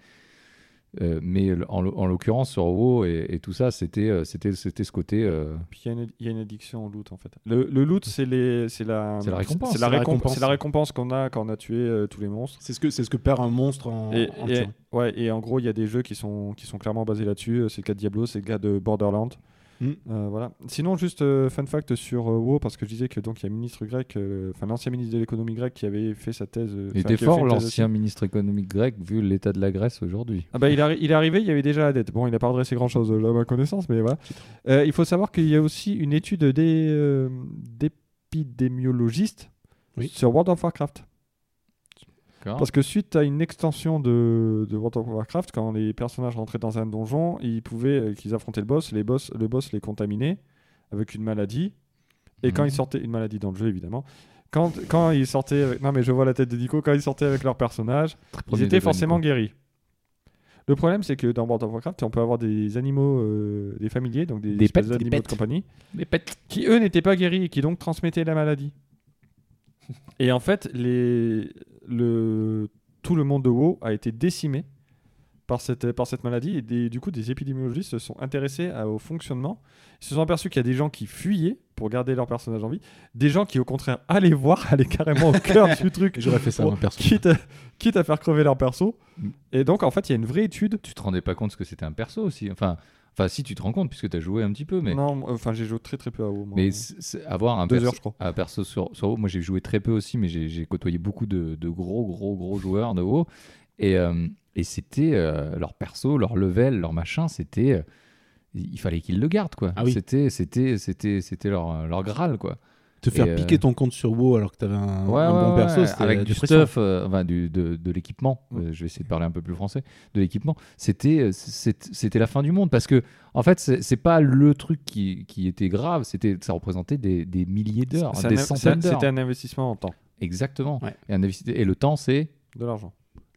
euh, mais le- en, l'o- en l'occurrence, sur WoW et, et tout ça, c'était, euh, c'était, c'était ce côté. euh, Puis il y, a une- il y a une addiction au loot en fait. Le, le loot, c'est les- c'est la, C'est la récompense. C'est la, C'est récomp- la récompense. c'est la récompense qu'on a quand on a tué euh, tous les monstres. C'est ce que c'est ce que perd un monstre en, Et, en le et- tuant. ouais, et en gros, il y a des jeux qui sont, qui sont clairement basés là-dessus. Euh, C'est le cas de Diablo, c'est le cas de Borderlands. Hmm. Mm. Euh, voilà. Sinon, juste euh, fun fact sur euh, WoW, parce que je disais que donc il y a un ministre grec, euh, enfin l'ancien ministre de l'économie grecque qui avait fait sa thèse. euh, enfin, il était qui avait fait fort, une thèse l'ancien ministre économique grec, vu l'état de la Grèce aujourd'hui. Ah bah, il, arri- il est arrivé, il y avait déjà la dette. Bon, il n'a pas redressé grand chose à ma connaissance, mais voilà. Euh, il faut savoir qu'il y a aussi une étude des, euh, d'épidémiologistes Oui. sur World of Warcraft. Ah. Parce que suite à une extension de, de World of Warcraft, quand les personnages rentraient dans un donjon, ils pouvaient, euh, qu'ils affrontaient le boss, les boss, le boss les contaminait avec une maladie. Et quand Mhm. ils sortaient, une maladie dans le jeu évidemment. Quand, quand ils sortaient, avec- non mais je vois la tête de Nico, quand ils sortaient avec leur personnage, ils étaient forcément guéris. Le problème, c'est que dans World of Warcraft, on peut avoir des animaux, euh, des familiers, donc des, Des espèces pets, des d'animaux pets. de compagnie, Les pets. qui eux n'étaient pas guéris et qui donc transmettaient la maladie. Et en fait, les, le, tout le monde de WoW a été décimé par cette, par cette maladie. Et des- du coup, des épidémiologistes se sont intéressés à- au fonctionnement. Ils se sont aperçus qu'il y a des gens qui fuyaient pour garder leur personnage en vie, des gens qui, au contraire, allaient voir, allaient carrément au cœur du truc, J'aurais fait ça, Oh, un perso. quitte à, quitte à faire crever leur perso. Mm. Et donc, en fait, il y a une vraie étude Tu te rendais pas compte ce que c'était un perso aussi. Enfin, enfin si tu te rends compte, puisque tu as joué un petit peu, mais. Non, enfin j'ai joué très très peu à haut. Moi. Mais c'est- c'est- avoir un Deux perso, heures, je crois. un Ah, perso sur, sur WoW, moi j'ai joué très peu aussi, mais j'ai j'ai côtoyé beaucoup de, de gros, gros, gros joueurs de WoW. Et, euh, et c'était euh, leur perso, leur level, leur machin, c'était. euh, il fallait qu'ils le gardent, quoi. Ah oui. C'était c'était c'était c'était leur, leur graal, quoi. Te faire Et, euh, piquer ton compte sur WoW alors que t'avais un, Ouais, un ouais, bon ouais, perso, ouais. c'était avec euh, du dépressant. stuff, euh, enfin, du, de, de l'équipement. Mm. Euh, je vais essayer de parler un peu plus français. De l'équipement, c'était euh, c'est- c'était la fin du monde parce que en fait, c'est c'est pas le truc qui, qui était grave, c'était ça représentait des, des milliers d'heures, hein, C'est un des in- centaines c'est un- d'heures. C'était un investissement en temps, Exactement. Ouais. Et, un investi- et le temps, c'est de l'argent.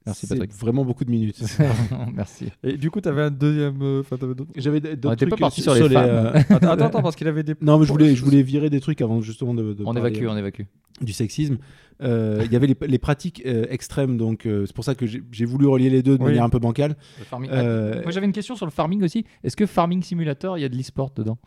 Merci, C'est Patrick. Vraiment beaucoup de minutes. merci. Et du coup, t'avais un deuxième. euh, Enfin, t'avais d'autres- J'avais d- On d'autres était pas trucs parti sur les femmes. euh, attends, attends, attends, parce qu'il avait des. Non, mais je voulais, je voulais virer des trucs avant justement de, de On parler, évacue, euh, on évacue. du sexisme. Euh, Il y avait les, les pratiques euh, extrêmes, donc euh, c'est pour ça que j'ai j'ai voulu relier les deux de Oui. manière un peu bancale. Le farming- Euh, Ah, Moi, j'avais une question sur le farming aussi. Est-ce que Farming Simulator, il y a de l'e-sport dedans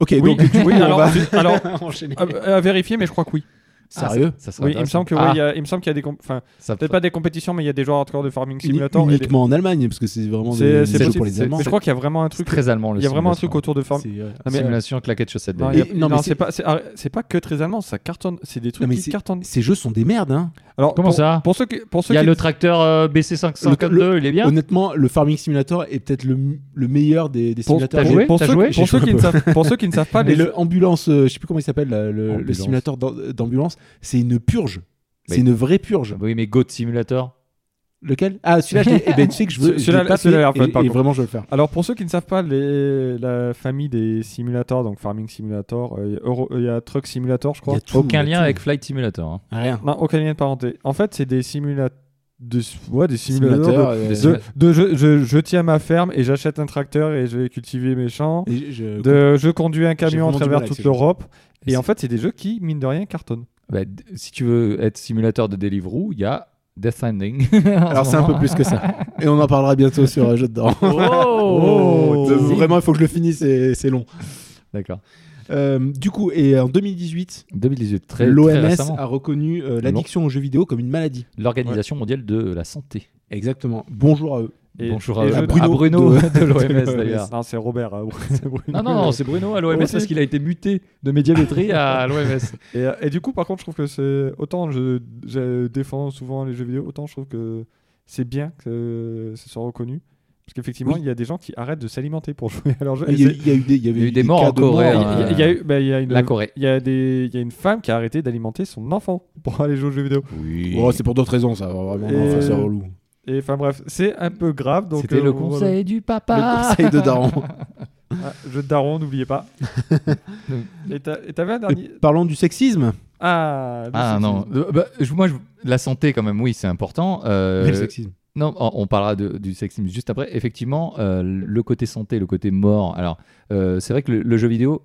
ok, Oui, donc du coup, oui, on alors, va tu- alors enchaîner. à, à vérifier, mais je crois que oui. Sérieux ça, ça serait Oui, il me intéressant. semble que ouais, Ah, il y a- il me semble qu'il y a des. comp- Enfin, ça- peut-être pas des compétitions, mais il y a des joueurs hardcore de Farming Uni- Simulator. et des- uniquement en Allemagne, parce que c'est vraiment C'est- des, c'est des jeux possible, pour les c'est- Allemands. Mais je crois qu'il y a vraiment un truc. très allemand. le Il y a vraiment un simulation. truc autour de Farming. C'est, euh, Ah, mais- Simulation claquette chaussette. Non, il y d'ailleurs. a- Et- non, mais non, c'est- c'est pas, c'est ah, c'est pas que très allemand, ça cartonne. C'est des trucs Non, mais qui c'est- cartonnent. Ces jeux sont des merdes. hein. Alors Comment pour- ça Pour ceux qui, pour ceux Il y a qui- le tracteur euh, BC552, il est bien. Honnêtement, le Farming Simulator est peut-être le, m- le meilleur des, des Pour- simulateurs. t'as joué pour T'as ceux- joué pour J'ai ceux joué qui un ne savent- pour ceux qui ne savent pas, Mais les le ambulance, euh, je sais plus comment il s'appelle, là, le, le Ambulance. simulateur d'am- d'ambulance, c'est une purge. C'est Mais- une vraie purge. Oui, mais Goat Simulator. Lequel Ah, celui-là, je l'ai- eh ben, tu sais que je veux. je Celui-là- l'ai pas celui-là, fait, il en fait et- pas, et quoi. vraiment, je veux le faire. Alors pour ceux qui ne savent pas, les- la famille des simulateurs, donc Farming Simulator, euh, Euro- euh, il y a Truck Simulator, je Il y crois. a tout, Aucun il y a lien tout. avec Flight Simulator. hein. Rien. Non, aucun lien de parenté. En fait, c'est des simulateurs. De, ouais, des simulateurs. Simulateur, de- euh, de, de je, je- je tiens ma ferme et j'achète un tracteur et je vais cultiver mes champs. et je- je- De, je conduis un J'ai camion à vraiment du mal travers avec toute ces jeux. l'Europe. Et C'est- en fait, c'est des jeux qui, mine de rien, cartonnent. Bah, d- si tu veux être simulateur de Deliveroo, il y a Death Stranding. Alors, c'est un peu plus que ça. Et on en parlera bientôt sur euh, un jeu dedans. Oh, De- teasing. Vraiment, il faut que je le finisse, c'est c'est long. D'accord. Euh, du coup, et en 2018, 2018, très, très l'OMS récemment. a reconnu euh, l'addiction aux jeux vidéo comme une maladie. L'Organisation mondiale de la santé. Exactement. Bonjour à eux. Et- Bonjour et à, je- Euh, à Bruno, Bruno de, de- l'OMS de d'ailleurs. Non, c'est Robert. hein, c'est Bruno. Non, non, non, c'est Bruno à l'OMS Aussi. parce qu'il a été muté de médiamétrie à l'OMS. Et, euh, et du coup, par contre, je trouve que c'est. Autant je, je défends souvent les jeux vidéo, autant je trouve que c'est bien que ce soit reconnu. Parce qu'effectivement, Oui. il y a des gens qui arrêtent de s'alimenter pour jouer à leurs jeux. Il y, a eu- il y a eu des, il y avait Il y a eu des cas morts en de Corée, morts. hein. Il y a- il y a eu- bah, il y a une- La Corée. il y a des- il y a une femme qui a arrêté d'alimenter son enfant pour aller jouer aux jeux vidéo. Oui. Oh, c'est pour d'autres raisons, ça. Vraiment, Et- enfin, c'est relou. Et enfin bref, c'est un peu grave. donc, C'était euh, le voilà. conseil du papa. Le conseil de Daron. Ah, jeu de daron, n'oubliez pas. et t'as- et t'avais un Et dernier. Parlons du sexisme. Euh, Ah, le Ah sexisme. non, Euh, bah, je- moi je- la santé quand même, oui, c'est important. Euh, Mais le sexisme. Non, on on parlera de- du sexisme juste après. Effectivement, euh, le côté santé, le côté mort. Alors, euh, c'est vrai que le, le jeu vidéo,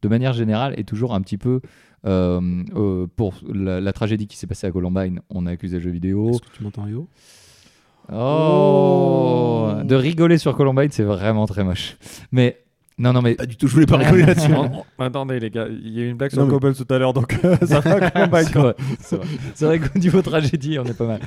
de manière générale, est toujours un petit peu. euh, euh, pour la, la tragédie qui s'est passée à Columbine, on a accusé le jeu vidéo. Est-ce que tu m'entends, Yo Oh, Oh. De rigoler sur Columbine, c'est vraiment très moche. Mais, non, non, mais. Pas Ah, du tout, je voulais pas rigoler là-dessus. Oh, Attendez les gars, il y a eu une blague sur Non, mais- Cobble tout à l'heure, donc euh, ça va quand même. C'est vrai, c'est vrai. C'est vrai qu'au niveau tragédie, on est pas mal.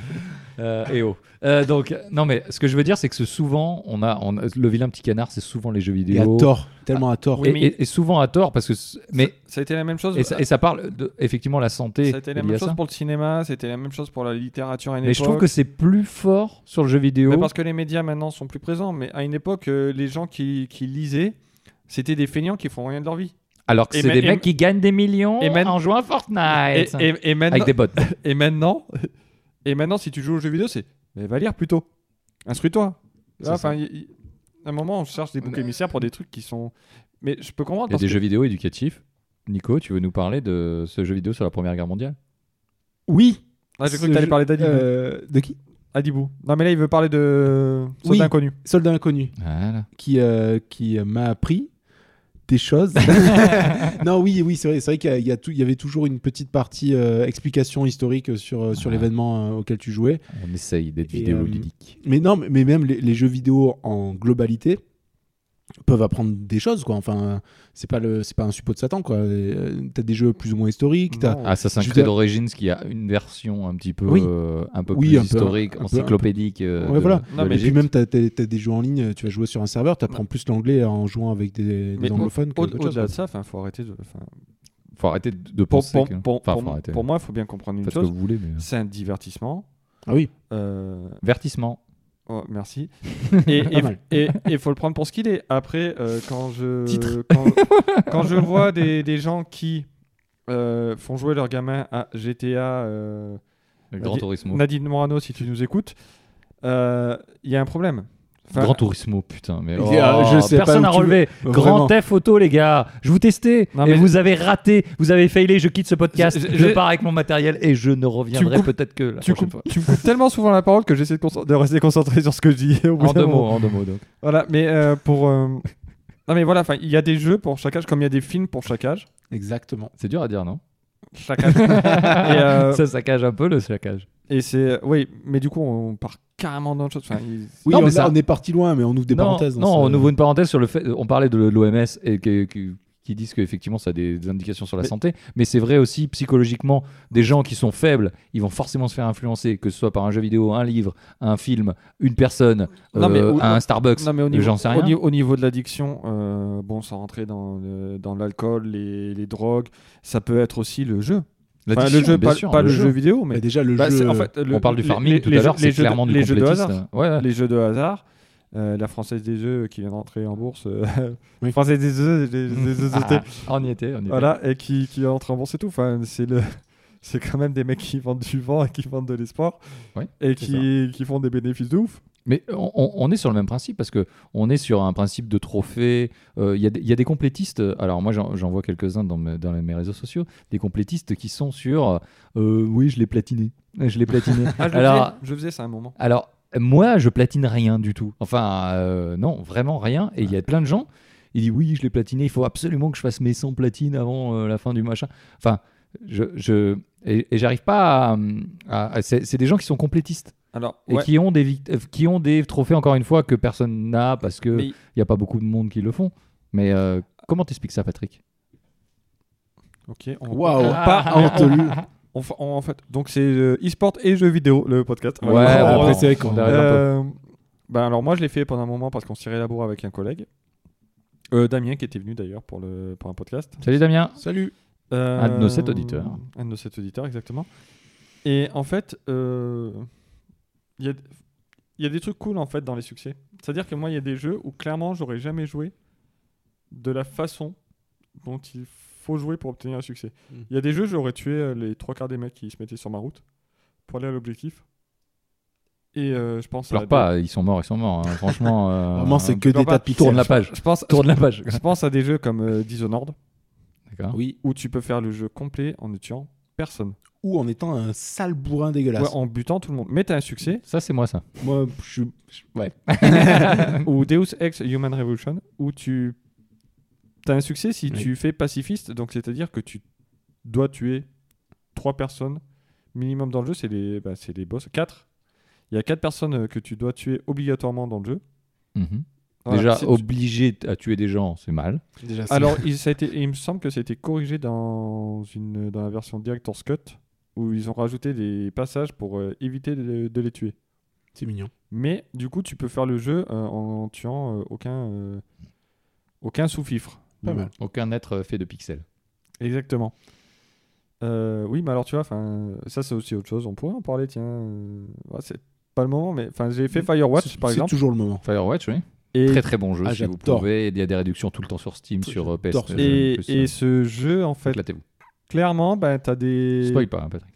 Euh, et oh. Euh, donc, non, mais ce que je veux dire, c'est que ce- souvent, on a, on a- le vilain petit canard, c'est souvent les jeux Et à vidéo. tort, tellement à tort. Oui, et, mais- et- et souvent à tort parce que c- mais Ça a été la même chose. et ça, et ça parle de, effectivement la santé Ça a été la liée à même chose ça. pour le cinéma, c'était la même chose pour la littérature à une mais je époque. trouve que c'est plus fort sur le jeu vidéo Mais parce que les médias maintenant sont plus présents, mais à une époque, euh, les gens qui, qui lisaient, c'était des feignants qui font rien de leur vie. alors que et c'est ma- des et mecs qui gagnent des millions et ma- en jouant à Fortnite et, et- et maintenant, avec des bots et, maintenant, et maintenant, si tu joues aux jeux vidéo, c'est mais va lire plutôt. Instruis-toi. C'est Là, ça. enfin, il- il- à un moment, on cherche des boucs Mais- émissaires pour des trucs qui sont. Mais je peux comprendre. il y a Parce des que... jeux vidéo éducatifs Nico tu veux nous parler de ce jeu vidéo sur la première guerre mondiale Oui. Ah, j'ai cru Ce que t'allais jeu- parler d'anime. euh, de qui Adibou. Non, mais là, il veut parler de Soldat Oui. Inconnu. Soldat inconnu Voilà. qui, euh, qui euh, m'a appris des choses. non, oui, oui, c'est vrai, c'est vrai qu'il y a- il y, a tout- il y avait toujours une petite partie euh, explication historique sur, euh, sur Ah. l'événement euh, auquel tu jouais. On essaye d'être Et, vidéo euh, ludique. Mais non, mais- mais même les, les jeux vidéo en globalité peuvent apprendre des choses, quoi. Enfin, c'est pas, le- c'est pas un suppôt de Satan, quoi. Euh, T'as des jeux plus ou moins historiques, t'as- Non. Assassin's Oh. je veux Creed dire- Origins qui a une version un petit peu Oui. euh, un peu Oui, plus un peu, historique, un peu, encyclopédique. euh, Ouais, de- voilà. de Non, mais Et puis l'Égypte. même, t'as t'as- t'as des jeux en ligne, tu vas jouer sur un serveur, t'apprends plus l'anglais en jouant avec des, des Mais au- anglophones que Au- d'autres choses, Au-delà quoi. de ça, enfin, faut arrêter de. enfin, faut arrêter de de Pour, penser pour, que- pour- enfin, pour- faut arrêter. pour moi, il faut bien comprendre une Faites ce que chose. vous voulez. Mais... euh, C'est un divertissement. Ah oui, Euh, Vertissement. oh, merci. Et Pas mal. il faut le prendre pour ce qu'il est. Après, euh, quand je quand, quand je vois des, des gens qui euh, font jouer leurs gamins à GTA, euh, Le Nadi- Grand Turismo. Nadine Morano, si tu nous écoutes, euh, il y a un problème. Enfin, Grand Turismo, putain. Mais Il y a- oh, je sais pas personne où n'a tu veux. relevé. Grand Bah, Vraiment. F photo, les gars. Je vous testais Non, et mais- vous avez raté. Vous avez failé. Je quitte ce podcast. Je, Je- je- pars avec mon matériel et je ne reviendrai coupes- peut-être que la tu, prochaine coupes- fois. tu me coupes tellement souvent la parole que j'essaie de, concent- de rester concentré sur ce que je dis. au bout En d'un deux moment. mots, en deux mots. Donc. Voilà, mais euh, pour. euh, Non, mais voilà, enfin, il y a des jeux pour chaque âge, comme il y a des films pour chaque âge. exactement. C'est dur à dire, non Chaque âge. et euh, Ça saccage un peu le saccage. et c'est. euh, Oui, mais du coup, on part carrément dans autre chose. Enfin, il- Oui, Non, on, mais a- ça- on est parti loin, mais on ouvre des non, parenthèses. hein, dans Non, ce- on ouvre une parenthèse sur le fait. euh, On parlait de l'OMS et que- que- qui disent qu'effectivement ça a des, des indications sur la Mais- santé, mais c'est vrai aussi psychologiquement. Des gens qui sont faibles, ils vont forcément se faire influencer, que ce soit par un jeu vidéo, un livre, un film, une personne, Non, euh, mais au- un Starbucks. Non, mais au niveau, j'en sais au rien. ni- au niveau de l'addiction, euh, bon, sans rentrer dans, le- dans l'alcool, les, les drogues, ça peut être aussi le jeu. Enfin, L'addiction, le jeu, bien pas, sûr, pas le, jeu. jeu. vidéo, mais. Mais déjà, le Bah, c'est- jeu. euh, en fait, le- on parle du les- farming les- tout les à l'heure, jeux- c'est les jeux de- clairement du les jeux de complétisme. hasard. Ouais, ouais. les jeux de hasard. euh, la française des jeux qui vient d'entrer en bourse. euh, Oui. Française des jeux, des- des- des- Ah, on y était, on y était. voilà, et qui, qui entre en bourse et tout. Enfin, c'est le. C'est quand même des mecs qui vendent du vent et qui vendent de l'espoir Ouais, et c'est qui, qui font des bénéfices de ouf. Mais on, on- on est sur le même principe parce que on est sur un principe de trophée. Euh, Il y, a des- il y a des complétistes. euh, Alors moi, j'en j'en vois quelques-uns dans, mes- dans mes réseaux sociaux. Des complétistes qui sont sur. euh, oui, je l'ai platiné. Je l'ai platiné. Ah, je, le Alors- faisais, je le faisais ça à un moment. Alors, moi, je platine rien du tout. Enfin, euh, non, vraiment rien. Et il y a plein de gens, ils disent oui, je l'ai platiné, il faut absolument que je fasse mes 100 platines avant euh, la fin du machin. Enfin, je. je- et, et j'arrive pas à. à- à- c'est, c'est des gens qui sont complétistes Alors, et ouais, qui, ont des vict- euh, qui ont des trophées, encore une fois, que personne n'a parce qu'il mais n'y a pas beaucoup de monde qui le font. Mais euh, comment t'expliques ça, Patrick Ok, on, Waouh. on part- on- Ah, on- on fa- on- en fait, donc c'est euh, e-sport et jeux vidéo, le podcast. Ouais, Ah, bah, on- après, on- c'est vrai qu'on on arrive un peu. Euh, ben alors moi je l'ai fait pendant un moment parce qu'on s'y la bourre avec un collègue. Euh, Damien qui était venu d'ailleurs pour, le, pour un podcast. Salut Damien Salut. Euh, Un de nos sept auditeurs. Un de nos sept auditeurs, exactement. Et en fait, euh, il y, a, il y a des trucs cool en fait dans les succès. C'est-à-dire que moi, il y a des jeux où clairement, j'aurais jamais joué de la façon dont il faut jouer pour obtenir un succès. Mm. Il y a des jeux, j'aurais tué euh, les trois quarts des mecs qui se mettaient sur ma route pour aller à l'objectif. Et euh, je pense à Pleure des- pas, ils sont morts, ils sont morts. hein. Franchement, euh, Vraiment, c'est que pleure des Ah, pas. tas de pixels. tourne la page. Je pense, Tourne la page. je pense à des jeux comme euh, Dishonored D'accord. Oui. où tu peux faire le jeu complet en ne tuant personne, Ou en étant un sale bourrin Ouais, dégueulasse. en butant tout le monde. Mais t'as un succès. Ça, c'est moi, ça. Moi, je suis. je- Ouais. ou Deus Ex Human Revolution où tu as un succès si Oui. tu fais pacifiste, donc c'est-à-dire que tu dois tuer trois personnes minimum dans le jeu, c'est les, bah, c'est les boss, quatre. Il y a quatre personnes euh, que tu dois tuer obligatoirement dans le jeu. Mhm. Voilà, Déjà, si tu- obligé t- à tuer des gens, c'est mal. Déjà, c'est- Alors, il, ça a été- il me semble que ça a été corrigé dans, une, dans la version Director's Cut, où ils ont rajouté des passages pour euh, éviter de, de les tuer. c'est mignon. Mais du coup, tu peux faire le jeu euh, en tuant euh, aucun, euh, aucun sous-fifre. Pas mal. Aucun être euh, fait de pixels. Exactement. Euh, oui, mais alors tu vois, 'fin, ça c'est aussi autre chose. On pourrait en parler, tiens. euh, ouais, c'est pas le moment, mais 'fin, Mm. j'ai fait Firewatch C'est- par exemple. C'est toujours le moment. Firewatch, oui. Et, Très très bon jeu, Ah, si vous j'adore. pouvez. Il y a des réductions tout le temps sur Steam, sur euh, PS. J'adore ce euh, et, plus, et euh, ce jeu, en fait, Éclatez-vous. clairement, ben, t'as des. Spoil pas, hein, Patrick.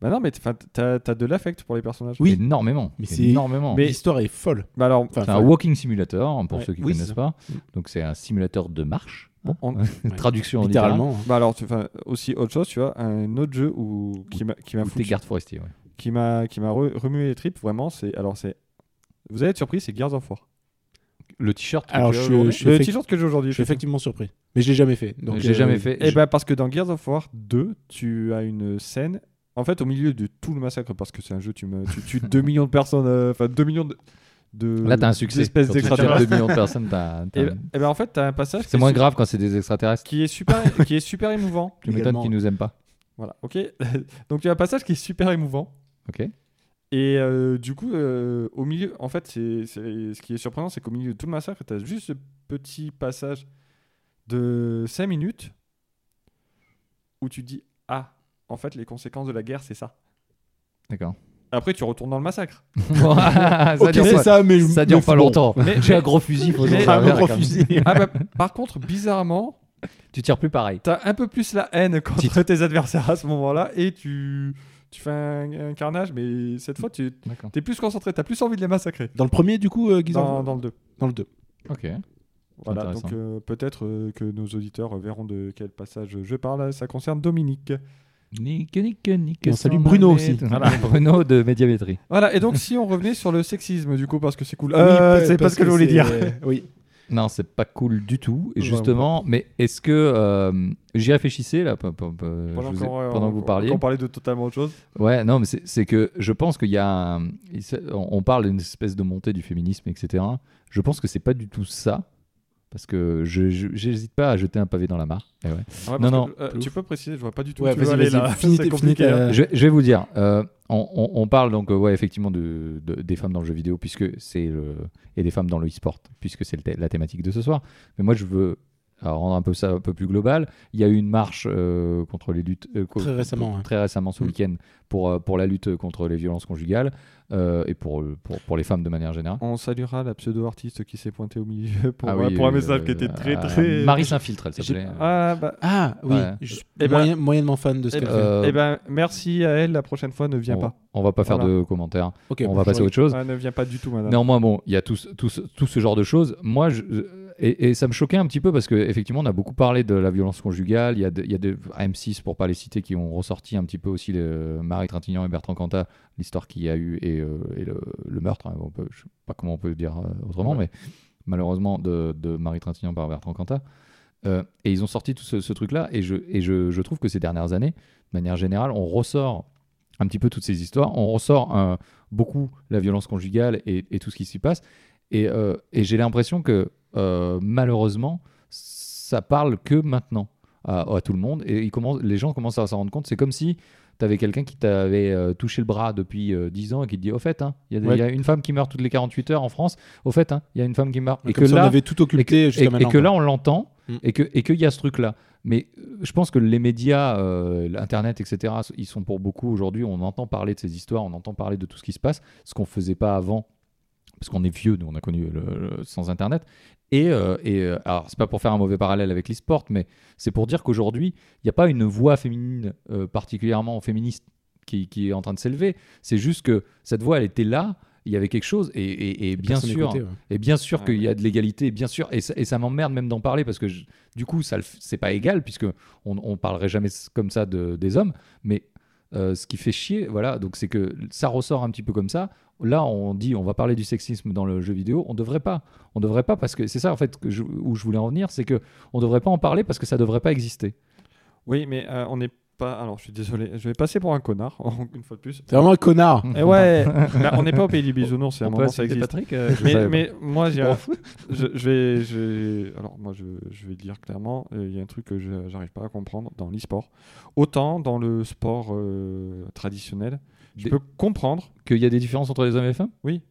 Bah non, mais t'- 'fin, t'as t'as de l'affect pour les personnages. Oui. Énormément. Mais c'est- énormément. Mais- L'histoire est folle. Bah alors, Enfin, C'est un folle. walking simulator, pour Ouais. ceux qui ne Oui, connaissent c'est pas. Donc, c'est un simulateur de marche. hein. on- Traduction littérale. littéralement. hein. Bah alors, tu- 'fin, aussi autre chose, tu vois, un autre jeu où, qui m'a qui m'a Ou t'es foutu, garde forestier, ouais. qui m'a qui m'a re- remué les tripes vraiment c'est alors c'est vous allez être surpris c'est Gears of War Le t-shirt. que Alors, tu as je- aujourd'hui. je- le effect- t-shirt que j'ai aujourd'hui Je suis effectivement. effectivement surpris. Mais je l'ai jamais fait. Donc, j'ai euh, jamais fait. Eh Je- ben parce que dans Gears of War 2, tu as une scène. En fait, au milieu de tout le massacre, parce que c'est un jeu, tu, me, tu tues 2 millions de personnes, euh, enfin 2 millions de. de- Là, t'as un succès. d'espèces Quand tu d'extraterrestres. tiens 2 millions de personnes, t'as- t'as- Et, ben en fait, t'as un passage qui C'est est moins su- grave quand c'est des extraterrestres. qui est super, qui est super émouvant. Tu m'étonnes Également. qu'ils nous aiment pas. Voilà, ok. Donc tu as un passage qui est super émouvant. Ok. Et euh, du coup, euh, au milieu, en fait, c'est c'est- ce qui est surprenant, c'est qu'au milieu de tout le massacre, tu as juste ce petit passage de 5 minutes où tu dis Ah, en fait, les conséquences de la guerre, c'est ça. D'accord. Après, tu retournes dans le massacre. Bon, ça Ok, dure c'est pas, ça, mais je- ça dure mais pas bon. longtemps. Mais- J'ai un gros fusil, faut Mais- en Ah, Ah, servir mon ouais, gros quand même. fusil. Ah bah, par contre, bizarrement, Tu tires plus pareil. tu as un peu plus la haine contre Titre. tes adversaires à ce moment-là et tu, tu fais un, un carnage, mais cette fois, tu D'accord. es plus concentré, tu as plus envie de les massacrer. Dans le premier, du coup, euh, Gears of Dans, War dans le 2. Dans le 2. Ok. Voilà, Intéressant. donc euh, peut-être euh, que nos auditeurs verront de quel passage je parle. Ça concerne Dominique. Nique, nique, nique. Et on salue sans Bruno arrêt. aussi. Voilà. Bruno de Médiamétrie. Voilà, et donc si on revenait sur le sexisme, du coup, parce que c'est cool. Oui, Euh, pa- c'est pas parce ce que, je voulais c'est- euh, dire. Oui. Non, c'est pas cool du tout. Et Ouais, justement, mais est-ce que. euh, J'y réfléchissais là pe- pe- pe- je vous ai- pendant, qu'on, euh, que vous on- parliez. qu'on parlait de totalement autre chose. Ouais, non, mais c'est c'est que je pense qu'il y a. un- il se- on on parle d'une espèce de montée du féminisme, etc. Je pense que c'est pas du tout ça. Parce que je- je- j'hésite pas à jeter un pavé dans la mare. Eh ouais. Ouais, parce Non, non. que, euh, tu peux préciser, je vois pas du tout où Ouais, tu veux vas-y, aller vas-y, là. finis- C'est finis compliqué, ta- hein. je, vais- je vais vous dire. euh, on, on- on parle donc, euh, ouais, effectivement, de, de- des femmes dans le jeu vidéo, puisque c'est le- et des femmes dans le e-sport, puisque c'est le thé- la thématique de ce soir. Mais moi, je veux euh, rendre un peu ça un peu plus global. Il y a eu une marche euh, contre les luttes euh, co- Très récemment, pour- ouais. très récemment ce Mm. week-end pour euh, pour la lutte contre les violences conjugales euh, et pour, euh, pour pour les femmes de manière générale. On saluera la pseudo-artiste qui s'est pointée au milieu pour, hein. Ah euh, oui, pour un euh, message qui était très euh, très. Marie s'infiltre, elle J'ai- s'appelait. Ah, bah, Ah, oui. Ouais. Je suis Eh ben- moyen- moyennement fan de ce eh qu'elle ben- fait. Euh, Eh ben, merci à elle, la prochaine fois, ne viens on, pas. on va pas faire Voilà. de commentaires. Ok, on bon, va passer à je- autre chose. Ah, ne viens pas du tout, madame. Néanmoins, bon, il y a tout, ce- tout, ce- tout ce genre de choses. Moi, je, et, et ça me choquait un petit peu parce que effectivement, on a beaucoup parlé de la violence conjugale. Il y a, de- il y a des AM6 pour pas les citer qui ont ressorti un petit peu aussi le- Marie Trintignant et Bertrand Cantat, l'histoire qu'il y a eu et, euh, et le, le meurtre. hein. on peut, je sais pas comment on peut le dire euh, autrement, mais malheureusement de, de Marie Trintignant par Bertrand Cantat. Euh, et ils ont sorti tout ce, ce truc-là, et, je, et je, je trouve que ces dernières années, de manière générale, on ressort un petit peu toutes ces histoires, on ressort un, beaucoup la violence conjugale et, et tout ce qui s'y passe. Et, euh, et j'ai l'impression que euh, malheureusement, ça parle que maintenant à, à tout le monde. Et ils commencent- les gens commencent à s'en rendre compte. C'est comme si tu avais quelqu'un qui t'avait euh, touché le bras depuis euh, 10 ans et qui te dit Au fait, hein, il y, a des- Ouais. il y a une femme qui meurt toutes les 48 heures en France. Au fait, hein, il y a une femme qui meurt. Et que là, on avait tout et que- occulté et- jusqu'à et maintenant. que là, on l'entend Mm. et que et qu'il y a ce truc-là. Mais euh, je pense que les médias, euh, l'Internet, etc., ils sont pour beaucoup aujourd'hui. On entend parler de ces histoires, on entend parler de tout ce qui se passe, ce qu'on faisait pas avant, parce qu'on est vieux, nous, on a connu le- le- sans Internet. Et, euh, et euh, alors, c'est pas pour faire un mauvais parallèle avec l'e-sport, mais c'est pour dire qu'aujourd'hui, il n'y a pas une voix féminine euh, particulièrement féministe qui, qui est en train de s'élever. C'est juste que cette voix, elle était là, il y avait quelque chose, et, et- et bien Personne sûr. n'écoutait, ouais. Et bien sûr Ouais, qu'il y a de l'égalité, bien sûr, et ça, et ça m'emmerde même d'en parler parce que je- du coup, ça le f- c'est pas égal puisque on, on parlerait jamais s- comme ça de- des hommes. Mais euh, ce qui fait chier, voilà, donc c'est que ça ressort un petit peu comme ça. Là, on dit, on va parler du sexisme dans le jeu vidéo. On devrait pas, on devrait pas parce que c'est ça en fait que je- où je voulais en venir, c'est que on devrait pas en parler parce que ça devrait pas exister. Oui, mais euh, on n'est pas. Alors, je suis désolé, je vais passer pour un connard, une fois de plus. T'es vraiment un connard. Et ouais, bah, on n'est pas au pays du bisounours, c'est un Eh On peut moment ça insulter existe. Patrick, euh, je savais Mais, mais pas. moi, j'ai Bon. un- je, je vais, je vais- alors moi, je, je vais dire clairement, euh, il y a un truc que je- j'arrive pas à comprendre dans l'e-sport. Autant dans le sport euh, traditionnel, je Des- peux comprendre. qu'il y a des différences entre les hommes et les femmes Oui.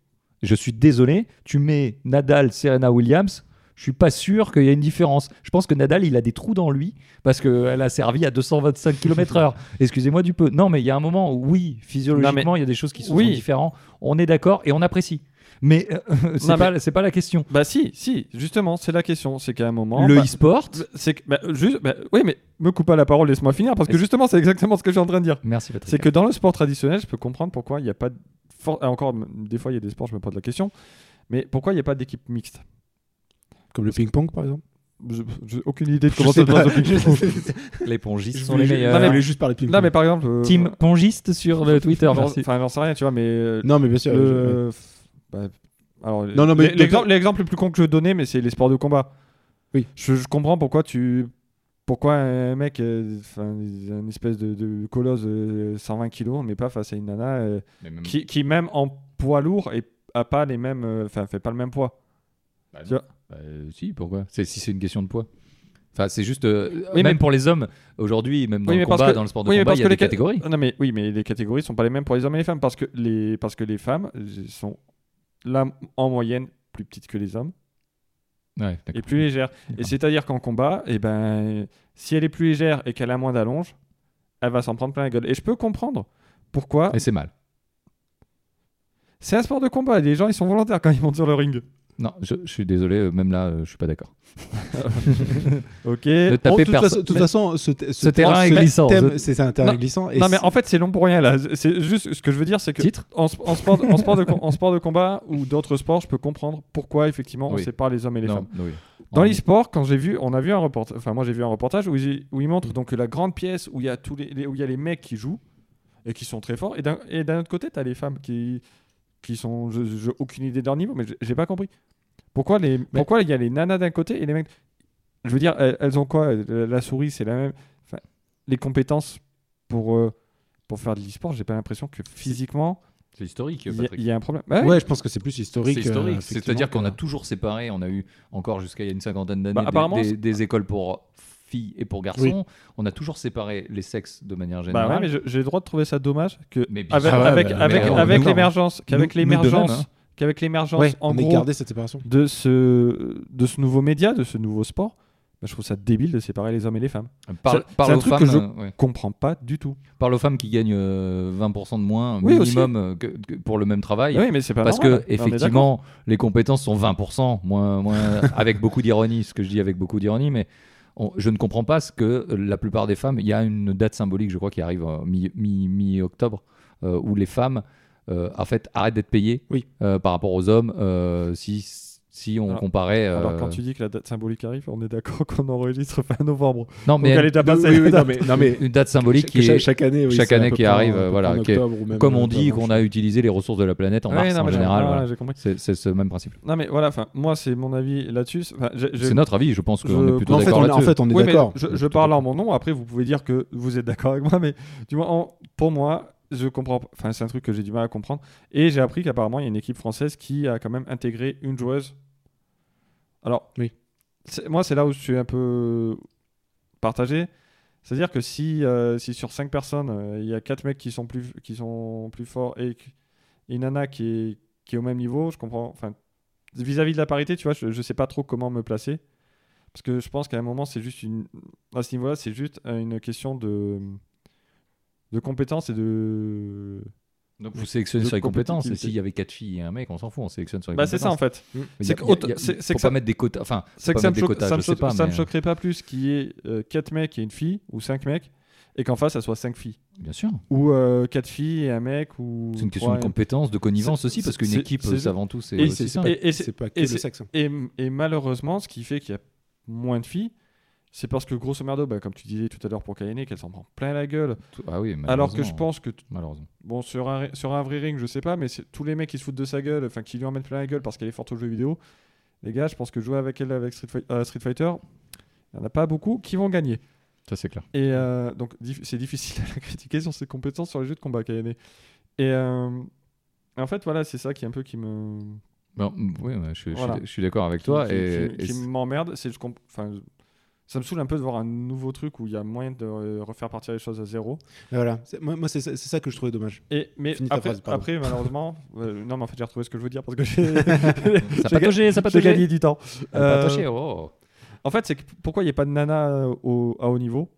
Je suis désolé, tu mets Nadal, Serena Williams, je suis pas sûr qu'il y ait une différence. Je pense que Nadal, il a des trous dans lui parce qu'elle a servi à 225 km/h. Excusez-moi du peu. Non, mais il y a un moment où, oui, physiologiquement, il y a des choses qui sont Oui. différentes. On est d'accord et on apprécie. Mais euh, c'est Non, pas, c'est pas la question. Bah si, si, justement, c'est la question, c'est qu'à un moment. Le bah, e-sport. c'est que, bah, juste, bah, oui, mais me coupe pas la parole, laisse-moi finir, parce que justement, c'est exactement ce que je suis en train de dire. Merci Patrick. C'est que dans le sport traditionnel, je peux comprendre pourquoi il n'y a pas. de for- ah, Encore, m- des fois, il y a des sports, je me pose la question. Mais pourquoi il n'y a pas d'équipe mixte Comme le ping-pong, par exemple. je- je- aucune idée de comment ça se passe au ping-pong. Les pongistes Je sont les voulais- meilleurs. je voulais juste parler de ping-pong. Non, mais par exemple. euh, Team pongiste sur le Twitter, j'en- merci. Enfin, j'en sais rien, tu vois, mais. euh, Non, mais bien sûr. je- le- bah, alors, Non, non, mais- l'e- l'exemple, l'exemple le plus con que je donnais, mais c'est les sports de combat. Oui. Je, je comprends pourquoi tu. Pourquoi un mec, euh, enfin, un espèce de, de colosse de 120 kilos, mais pas face à une nana euh, Mais même- qui, qui, même en poids lourd, et a pas les mêmes, euh, enfin, fait pas le même poids. Bah Tu non. vois. Bah, euh, si, pourquoi C'est- Si c'est une question de poids. Enfin, c'est juste. euh, Oui, même mais- pour les hommes, aujourd'hui, même dans Oui, le mais parce combat, que- dans le sport de oui, mais combat, parce il y que a des les ca- catégories. Ah, Non, mais oui, mais les catégories sont pas les mêmes pour les hommes et les femmes parce que les, parce que les femmes euh, sont là en moyenne plus petites que les hommes Ouais, d'accord. et plus légères. Et c'est-à-dire qu'en combat, et ben, si elle est plus légère et qu'elle a moins d'allonge, elle va s'en prendre plein la gueule. Et je peux comprendre pourquoi. Et c'est mal. C'est un sport de combat. Les gens, ils sont volontaires quand ils montent sur le ring. Non, je, je suis désolé, euh, même là, euh, je suis pas d'accord. Ok. Ne tapez Bon, de toute personne. façon- de toute Mais- façon, ce, te- ce terrain est glissant. thème, Ce- C'est c'est un terrain Non, glissant. Et Non, mais c'est- en fait, c'est long pour rien là. C'est juste ce que je veux dire, c'est que Titre en, sp- en sport, en sport de, com- en sport de combat ou d'autres sports, je peux comprendre pourquoi effectivement on Oui. sépare les hommes et les femmes. Non, oui. Dans En- l'e-sport, quand j'ai vu, on a vu un reportage, enfin moi j'ai vu un reportage où ils, où ils Mm. montrent donc la grande pièce où il y a tous les, les- où il y a les mecs qui jouent et qui sont très forts et d'un et d'un autre côté t'as les femmes qui qui sont, je- je- j'ai aucune idée de leur niveau, mais j'ai- j'ai pas compris pourquoi les pourquoi il y a les nanas d'un côté et les mecs. Je veux dire, elles, elles ont quoi La la souris c'est la même. Enfin, les compétences pour euh, pour faire de l'e-sport, j'ai pas l'impression que physiquement C'est historique, il y, a- Patrick. il y a un problème. Bah Ouais, ouais, je pense que c'est plus historique. C'est euh, historique. C'est-à-dire qu'on a effectivement, toujours séparé. On a eu encore jusqu'à il y a une cinquantaine d'années Bah, des- apparemment, des, c'est- des écoles pour filles et pour garçons. On a toujours séparé les sexes de manière Bah générale. ouais, mais je- j'ai le droit de trouver ça dommage que Mais bien avec sûr. Ah ouais, avec bah, avec mais on- avec nous, non. l'émergence qu'avec Nous- nous de même, l'émergence hein. qu'avec l'émergence Ouais, en on est gros gardé cette séparation. de ce de ce nouveau média, de ce nouveau sport, bah, je trouve ça débile de séparer les hommes et les femmes. Parle, c'est- parle c'est un aux truc femmes. que je- euh, ouais. Je comprends pas du tout. Parle aux femmes qui gagnent euh, 20% de moins Oui, aussi. minimum euh, que- que pour le même travail. Ah oui, mais c'est pas Parce normal. hein. que Non, mais effectivement, les compétences sont 20%, moins, moins avec beaucoup d'ironie, ce que je dis avec beaucoup d'ironie, mais on- je ne comprends pas ce que euh, la plupart des femmes. Il y a une date symbolique, je crois, qui arrive euh, mi- mi- mi-octobre, euh, où les femmes, euh, en fait, arrêtent d'être payées Oui. euh, par rapport aux hommes euh, si, si on Alors- comparait. d'accord. euh, alors Ah bah, quand tu dis que la date symbolique arrive, on est d'accord qu'on enregistre fin novembre. Non, Donc elle mais est déjà Oui, passée. oui, oui, non, mais, non, mais une date symbolique chaque, qui est. chaque année, oui, chaque c'est à année peu qui près en- arrive, à peu près voilà, en ok. octobre ou même, Comme euh, on dit octobre, qu'on a utilisé les ressources de la planète en Ouais, mars non, en mais j'ai- général, ah, voilà. j'ai compris. c'est c'est ce même principe. Non mais voilà, enfin moi c'est mon avis là-dessus. Enfin, j'ai- j'ai- C'est notre avis, je pense qu'on je- est Mais plutôt En fait, d'accord on est, en là-dessus. fait, on est Oui, mais d'accord. Je, je parle en mon nom. Après, vous pouvez dire que vous êtes d'accord avec moi, mais du moins, en- pour moi, je comprends. pas. Enfin, c'est un truc que j'ai du mal à comprendre. Et j'ai appris qu'apparemment, il y a une équipe française qui a quand même intégré une joueuse. Alors, Oui. c'est- moi, c'est là où je suis un peu partagé. C'est-à-dire que si, euh, si sur 5 personnes, euh, il y a 4 mecs qui sont plus, qui sont plus forts et qu- et Nana qui est, qui est au même niveau, je comprends. Enfin, vis-à-vis de la parité, tu vois, je, je sais pas trop comment me placer. Parce que je pense qu'à un moment, c'est juste une. À ce niveau-là, c'est juste euh, une question de. de compétences et de. Donc vous sélectionnez de sur les compétences. Et compétitivité. s'il y avait quatre filles et un mec, on s'en fout, on sélectionne sur les Bah, c'est compétences. ça en fait. Mais C'est y a- que y a- autant- y a- c'est- c'est que faut pas ça- mettre des quotas. Enfin, C'est que pas ça me, mettre des choque- quotas, ça je me sais choque- pas, ça me mais- euh. choquerait pas plus qu'il y ait 4 mecs et une fille, ou 5 mecs, et qu'en face, ça soit 5 filles. bien sûr. Ou 4 filles et un mec, ou. C'est une question de trois et- compétence, de connivence C'est- aussi, parce c'est- qu'une c'est- équipe, c'est- c'est avant tout, c'est et aussi c'est- ça. et- et c'est- C'est pas que et le c'est- sexe. Et, et malheureusement, ce qui fait qu'il y a moins de filles, c'est parce que grosso merdo, bah, comme tu disais tout à l'heure pour Kayane, qu'elle s'en prend plein la gueule. Ah Alors oui, que je malheureusement. pense que, t- Malheureusement. bon, sur un, sur un vrai ring, je sais pas, mais c'est- tous les mecs qui se foutent de sa gueule, enfin, qui lui en mettent plein la gueule parce qu'elle est forte aux jeux vidéo, les gars, je pense que jouer avec elle avec Street, Fight- euh, Street Fighter, il n'y en a pas beaucoup qui vont gagner. Ça, c'est clair. Et euh, donc, dif- c'est difficile à la critiquer sur ses compétences sur les jeux de combat, Kayane. Et euh, en fait, voilà, c'est ça qui est un peu qui me. Bon, oui, ouais, je, je- Voilà. je suis d'accord avec qui- toi. qui, et, qui- et qui c'est- m'emmerde, c'est je comp- enfin, ça me saoule un peu de voir un nouveau truc où il y a moyen de euh, refaire partir les choses à zéro. Voilà. C'est- Moi, moi, c'est ça c'est ça que je trouvais dommage. Et mais Finis ta après, phrase, pardon. après, malheureusement, euh, non mais en fait j'ai retrouvé ce que je veux dire parce que j'ai Ça pas touché, ça pas j'ai touché. gagné du temps. Ça pas Euh, touché, oh. en fait, c'est que pourquoi il n'y a pas de nana euh, au- à haut niveau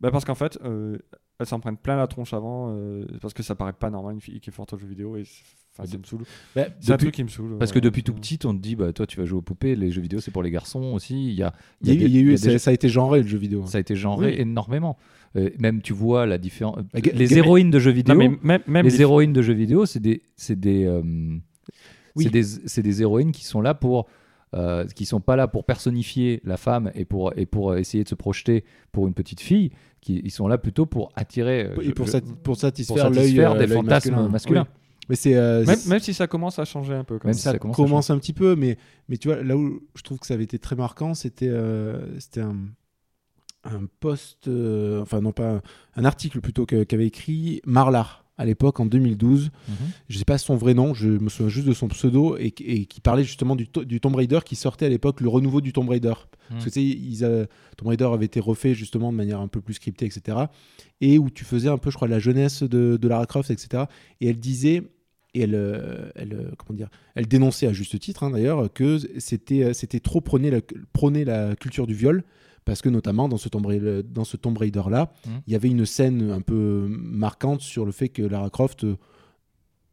bah parce qu'en fait, euh, elles s'en prennent plein la tronche avant euh, parce que ça paraît pas normal une fille qui est forte au jeu vidéo et c'est- enfin, ça me saoule. Bah, C'est un depuis- truc qui me saoule. Parce que voilà. depuis tout petit, on te dit, bah, toi, tu vas jouer aux poupées, les jeux vidéo, c'est pour les garçons aussi. Il y a, Il y a eu- des- il y a il eu- E des ça- ça a été genré le jeu vidéo. hein. Ça a été genré Oui. énormément. Euh, même tu vois la différence. Mais ga- Les ga- héroïnes de jeux Non, vidéo, mais même, même les, les- héroïnes de jeux vidéo, c'est des, c'est des, euh, Oui. c'est des, c'est des héroïnes qui sont là pour euh, qui sont pas là pour personnifier la femme et pour, et pour essayer de se projeter pour une petite fille, qui, ils sont là plutôt pour attirer euh, je- Et pour, je- sat- pour pour satisfaire, satisfaire l'œil euh, des l'œil fantasmes masculins. Oui. Mais c'est euh, Même, c'est- même si ça commence à changer un peu. Quand Même même. si ça, ça commence, commence un petit peu, mais, mais tu vois, là où je trouve que ça avait été très marquant, c'était euh, c'était un, un post, euh, enfin non pas un, un article plutôt que- qu'avait écrit Marlar à l'époque en 2012. Mhm. Je sais pas son vrai nom, je me souviens juste de son pseudo et, qui- et qui parlait justement du, to- du Tomb Raider qui sortait à l'époque, le renouveau du Tomb Mhm. Raider. Parce que tu sais, ils, euh, Tomb Raider avait été refait justement de manière un peu plus scriptée, etc. Et où tu faisais un peu, je crois, la jeunesse de, de Lara Croft, etc. Et elle disait, et elle, euh, elle, euh, comment dire, elle dénonçait à juste titre hein, d'ailleurs que c'était, euh, c'était trop prôner la, prôner la culture du viol. Parce que notamment dans ce Tomb Raider, dans ce Tomb Raider là, Mhm. il y avait une scène un peu marquante sur le fait que Lara Croft, euh,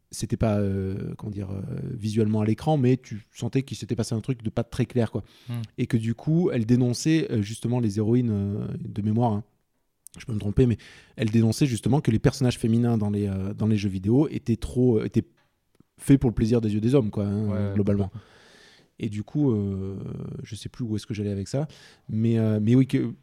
c'était pas euh, comment dire euh, visuellement à l'écran, mais tu sentais qu'il s'était passé un truc de pas très clair quoi Hmm. et que du coup, elle dénonçait euh, justement les héroïnes euh, de mémoire. hein. Je peux me tromper, mais elle dénonçait justement que les personnages féminins dans les, euh, dans les jeux vidéo étaient trop euh, étaient faits pour le plaisir des yeux des hommes, quoi, hein, Ouais, ouais, globalement. Et du coup, euh, je sais plus où est-ce que j'allais avec ça, mais, euh, mais oui, que,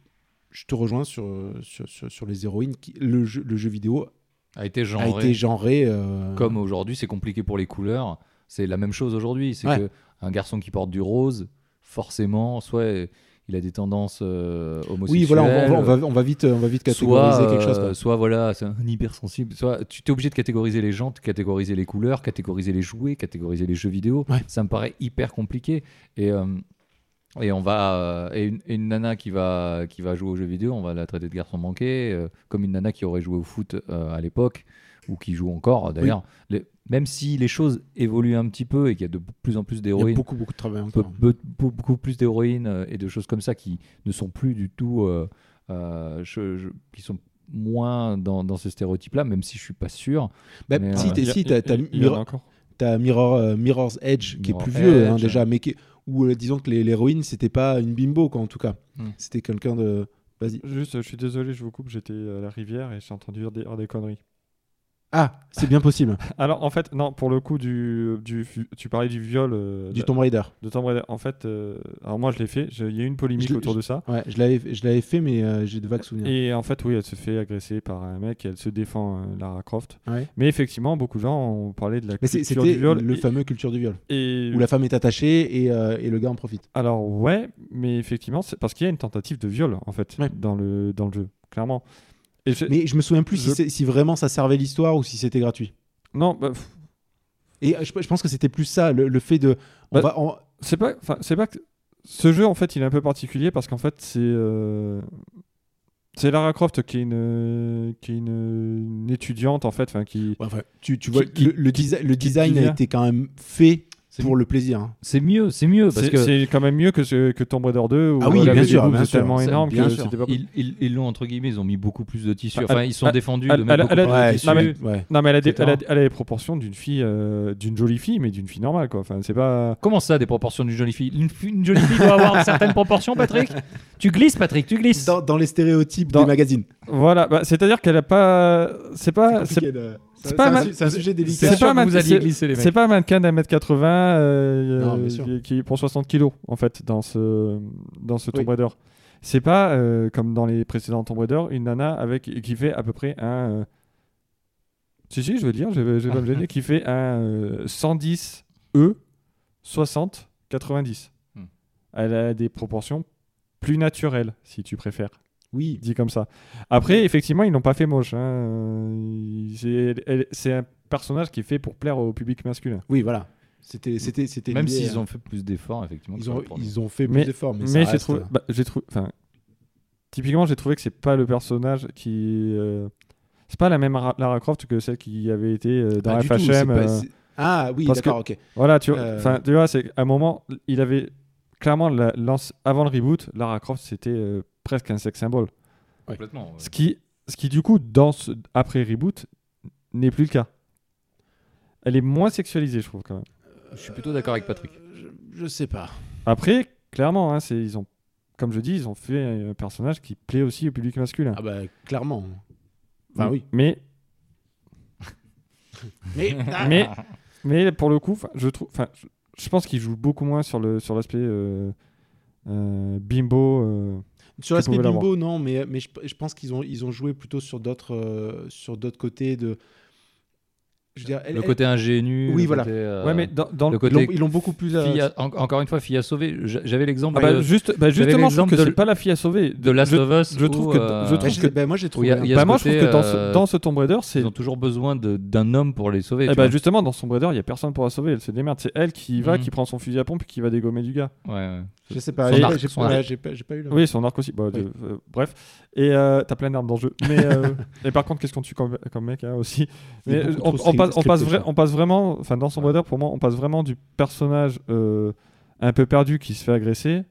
je te rejoins sur, euh, sur, sur, sur les héroïnes. Qui, le, jeu, le jeu vidéo a été a genré. été genré. euh, Comme aujourd'hui, c'est compliqué pour les couleurs. C'est la même chose aujourd'hui. C'est Ouais. que un garçon qui porte du rose, forcément, soit il a des tendances euh, homosexuelles. Oui, voilà, on va, on va, on va vite, on va vite catégoriser soit, euh, quelque chose. quoi. soit voilà, c'est un hypersensible. Soit tu t'es obligé de catégoriser les gens, de catégoriser les couleurs, catégoriser les jouets, catégoriser les jeux vidéo. Ouais. Ça me paraît hyper compliqué. Et euh, et on va euh, et une, et une nana qui va qui va jouer aux jeux vidéo, on va la traiter de garçon manqué, euh, comme une nana qui aurait joué au foot euh, à l'époque ou qui joue encore d'ailleurs. Les- Même si les choses évoluent un petit peu et qu'il y a de plus en plus euh, Il y a d'héroïnes beaucoup, beaucoup de travail peu- encore. peu- peu- beaucoup plus d'héroïnes euh, et de choses comme ça qui ne sont plus du tout, euh, euh, je- je- qui sont moins dans, dans ce stéréotype-là, même si je suis pas sûr. Bah, mais, si, euh, t'es- Il y a- si, t'as- t'as il y en Mira- a encore. T'as Mirror, euh, Mirror's Edge qui Mirror est plus vieux hein, Edge. déjà, mais qui, où euh, disons que les- l'héroïne c'était pas une bimbo quoi en tout cas, Hmm. c'était quelqu'un de vas-y. Juste, euh, je suis désolé, je vous coupe. J'étais à la rivière et j'ai entendu dire des, dire des conneries. Ah, c'est bien possible. Alors, en fait, non, pour le coup, du, du, tu parlais du viol euh, du de- Tomb Raider. de Tomb Raider. En fait, euh, alors moi, je l'ai fait. je- Il y a eu une polémique Je l'ai- autour de ça. Ouais, je l'avais, je l'avais fait, mais euh, j'ai de vagues souvenirs. Et en fait, oui, elle se fait agresser par un mec, et elle se défend, euh, Lara Croft. Ouais. Mais effectivement, beaucoup de gens ont parlé de la Mais c'est- culture c'était du viol. le et- fameux culture du viol et- où la femme est attachée et, euh, et le gars en profite. Alors, ouais, mais effectivement, c'est parce qu'il y a une tentative de viol, en fait, Ouais. dans, le, dans le jeu, clairement. Et je- Mais je me souviens plus si Je- c'est- si vraiment ça servait l'histoire ou si c'était gratuit. Non, bah, pff, Et euh, je, je pense que c'était plus ça, le, le fait de. On Bah- va, on- c'est pas, enfin, c'est pas que... Ce jeu, en fait, il est un peu particulier parce qu'en fait, c'est... euh, C'est Lara Croft qui est une, qui est une, une étudiante, en fait, enfin, qui... ouais, enfin, tu, tu vois, Qui- qui- le, le desi- le design a vient été quand même fait C'est- pour le plaisir. hein. C'est mieux, c'est mieux parce C'est que c'est quand même mieux que, ce- que Tomb Raider 2 où Ah oui, elle bien avait des sûr, boobs bien sûr. tellement Ça, énormes bien que sûr. c'était pas ils ils- ils l'ont entre guillemets, ils ont mis beaucoup plus de tissus. Enfin, Enfin, elle- ils sont elle- défendus de elle- mettre elle- beaucoup elle- plus de elle- tissus. non, mais- tu- ouais. Non, mais elle a, des, Etc. elle a- elle a des proportions d'une fille, euh, d'une jolie fille, mais d'une fille normale, quoi. Enfin, c'est pas. Comment ça, des proportions d'une jolie fille une, fi- une jolie fille doit avoir certaines proportions, Patrick Tu glisses, Patrick, tu glisses. Dans, dans les stéréotypes Dans- des magazines. Voilà, bah, c'est-à-dire qu'elle a pas. C'est pas. C'est Ah, C'est compliqué de- c'est c'est pas un mal- su- c'est un sujet C'est C'est délicat. sûr pas que mal- vous alliez glisser, les mecs. c'est pas un mannequin d'un mètre 80 euh, Non, euh, bien sûr. qui, qui est pour 60 kilos, en fait, dans ce, dans ce Tomb Oui. Raider. C'est pas, euh, comme dans les précédents Tomb Raider, une nana avec, qui fait à peu près un. euh, Si, si, je vais le dire, je vais, je vais pas me gêner, qui fait un euh, 110 E, 60, 90. Hmm. Elle a des proportions plus naturelles, si tu préfères Oui. dit comme ça. Après, effectivement, ils l'ont pas fait moche. hein. Euh, c'est- elle- C'est un personnage qui est fait pour plaire au public masculin. Oui, voilà. C'était, c'était, c'était. Même lié, s'ils euh, ont fait plus d'efforts, effectivement. ils que ont, pour ils ont fait Mais- plus d'efforts, mais, ça Mais j'ai reste, trouvé, euh, bah, j'ai trouvé, enfin, typiquement, j'ai trouvé que c'est pas le personnage qui, euh, c'est pas la même Ra- Lara Croft que celle qui avait été euh, dans pas Bah, du tout, c'est FHM. pas- euh, c'est- Ah oui, parce que- d'accord, ok. voilà, tu, vois, Euh. enfin, tu vois, c'est à un moment, il avait clairement la- lance- avant le reboot, Lara Croft c'était euh, presque un sex symbole. complètement. ouais. Ce qui, ce qui du coup, dans ce, après reboot, n'est plus le cas. Elle est moins sexualisée, je trouve quand même. Je suis plutôt d'accord avec Patrick. Euh, Je, je sais pas. Après, clairement, hein, c'est ils ont, comme je dis, ils ont fait un personnage qui plaît aussi au public masculin. Ah bah clairement. Enfin oui. Mais, Mais, ah, mais, mais pour le coup, 'fin, je trouve, 'fin, je, je pense qu'il joue beaucoup moins sur le sur l'aspect euh, euh, bimbo. euh, Sur Tu l'aspect pouvais l'avoir. bimbo, non, mais, mais je, je pense qu'ils ont, ils ont joué plutôt sur d'autres euh, sur d'autres côtés de. Je veux dire, elle- le elle- côté ingénu. Oui, le voilà. côté, euh, Ouais, mais dans, dans le le... ils l'ont- côté. ils l'ont beaucoup plus. euh, fille à- en- encore une fois, fille à sauver. J'a- J'avais l'exemple Ah bah, euh, juste, bah, j'avais justement, je trouve l'exemple que de- c'est pas la fille à sauver. de Last je- of Us. je trouve que- où, euh, je trouve bah, je- que- bah, moi, où j'ai il trouvé. y a- un- il y a Bah, ce moi, je trouve côté, que dans ce, euh, dans ce Tomb Raider, c'est Ils ont toujours besoin de- d'un homme pour les sauver. Eh tu bah, vois. justement, dans son Raider, il y a personne pour la sauver. Elle se démerde. C'est elle qui y va, Mhm. qui prend son fusil à pompe et qui va dégommer du gars. Ouais, ouais. Je sais pas. Son j'ai- arc, j'ai son pas- arc. J'ai pas, j'ai pas eu le. Oui, son arc aussi. Bah, Oui. de- euh, bref. Et euh, t'as plein d'armes dans le jeu. Mais, euh, et par contre, qu'est-ce qu'on tue comme, comme mec hein, aussi Il est Mais, euh, beaucoup on, trop on passe, on, scripté, passe ça. vra- on passe vraiment, enfin dans son Ouais. Raider, pour moi, on passe vraiment du personnage euh, un peu perdu qui se fait agresser.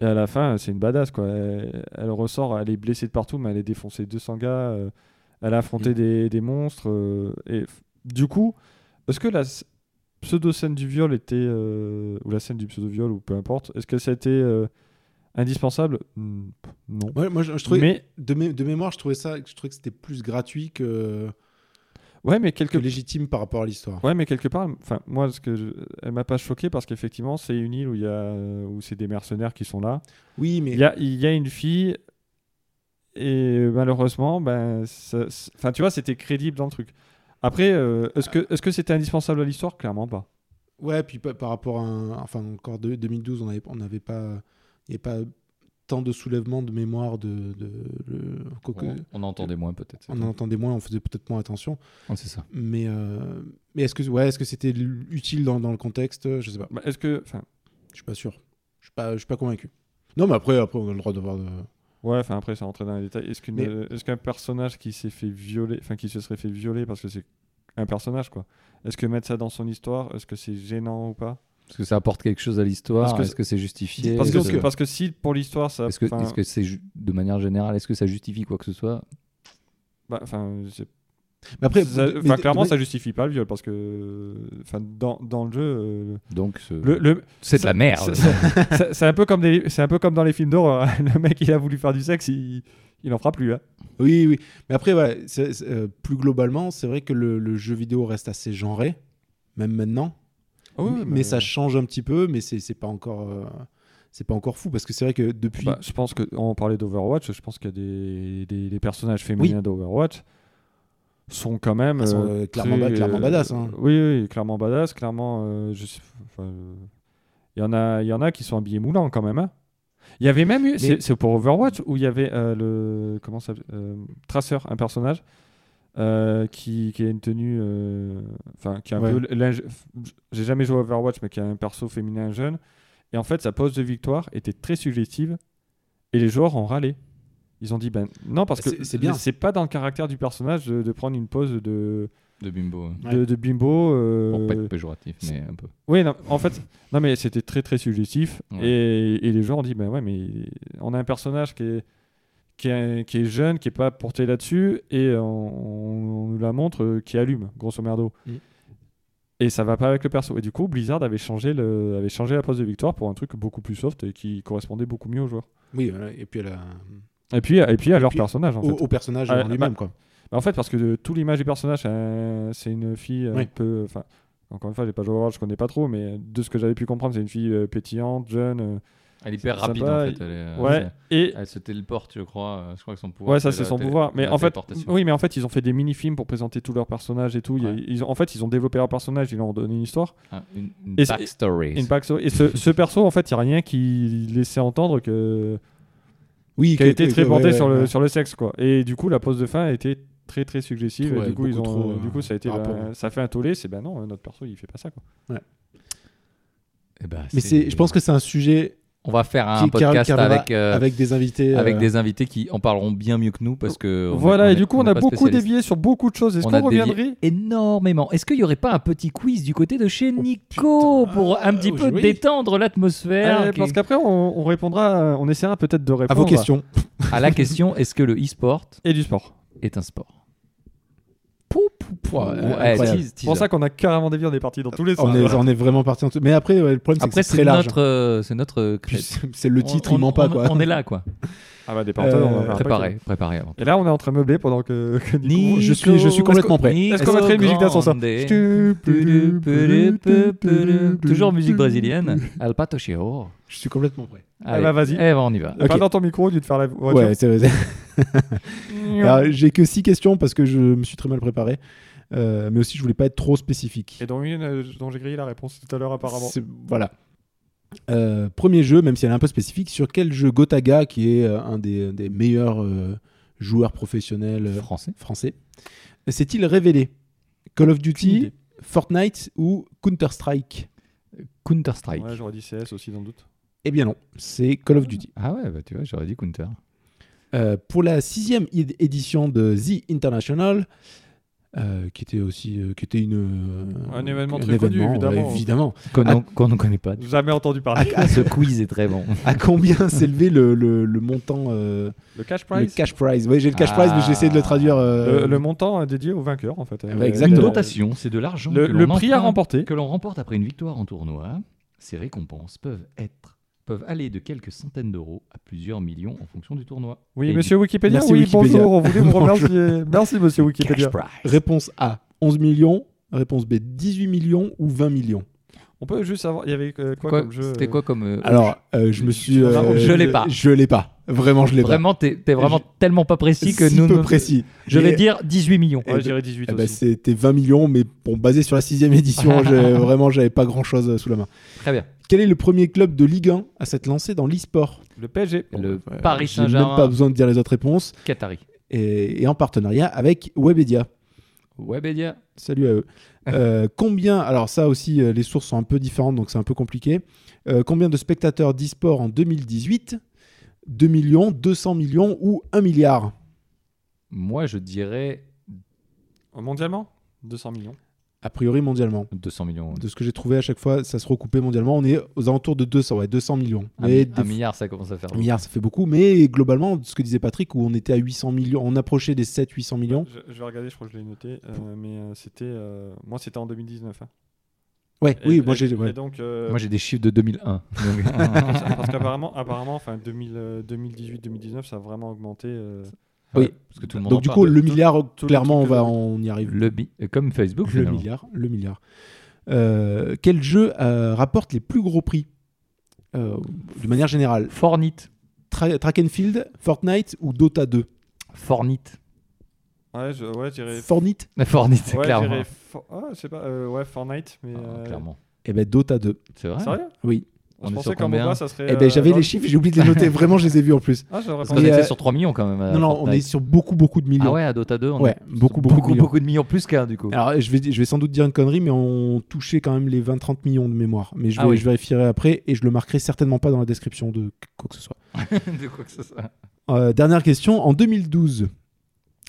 Et à la fin, c'est une badass quoi. Elle, elle ressort, elle est blessée de partout, mais elle est défoncée de 200 gars. euh, elle a affronté Mm. des, des monstres. euh, et f- du coup, est-ce que la s- pseudo-scène du viol était. euh, ou la scène du pseudo-viol, ou peu importe, est-ce que ça a été euh, indispensable Hmm, p- Non. Ouais, moi, je, je trouvais. Mais, De, mé- de mémoire, je trouvais ça. Je trouvais que c'était plus gratuit que, ouais, mais que quelque, légitime par rapport à l'histoire. ouais, mais quelque part, enfin, moi, ce que je- elle m'a pas choqué parce qu'effectivement, c'est une île où, il y a, euh, où c'est des mercenaires qui sont là. Oui, mais. Il y a, il y a une fille. Et euh, malheureusement, ben, ça- c- enfin, tu vois, c'était crédible dans le truc. Après, euh, Ah. est-ce que, est-ce que c'était indispensable à l'histoire Clairement pas. Ouais, puis pa- par rapport à. un- Enfin, encore de, 2012, on n'avait on avait pas. Il n'y avait pas tant de soulèvements de mémoire de. de- le- quoique, On, on entendait moins peut-être. c'est On tout. en entendait moins, on faisait peut-être moins attention. Oh, c'est ça. Mais, euh, mais est-ce que ouais, est-ce que c'était l- utile dans, dans le contexte Je sais pas. Bah, est-ce que, enfin, Je suis pas sûr. Je suis pas, je suis pas convaincu. Non, mais après, après, on a le droit de voir. euh, de- Ouais, enfin après, ça rentrait dans les détails. Est-ce qu'une- Mais- euh, est-ce qu'un personnage qui s'est fait violer, enfin qui se serait fait violer parce que c'est un personnage quoi. Est-ce que mettre ça dans son histoire, est-ce que c'est gênant ou pas Parce que ça apporte quelque chose à l'histoire. Parce que Est-ce que c'est justifié Parce que, Est-ce parce que si pour l'histoire ça, Est-ce que, enfin, est-ce que c'est ju- de manière générale, est-ce que ça justifie quoi que ce soit bah, enfin, c'est- Mais après, ça- mais- enfin, mais- clairement mais- ça justifie pas le viol parce que, enfin dans, dans le jeu, euh, Donc, ce- le, le- c'est de la c'est- merde. c'est c'est- c'est un peu comme des, c'est un peu comme dans les films d'horreur. hein. Le mec il a voulu faire du sexe, il, il en fera plus. hein. Oui, oui. Mais après, ouais, c'est- c'est, euh, plus globalement, c'est vrai que le, le jeu vidéo reste assez genré, même maintenant. Ah mais, mais ça change un petit peu, mais c'est c'est pas encore. euh, c'est pas encore fou parce que c'est vrai que depuis. Bah, je pense que on parlait d'Overwatch. Je pense qu'il y a des, des- les personnages féminins d'Overwatch sont quand même Elles sont, euh, euh, clairement ba- très, clairement euh, badass, hein. Oui, oui, clairement badass, clairement. euh, je sais- enfin, euh, il y en a, il y en a qui sont habillés moulants quand même. hein. Il y avait même eu, c'est c'est pour Overwatch où il y avait euh, le comment ça, euh, Tracer, un personnage. euh, qui, qui a une tenue, euh, enfin, qui a un Ouais. peu l'ing- J'ai jamais joué à Overwatch, mais qui a un perso féminin jeune. Et en fait, sa pose de victoire était très suggestive. Et les joueurs ont râlé. Ils ont dit, ben non, parce que Bah, C'est- c'est bien. c'est pas dans le caractère du personnage de, de prendre une pose de, De bimbo. euh, Ouais. de, de bimbo. euh, Pour pas être péjoratif, mais un peu. Oui, non, en fait, non, mais c'était très très suggestif. Ouais. Et, et les gens ont dit, ben ouais, mais on a un personnage qui est, qui est, qui est jeune, qui est pas porté là-dessus, et on, on nous la montre euh, qui allume, grosso merdo. Mm. Et ça va pas avec le perso. Et du coup, Blizzard avait changé, le, avait changé la pose de victoire pour un truc beaucoup plus soft et qui correspondait beaucoup mieux aux joueurs. Oui, voilà, et puis elle a- Et puis, et puis à leur puis, personnage, en au, fait. au personnage Ah, en lui-même, quoi. Bah, en fait, parce que de, tout l'image du personnage, euh, c'est une fille un Oui. peu. Enfin, encore une fois, j'ai pas joué au Overwatch, je connais pas trop, mais de ce que j'avais pu comprendre, c'est une fille euh, pétillante, jeune. euh, Elle est hyper Sympa, rapide en fait. Elle, est, euh, ouais. Et c'est- elle se téléporte, je crois. euh, Je crois que son pouvoir. ouais, ça c'est c'est la son télé- pouvoir. Mais la en fait, téléportation. oui, mais en fait, ils ont fait des mini-films pour présenter tous leurs personnages et tout. Il y a- Ouais. ils ont, en fait, ils ont développé leur personnage, ils leur ont donné une histoire, Ah, une, une Et c'est- backstory. une backstory. Et ce, ce perso, en fait, il y a rien qui laissait entendre que Oui, qui a que- été que- très que- porté ouais, sur, ouais, le, ouais. sur le sexe quoi. Et du coup la pose de fin a été très très suggestive Trop, et du ouais, coup ils ont beaucoup trop, du coup ça a été euh, par ben, rapport, ouais. ça fait un tollé c'est ben non notre perso il fait pas ça quoi. Eh ben, Mais c'est, je pense que c'est un sujet on va faire un qui- qui podcast arrivera avec euh, avec, avec des invités. euh, des invités qui en parleront bien mieux que nous parce que on est- voilà on et est- du coup on, n'est a pas beaucoup spécialistes. dévié sur beaucoup de choses. Est-ce On a qu'on dévié- reviendrait énormément. Est-ce qu'il n'y aurait pas un petit quiz du côté de chez Nico Oh, putain, pour un petit oh, peu oui. détendre Euh, l'atmosphère Eh, qui- Parce qu'après on, on répondra euh, on essaiera peut-être de à répondre vos questions. à la question est-ce que le e-sport Et du sport. est un sport Pou, pou, pou. Ouais, Ouais, incroyable. tease, C'est pour teaser. ça qu'on a carrément dévié on est parti dans tous les sens. On est, on est vraiment parti. En... tout- Mais après, ouais, le problème, c'est que Après c'est très c'est large. notre euh, c'est notre euh, Puis crête. c'est- C'est le titre, on, il ment pas on- quoi. On est là quoi. Ah bah, des pantalons, Euh, on en parle pas, Préparé, préparé avant. Et là, on est en train de meubler pendant que, que Nico- Nico, je suis- je suis complètement prêt. Est-ce qu'on mettrait une musique d'ascenseur Toujours musique brésilienne. Al Pato Cheo. Je suis complètement prêt. Allez, bah, vas-y. Eh ben, on y va. Pas Ok. dans ton micro, tu te faire la voiture. Ouais, Ah, euh, c'est vrai. Alors, J'ai que six questions parce que je me suis très mal préparé. Euh, mais aussi, je voulais pas être trop spécifique. Et dont une euh, dont j'ai grillé la réponse tout à l'heure, apparemment. C'est- Voilà. Euh, premier jeu, même si elle est un peu spécifique, sur quel jeu Gotaga, qui est euh, un des, des meilleurs euh, joueurs professionnels euh, Français. français, s'est-il révélé Call of Aucune idée. Duty, Fortnite ou Counter-Strike Counter-Strike. Ouais, j'aurais dit CS aussi, dans le doute. Eh bien non, c'est Call of Duty. Ah ouais, bah, tu vois, j'aurais dit Counter. Euh, pour la sixième id- édition de The International, euh, qui était aussi euh, qui était une, euh, Un événement très connu, évidemment. évidemment. Qu'on Ah, n'en- qu'on ne connaît pas. Jamais entendu parler. Ce quiz est très bon. À combien s'élevait le, le- le montant euh, Ah. Le cash Le prize cash prize. Oui, j'ai le cash prize, mais j'ai essayé de le traduire. euh, Le, le montant euh, dédié au vainqueur, en fait. bah, Euh, exactement. Une le- dotation, c'est de l'argent. Le, que le l'on prix à emprunte- remporter. Que l'on remporte après une victoire en tournoi. Ces récompenses peuvent être peuvent aller de quelques centaines d'euros à plusieurs millions en fonction du tournoi. Oui, Et monsieur Wikipédia, Merci oui, Wikipédia. bonjour, on voulait vous Bonjour. remercier. Merci, monsieur du cash Wikipédia. prize. Réponse A, 11 millions. Réponse B, 18 millions ou 20 millions. On peut juste savoir, il y avait euh, quoi, Quoi- comme jeu euh, C'était quoi comme euh, Alors, euh, je me suis. Non, euh, je l'ai pas. Je l'ai pas. Vraiment, je l'ai pas. Vraiment, t'es t'es vraiment Je- tellement pas précis que Si nous. peu nous- précis. Je vais Et, dire 18 millions. Ouais, je dirais 18 eh ben, aussi. C'était 20 millions, mais bon, basé sur la sixième édition, j'ai- vraiment, j'avais pas grand chose sous la main. Très bien. Quel est le premier club de Ligue 1 à s'être lancé dans l'e-sport Le PSG. Le Euh, Paris J'ai même pas Saint-Germain, besoin de dire les autres réponses. Qatari. Et, et en partenariat avec Webedia. Webedia. Salut à eux. Euh, combien, alors ça aussi, euh, les sources sont un peu différentes, donc c'est un peu compliqué. Euh, combien de spectateurs d'e-sport en 2018 2 millions, 200 millions ou 1 milliard Moi, je dirais euh, Mondialement 200 millions. A priori mondialement. 200 millions. De ce que j'ai trouvé à chaque fois, ça se recoupait mondialement. On est aux alentours de 200, ouais, 200 millions. Un, Mais Ah mi- un des- milliard, ça commence à faire. un beaucoup. milliard, ça fait beaucoup. Mais globalement, ce que disait Patrick, où on était à 800 millions, on approchait des 7-800 millions. Je, je vais regarder, je crois que je l'ai noté, euh, mais euh, c'était, euh, moi c'était en 2019. hein. Ouais, Et- oui, moi et- j'ai. et ouais. donc, euh, Moi, j'ai des chiffres de 2001. donc- parce qu'apparemment, apparemment, enfin euh, 2018-2019, ça a vraiment augmenté. euh, Oui. Ouais, parce que tout le monde en Donc du parle. coup, le milliard, tout le clairement, on, truc va, de- on y arrive. Le bi- euh, comme Facebook, Le finalement. milliard, le milliard. Euh, quel jeu euh, rapporte les plus gros prix Euh, De manière générale, Fornite. Tra- Track and Field, Fortnite ou Dota 2 Fornite. Ouais, je, ouais, j'irais. Fortnite Fornite, ouais, clairement. j'irais For- ah, je sais pas, euh, ouais, Fortnite, mais. Ah, euh, clairement. Eh ben Dota 2. C'est vrai Sérieux Oui. On Je est pensais sur qu'en combien MOBA, ça serait. Eh ben euh, j'avais genre- les chiffres, j'ai oublié de les noter. Vraiment, je les ai vus en plus. Ah, j'aurais Parce pas qu'on Mais, était euh, sur 3 millions quand même. à non, non, on est Fortnite. sur beaucoup, beaucoup de millions. Ah ouais, à Dota 2, on Ouais, est sur beaucoup, beaucoup, beaucoup, millions. beaucoup de millions plus qu'un du coup. Alors, je vais, je vais sans doute dire une connerie, mais on touchait quand même les 20-30 millions de mémoire. Mais je, Ah vais- oui. je vérifierai après et je le marquerai certainement pas dans la description de quoi que ce soit. de quoi que ce soit. Euh, dernière question. En 2012,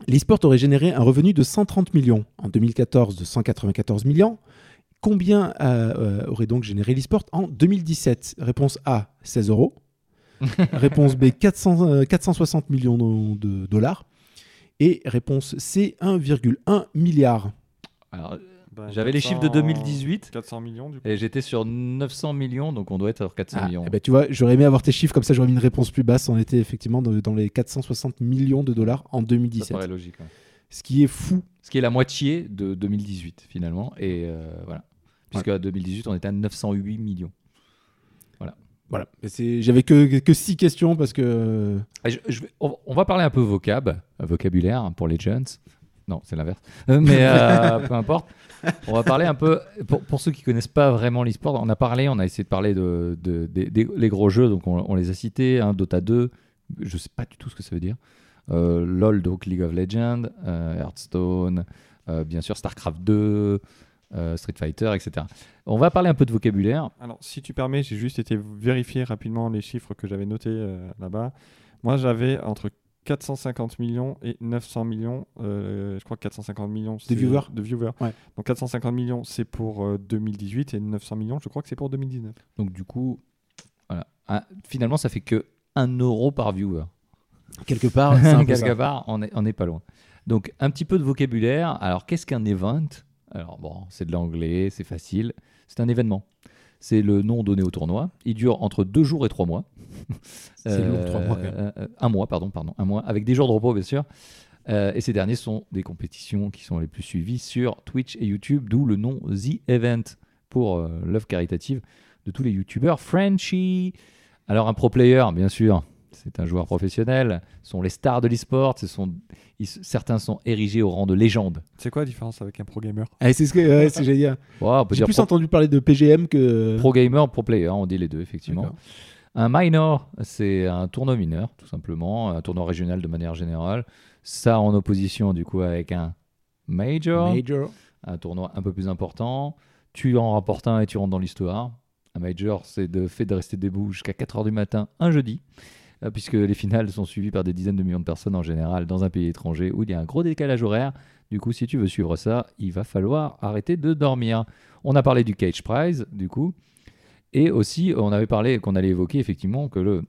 l'e-sport aurait généré un revenu de 130 millions. En 2014, de 194 millions. Combien euh, euh, aurait donc généré l'e-sport en 2017 Réponse A, 16 euros. réponse B, 400, euh, 460 millions de, de dollars. Et réponse C, 1,1 milliard. Alors, Ben, j'avais les chiffres de 400 2018 400 millions du coup. et j'étais sur 900 millions, donc on doit être sur 400 Ah, millions. eh ben, tu vois, j'aurais aimé avoir tes chiffres, comme ça j'aurais mis une réponse plus basse. On était effectivement dans, dans les 460 millions de dollars en ça 2017. paraît logique. ouais. Ce qui est fou. Ce qui est la moitié de 2018 finalement. Et euh, voilà. Puisque à 2018, on était à 908 millions. Voilà. Mais c'est- J'avais que, que six questions parce que. Et Ah, je- je vais- on, on va parler un peu vocab, euh, vocabulaire pour les jeunes. Non, c'est l'inverse. Euh, Mais euh, peu importe. On va parler un peu, pour, pour ceux qui connaissent pas vraiment l'e-sport, on a parlé, on a essayé de parler de, de- des- des- les gros jeux, donc on, on les a cités, hein, Dota 2, je sais pas du tout ce que ça veut dire. Euh, LOL, donc League of Legends, euh, Hearthstone, euh, bien sûr StarCraft 2, euh, Street Fighter, etc. On va parler un peu de vocabulaire. Alors, si tu permets, j'ai juste été vérifier rapidement les chiffres que j'avais notés euh, là-bas. Moi, j'avais entre 450 millions et 900 millions. euh, je crois que 450 millions. c'est- viewers De viewers. Ouais. Donc, 450 millions, c'est pour euh, 2018 et 900 millions, je crois que c'est pour 2019. Donc du coup, voilà. Ah, finalement, ça fait que 1 euro par viewer. Quelque part, c'est un peu Quelque ça. part, on est, on est pas loin. Donc, un petit peu de vocabulaire. Alors, qu'est-ce qu'un event Alors, bon, c'est de l'anglais, c'est facile. C'est un événement. C'est le nom donné au tournoi. Il dure entre deux jours et trois mois. C'est long, trois mois, quand même. euh, euh, un mois, pardon, pardon, un mois, avec des jours de repos, bien sûr. Euh, et ces derniers sont des compétitions qui sont les plus suivies sur Twitch et YouTube, d'où le nom The Event pour euh, l'œuvre caritative de tous les youtubeurs Frenchy. Alors un pro player, bien sûr, c'est un joueur professionnel, ce sont les stars de l'e-sport, ce sont- ils- certains sont érigés au rang de légende. C'est quoi la différence avec un pro gamer Ah, c'est ce que, ouais, c'est ce que j'allais dire. Wow, on peut J'ai dire plus pro, entendu parler de PGM que. pro gamer, pro player, hein, on dit les deux effectivement. euh, D'accord. Un minor, c'est un tournoi mineur, tout simplement, un tournoi régional de manière générale. Ça en opposition du coup avec un major, Major. un tournoi un peu plus important. Tu en rapportes un et tu rentres dans l'histoire. Un major, c'est de fait de rester debout jusqu'à 4h du matin un jeudi, euh, puisque les finales sont suivies par des dizaines de millions de personnes en général dans un pays étranger où il y a un gros décalage horaire. Du coup, si tu veux suivre ça, il va falloir arrêter de dormir. On a parlé du Cage Prize, du coup, et aussi on avait parlé qu'on allait évoquer effectivement que le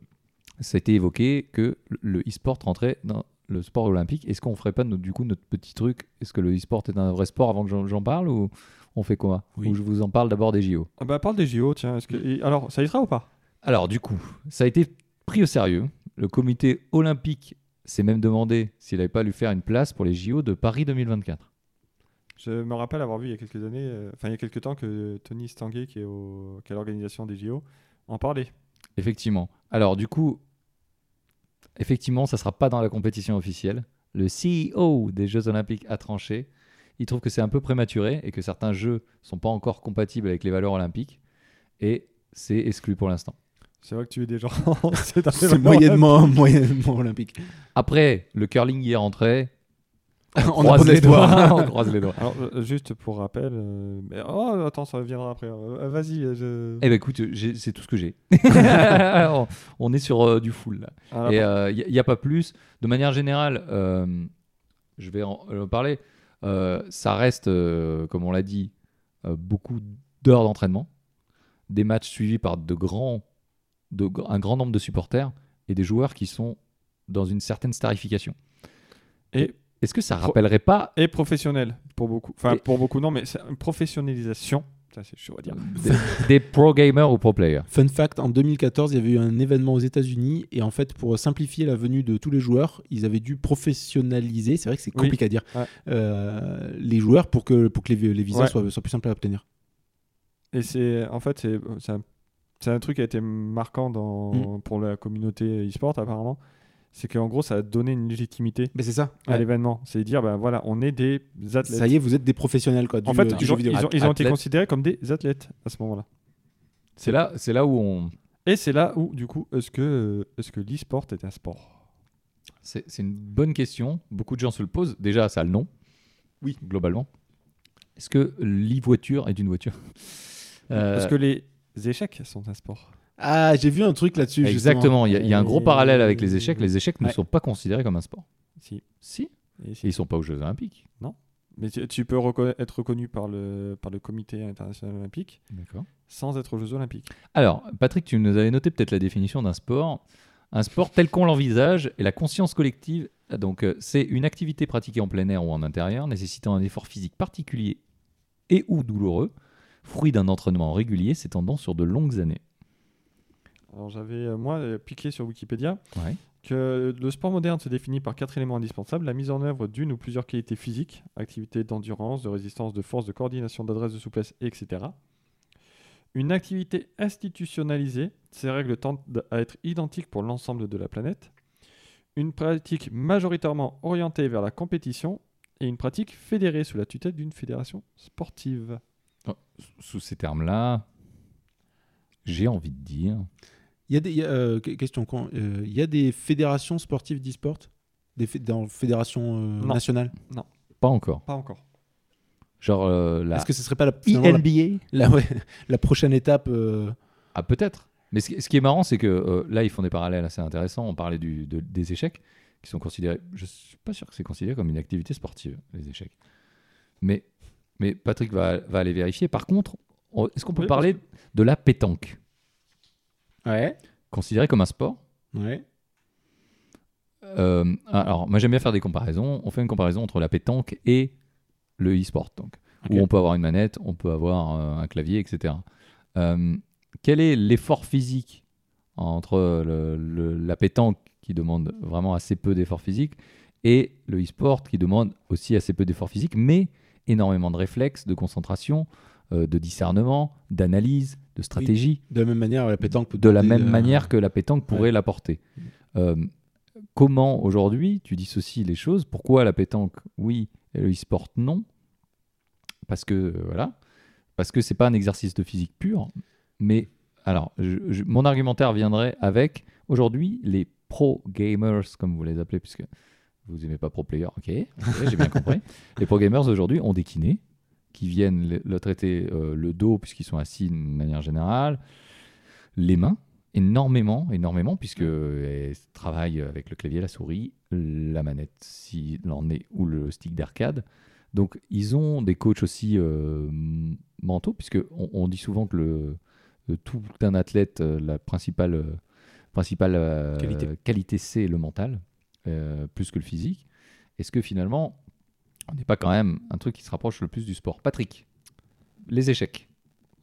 c'était évoqué que le e-sport rentrait dans le sport olympique. Est-ce qu'on ferait pas notre- du coup notre petit truc Est-ce que le e-sport est un vrai sport avant que j'en- j'en parle ou on fait quoi Oui. Ou je vous en parle d'abord des JO. ah bah, Parle des JO, tiens. est-ce que- et alors, ça y sera ou pas Alors du coup, ça a été pris au sérieux. Le comité olympique s'est même demandé s'il n'avait pas lui faire une place pour les JO de Paris 2024. Je me rappelle avoir vu il y a quelques années, euh, enfin il y a quelques temps, que Tony Stanguet, qui est, au- qui est à l'organisation des JO, en parlait. Effectivement. Alors du coup, effectivement, ça sera pas dans la compétition officielle. Le CEO des Jeux Olympiques a tranché. Il trouve que c'est un peu prématuré et que certains jeux sont pas encore compatibles avec les valeurs olympiques et c'est exclu pour l'instant. C'est vrai que tu es des gens. c'est un C'est événement moyennement, moyennement olympique. Après, le curling y est rentré. On croise croise les doigts. on croise les doigts. Alors, euh, juste pour rappel. euh, mais- Oh, attends, ça viendra après. Euh, Vas-y. euh, je- Eh ben écoute, j'ai- c'est tout ce que j'ai. on, on est sur euh, du full là. Ah, là, Et il n'y a, pas plus. De manière générale, euh, je vais en, en parler. Euh, ça reste, euh, comme on l'a dit, euh, beaucoup d'heures d'entraînement, des matchs suivis par de grands, de, gr- un grand nombre de supporters et des joueurs qui sont dans une certaine starification. Et- est-ce que ça Pro- rappellerait pas et professionnel pour beaucoup. Enfin, Et- pour beaucoup, non, mais c'est une professionnalisation. Ça, c'est chaud à Mm. dire. des, des pro gamers ou pro players Fun fact, en 2014, il y avait eu un événement aux États-Unis et en fait, pour simplifier la venue de tous les joueurs, ils avaient dû professionnaliser, c'est vrai que c'est Oui. compliqué à dire, Ouais. euh, les joueurs pour que, pour que les, les visas Ouais. soient, soient plus simples à obtenir. Et c'est en fait c'est c'est un, c'est un truc qui a été marquant dans, Mm. pour la communauté e-sport apparemment, c'est qu'en gros ça a donné une légitimité Mais c'est ça. à l'événement, c'est dire ben voilà on est des athlètes. Ça y est, vous êtes des professionnels quoi, du, en fait du ils jeu ont, vidéo. ils ont- ils ont été Athlètes. considérés comme des athlètes à ce moment-là. C'est là, c'est là où on. Et c'est là où du coup est-ce que euh, est-ce que l'e-sport est un sport C'est c'est une bonne question. Beaucoup de gens se le posent. Déjà, ça a le nom. Oui. Globalement. Est-ce que l'e-voiture est une voiture Euh, Est-ce que les échecs sont un sport Ah, j'ai vu un truc là-dessus. justement. Exactement. Il y, a- il y a un gros Et- parallèle avec les échecs. Les échecs ne Ouais. sont pas considérés comme un sport. Si. Si. Et Et si. ils sont pas aux Jeux Olympiques. Mais tu, tu peux reco- être reconnu par le par le comité international olympique D'accord. sans être aux Jeux olympiques. Alors, Patrick, tu nous avais noté peut-être la définition d'un sport. Un sport tel qu'on l'envisage et la conscience collective. Donc, euh, c'est une activité pratiquée en plein air ou en intérieur, nécessitant un effort physique particulier et ou douloureux, fruit d'un entraînement régulier s'étendant sur de longues années. Alors j'avais euh, moi euh, piqué sur Wikipédia Ouais. que le sport moderne se définit par quatre éléments indispensables la mise en œuvre d'une ou plusieurs qualités physiques, activités d'endurance, de résistance, de force, de coordination, d'adresse, de souplesse, etc. Une activité institutionnalisée, ces règles tendent à être identiques pour l'ensemble de la planète. Une pratique majoritairement orientée vers la compétition et une pratique fédérée sous la tutelle d'une fédération sportive. Sous ces termes-là, j'ai envie de dire. Il y a des il y a, euh, que- question quand euh, Il y a des fédérations sportives d'e-sport, des fé- dans fédérations euh, Non. Ah. nationales. Pas encore. Pas encore. Genre euh, la Est-ce que ce serait pas la, finalement, la, INBA la- ouais, la prochaine étape euh, Ah, peut-être. Mais ce, qui- ce qui est marrant, c'est que euh, là, ils font des parallèles assez intéressants. On parlait du- de- des échecs, qui sont considérés. Je suis pas sûr que c'est considéré comme une activité sportive, les échecs. Mais, mais Patrick va, va aller vérifier. Par contre, on- est-ce qu'on peut Oui, parce parler de la pétanque Ouais. Considérée comme un sport Ouais. Euh, alors, moi j'aime bien faire des comparaisons. On fait une comparaison entre la pétanque et le e-sport, donc, Ok. où on peut avoir une manette, on peut avoir euh, un clavier, etc. Euh, quel est l'effort physique entre le- le- la pétanque qui demande vraiment assez peu d'efforts physiques et le e-sport qui demande aussi assez peu d'efforts physiques, mais énormément de réflexes, de concentration, euh, de discernement, d'analyse, de stratégie De la même manière, la pétanque peut de la demander même manière que la pétanque pourrait euh, ouais. l'apporter. Euh, comment aujourd'hui tu dissocies les choses Pourquoi la pétanque oui et le e-sport non Parce que euh, voilà, parce que c'est pas un exercice de physique pure. Mais alors, je- je- mon argumentaire viendrait avec aujourd'hui les pro gamers comme vous les appelez puisque vous aimez pas pro player, ok, ok, j'ai bien compris. Les pro gamers aujourd'hui ont des kinés qui viennent le, le traiter euh, le dos puisqu'ils sont assis de manière générale, les mains énormément, énormément puisque elles travaillent avec le clavier, la souris, la manette s'il en est ou le stick d'arcade. Donc ils ont des coachs aussi euh, m- mentaux puisque on, on dit souvent que le, le tout d'un athlète euh, la principale euh, principale euh, Qualité. qualité c'est le mental euh, plus que le physique. Est-ce que finalement on n'est pas quand même un truc qui se rapproche le plus du sport. Patrick, les échecs.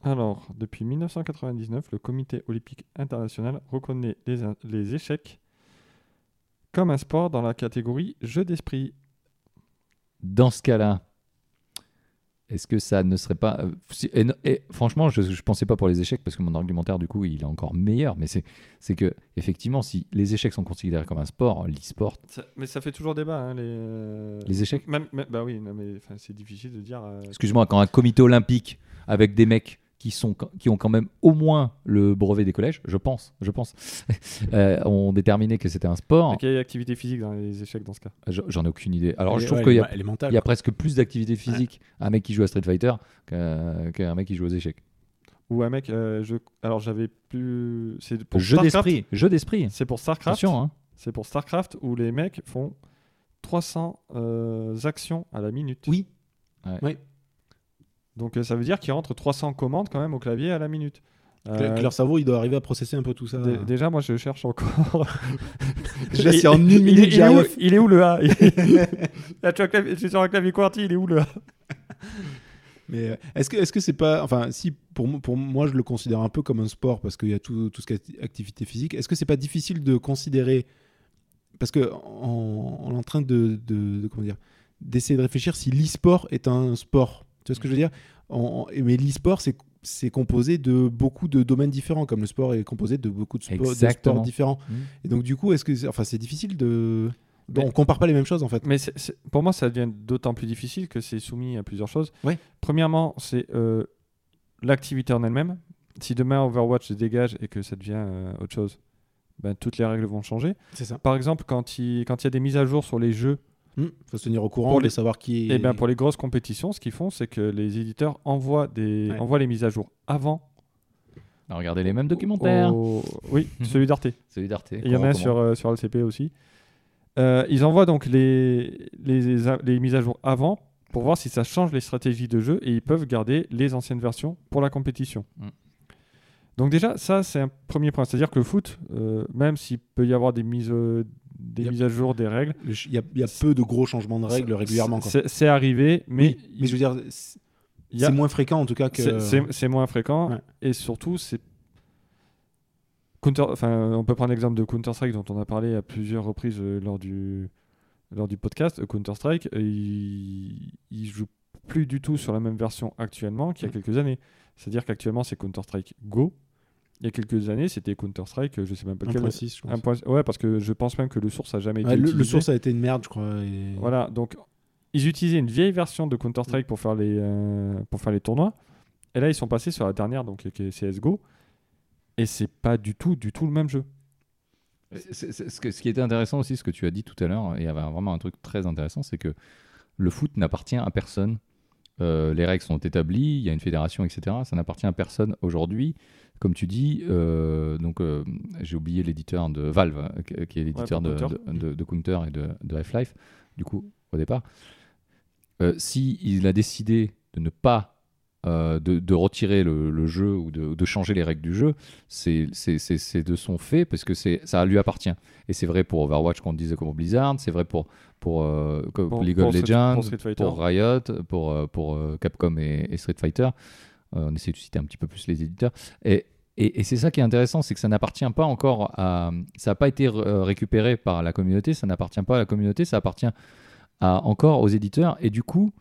Alors, depuis 1999, le Comité olympique international reconnaît les, in- les échecs comme un sport dans la catégorie jeu d'esprit. Dans ce cas-là, est-ce que ça ne serait pas... euh, si- et, no- et franchement, je ne pensais pas pour les échecs parce que mon argumentaire, du coup, il est encore meilleur. Mais c'est c'est que, effectivement, si les échecs sont considérés comme un sport, l'e-sport, mais ça fait toujours débat, hein, les... les échecs... Même- même- bah oui, non, mais enfin, c'est difficile de dire. euh, Excuse-moi, quand un comité olympique avec des mecs qui, sont, qui ont quand même au moins le brevet des collèges, je pense, je pense, euh, ont déterminé que c'était un sport, Quelle est l'activité physique dans les échecs dans ce cas je- j'en ai aucune idée. Alors, Elle je est- trouve ouais, qu'il y a elle est mentale, Il y a presque plus d'activité physique un mec qui joue à Street Fighter qu'un qu'un mec qui joue aux échecs. Ou un mec, euh, je... alors j'avais plus. C'est pour Jeu Starcraft. d'esprit, jeu d'esprit. C'est pour Starcraft. Attention, hein. C'est pour Starcraft où les mecs font 300 euh, actions à la minute. Oui. Ouais. Oui. Donc euh, ça veut dire qu'il rentre 300 commandes quand même au clavier à la minute. quoi. Euh, Que- que leur cerveau, il doit arriver à processer un peu tout ça. dé- Déjà, moi je cherche encore. Déjà, Il- c'est en une il- minute, il, est où, j'arrive. il est où le A Là, tu vois, clavier- Je suis sur un clavier QWERTY, il est où le A Mais euh, est-ce que est-ce que c'est pas enfin si pour mo- pour moi je le considère un peu comme un sport parce qu'il y a tout tout ce qui est activité physique. Est-ce que c'est pas difficile de considérer parce que en, en en train de, de- de- comment dire d'essayer de réfléchir si l'e-sport est un sport. Tu vois ce que je veux dire En- en- et mais l'e-sport c'est c'est composé de beaucoup de domaines différents comme le sport est composé de beaucoup de, spo- de Exactement. sports différents. Mhm. Et donc du coup est-ce que c'est- enfin c'est difficile de Mais- on compare pas les mêmes choses en fait. Mais c'est- c'est- pour moi, ça devient d'autant plus difficile que c'est soumis à plusieurs choses. Ouais. Premièrement, c'est euh, l'activité en elle-même. Si demain Overwatch se dégage et que ça devient euh, autre chose, ben, toutes les règles vont changer. C'est ça. Par exemple, quand il, quand il y a des mises à jour sur les jeux, Il Mmh. Faut se tenir au courant Pour les- de savoir qui est et... ben, pour les grosses compétitions, ce qu'ils font, c'est que les éditeurs envoient, des, Ouais. envoient les mises à jour avant. Alors, Regardez les mêmes documentaires. au- Oui, celui d'Arte. Celui d'Arte. Oh. Il y en a qu'on un sur, euh, sur LCP aussi. Euh, ils envoient donc les, les, les, les mises à jour avant pour voir si ça change les stratégies de jeu et ils peuvent garder les anciennes versions pour la compétition. Mm. Donc déjà, ça c'est un premier point. C'est-à-dire que le foot, euh, même s'il peut y avoir des mises, euh, des Yep. mises à jour, des règles, Le ch- Il y, a- il y a peu de gros changements de règles régulièrement. quoi. c'est c'est arrivé, mais Oui, mais je veux dire, c'est il y a- c'est moins fréquent en tout cas que. c'est- c'est- c'est moins fréquent Ouais. et surtout c'est... Counter, enfin, on peut prendre l'exemple de Counter-Strike dont on a parlé à plusieurs reprises euh, lors du, lors du podcast, euh, Counter-Strike, euh, il, il joue plus du tout sur la même version actuellement qu'il y a Mm. quelques années. C'est-à-dire qu'actuellement, c'est Counter-Strike Go. Il y a quelques années, c'était Counter-Strike, euh, je sais même pas lequel. 1.6, je pense. 1.6. Ouais, parce que je pense même que le source a jamais été Ouais, le, le utilisé. source a été une merde, je crois. et- Mm. Voilà, donc ils utilisaient une vieille version de Counter-Strike pour, faire les, euh, pour faire les tournois. Et là, ils sont passés sur la dernière, donc qui est CSGO. Et c'est pas du tout, du tout le même jeu. C'est- c'est- ce, que- ce qui était intéressant aussi, ce que tu as dit tout à l'heure, et il y avait vraiment un truc très intéressant, c'est que le foot n'appartient à personne. Euh, les règles sont établies, il y a une fédération, etc. Ça n'appartient à personne aujourd'hui. Comme tu dis, euh, donc euh, j'ai oublié l'éditeur de Valve, hein, qui- qui est l'éditeur pour de, Counter. de- de- de Counter et de, de Half-Life, du coup, au départ. Euh, si il a décidé de ne pas, euh, de, de retirer le, le jeu ou de- de changer les règles du jeu, c'est c'est- c'est- c'est de son fait parce que c'est ça lui appartient. Et c'est vrai pour Overwatch qu'on disait comme Blizzard, c'est vrai pour, pour, euh, comme Pour- League pour of Street- Legends, pour Street Fighter. euh, pour Riot, pour, euh, pour, euh, Capcom et, et Street Fighter. Euh, on essaie de citer un petit peu plus les éditeurs. Et, et, et c'est ça qui est intéressant, c'est que ça n'appartient pas encore à. Ça n'a pas été euh, récupéré par la communauté, ça n'appartient pas à la communauté, ça appartient à- encore aux éditeurs. Et du coup,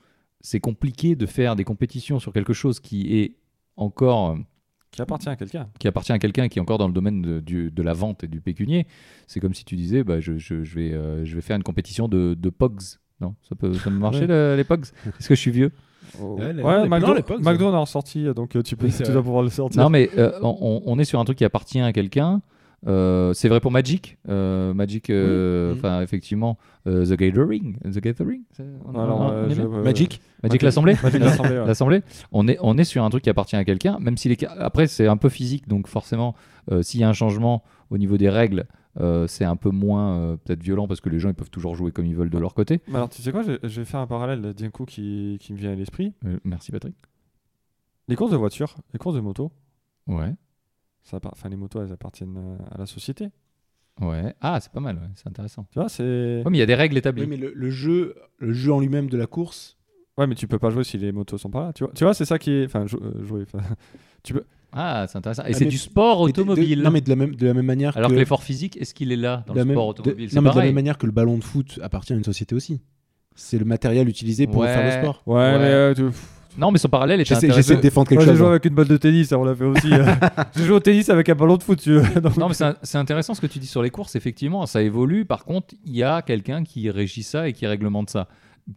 c'est compliqué de faire des compétitions sur quelque chose qui est encore. euh, Qui appartient à quelqu'un. qui appartient à quelqu'un qui est encore dans le domaine de, du- de la vente et du pécunier. C'est comme si tu disais, bah, je, je- je vais, euh, je vais faire une compétition de, de Pogs. Non, ça peut, ça peut marcher Ouais. le- les Pogs Est-ce que je suis vieux Ouais, les- Oh. ouais, les- McDo, non, les Pogs, McDo en a ressorti, donc euh, tu, peux, Oui, c'est tu vrai. dois pouvoir le sortir. Non, mais euh, on, on est sur un truc qui appartient à quelqu'un. Euh, c'est vrai pour Magic. Euh, Magic, euh, Mm. Mhm. enfin, effectivement, euh, The Gathering. The Gathering c'est- on- Alors, on- euh, on est je- bien euh, Magic Magic l'Assemblée Magic l'Assemblée, ouais. l'Assemblée, on est, on est sur un truc qui appartient à quelqu'un, même si les, ca- après c'est un peu physique, donc forcément, euh, s'il y a un changement au niveau des règles, euh, c'est un peu moins euh, peut-être violent parce que les gens ils peuvent toujours jouer comme ils veulent de leur côté. Mais Alors, tu sais quoi, je, je vais faire un parallèle là, d'un coup qui, qui me vient à l'esprit. Euh, merci Patrick. Les courses de voiture, les courses de moto, Ouais, ça, appart- enfin, les motos, elles appartiennent euh, à la société. ouais. Ah, c'est pas mal, ouais, c'est intéressant. Tu vois, c'est. Ouais, mais il y a des règles établies. Oui, mais le, le jeu, le jeu en lui-même de la course, Ouais, mais tu peux pas jouer si les motos sont pas là. Tu vois, tu vois c'est ça qui est. Enfin, jou- euh, jouer. enfin, Ah, c'est intéressant. Et Ah, c'est mais- du sport Mais de- de- automobile. non, mais de la même, de la même manière Alors que, que l'effort physique, est-ce qu'il est là dans de la le même- sport de- automobile non, C'est mais de la même pareil. manière que le ballon de foot appartient à une société aussi. C'est le matériel utilisé pour Ouais. faire le sport. Ouais, Ouais. mais. euh, tu- Non, mais son parallèle est J'essaie, intéressant. j'essaie de défendre quelque Moi, j'ai chose. hein. joué avec une balle de tennis, ça, on l'a fait aussi. euh. j'ai joué au tennis avec un ballon de foot, tu veux. Donc, Non, mais c'est un- c'est intéressant ce que tu dis sur les courses, effectivement, ça évolue. Par contre, il y a quelqu'un qui régit ça et qui réglemente ça,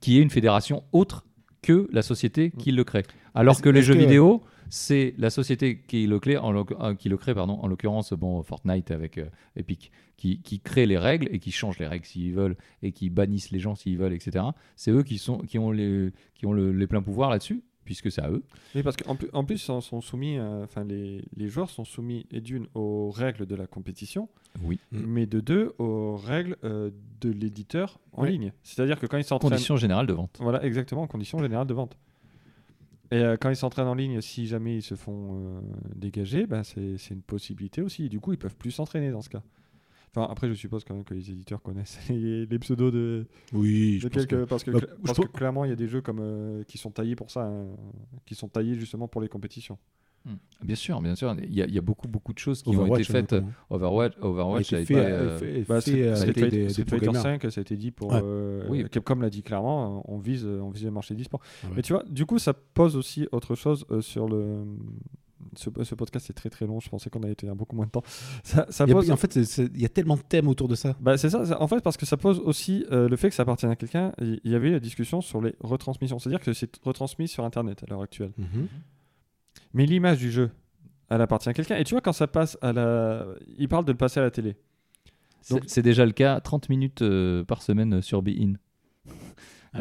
qui est une fédération autre que la société qui le crée. Alors Est-ce- que les est-ce jeux que- vidéo, c'est la société qui le crée, en, l'oc- euh, qui le crée pardon, en l'occurrence bon, Fortnite avec euh, Epic, qui, qui crée les règles et qui change les règles s'ils veulent et qui bannissent les gens s'ils veulent, etc. C'est eux qui, sont, qui ont, les, qui ont le- les pleins pouvoirs là-dessus, puisque c'est à eux. Oui, parce qu'en plus, en plus, ils en sont soumis, euh, enfin, les, les joueurs sont soumis, et d'une, aux règles de la compétition, Oui. Mm. mais de deux, aux règles euh, de l'éditeur en Oui. ligne. C'est-à-dire que quand ils s'entraînent. Conditions générales de vente. Voilà, exactement, en conditions générales de vente. Et euh, quand ils s'entraînent en ligne, si jamais ils se font euh, dégager, ben, c'est c'est une possibilité aussi. Et du coup, ils peuvent plus s'entraîner dans ce cas. Enfin, après, je suppose quand même que les éditeurs connaissent les, les pseudos de, Oui, de je pense quelques. que- Parce, que, Bah, cla- je parce pense- que clairement, il y a des jeux comme, euh, qui sont taillés pour ça, hein, qui sont taillés justement pour les compétitions. Bien sûr, bien sûr. Il y, a- il y a beaucoup, beaucoup de choses qui ont Overwatch, hein, été faites. notamment. Overwatch, Overwatch, a été ça fait, avait pas, euh, fait- Bah, fait, Street euh, Street avec des- Fighter des Street pro Fighter gamers. 5, ça a été dit pour. Ouais. euh, Oui. Capcom l'a dit clairement, on vise, on vise le marché d'e-sport. Ah Ouais. Mais tu vois, du coup, ça pose aussi autre chose euh, sur le. Ce, ce podcast est très très long, je pensais qu'on allait tenir beaucoup moins de temps. Ça, ça Il y a- pose. en fait, c'est- c'est- il y a tellement de thèmes autour de ça. Bah, c'est ça, ça- en fait, parce que ça pose aussi euh, le fait que ça appartienne à quelqu'un. Il il y avait la discussion sur les retransmissions, c'est-à-dire que c'est retransmis sur Internet à l'heure actuelle. Mais l'image du jeu, elle appartient à quelqu'un. Et tu vois, quand ça passe à la. Il parle de le passer à la télé. C'est- Donc- C'est déjà le cas, 30 minutes euh, par semaine euh, sur BeIn, Ah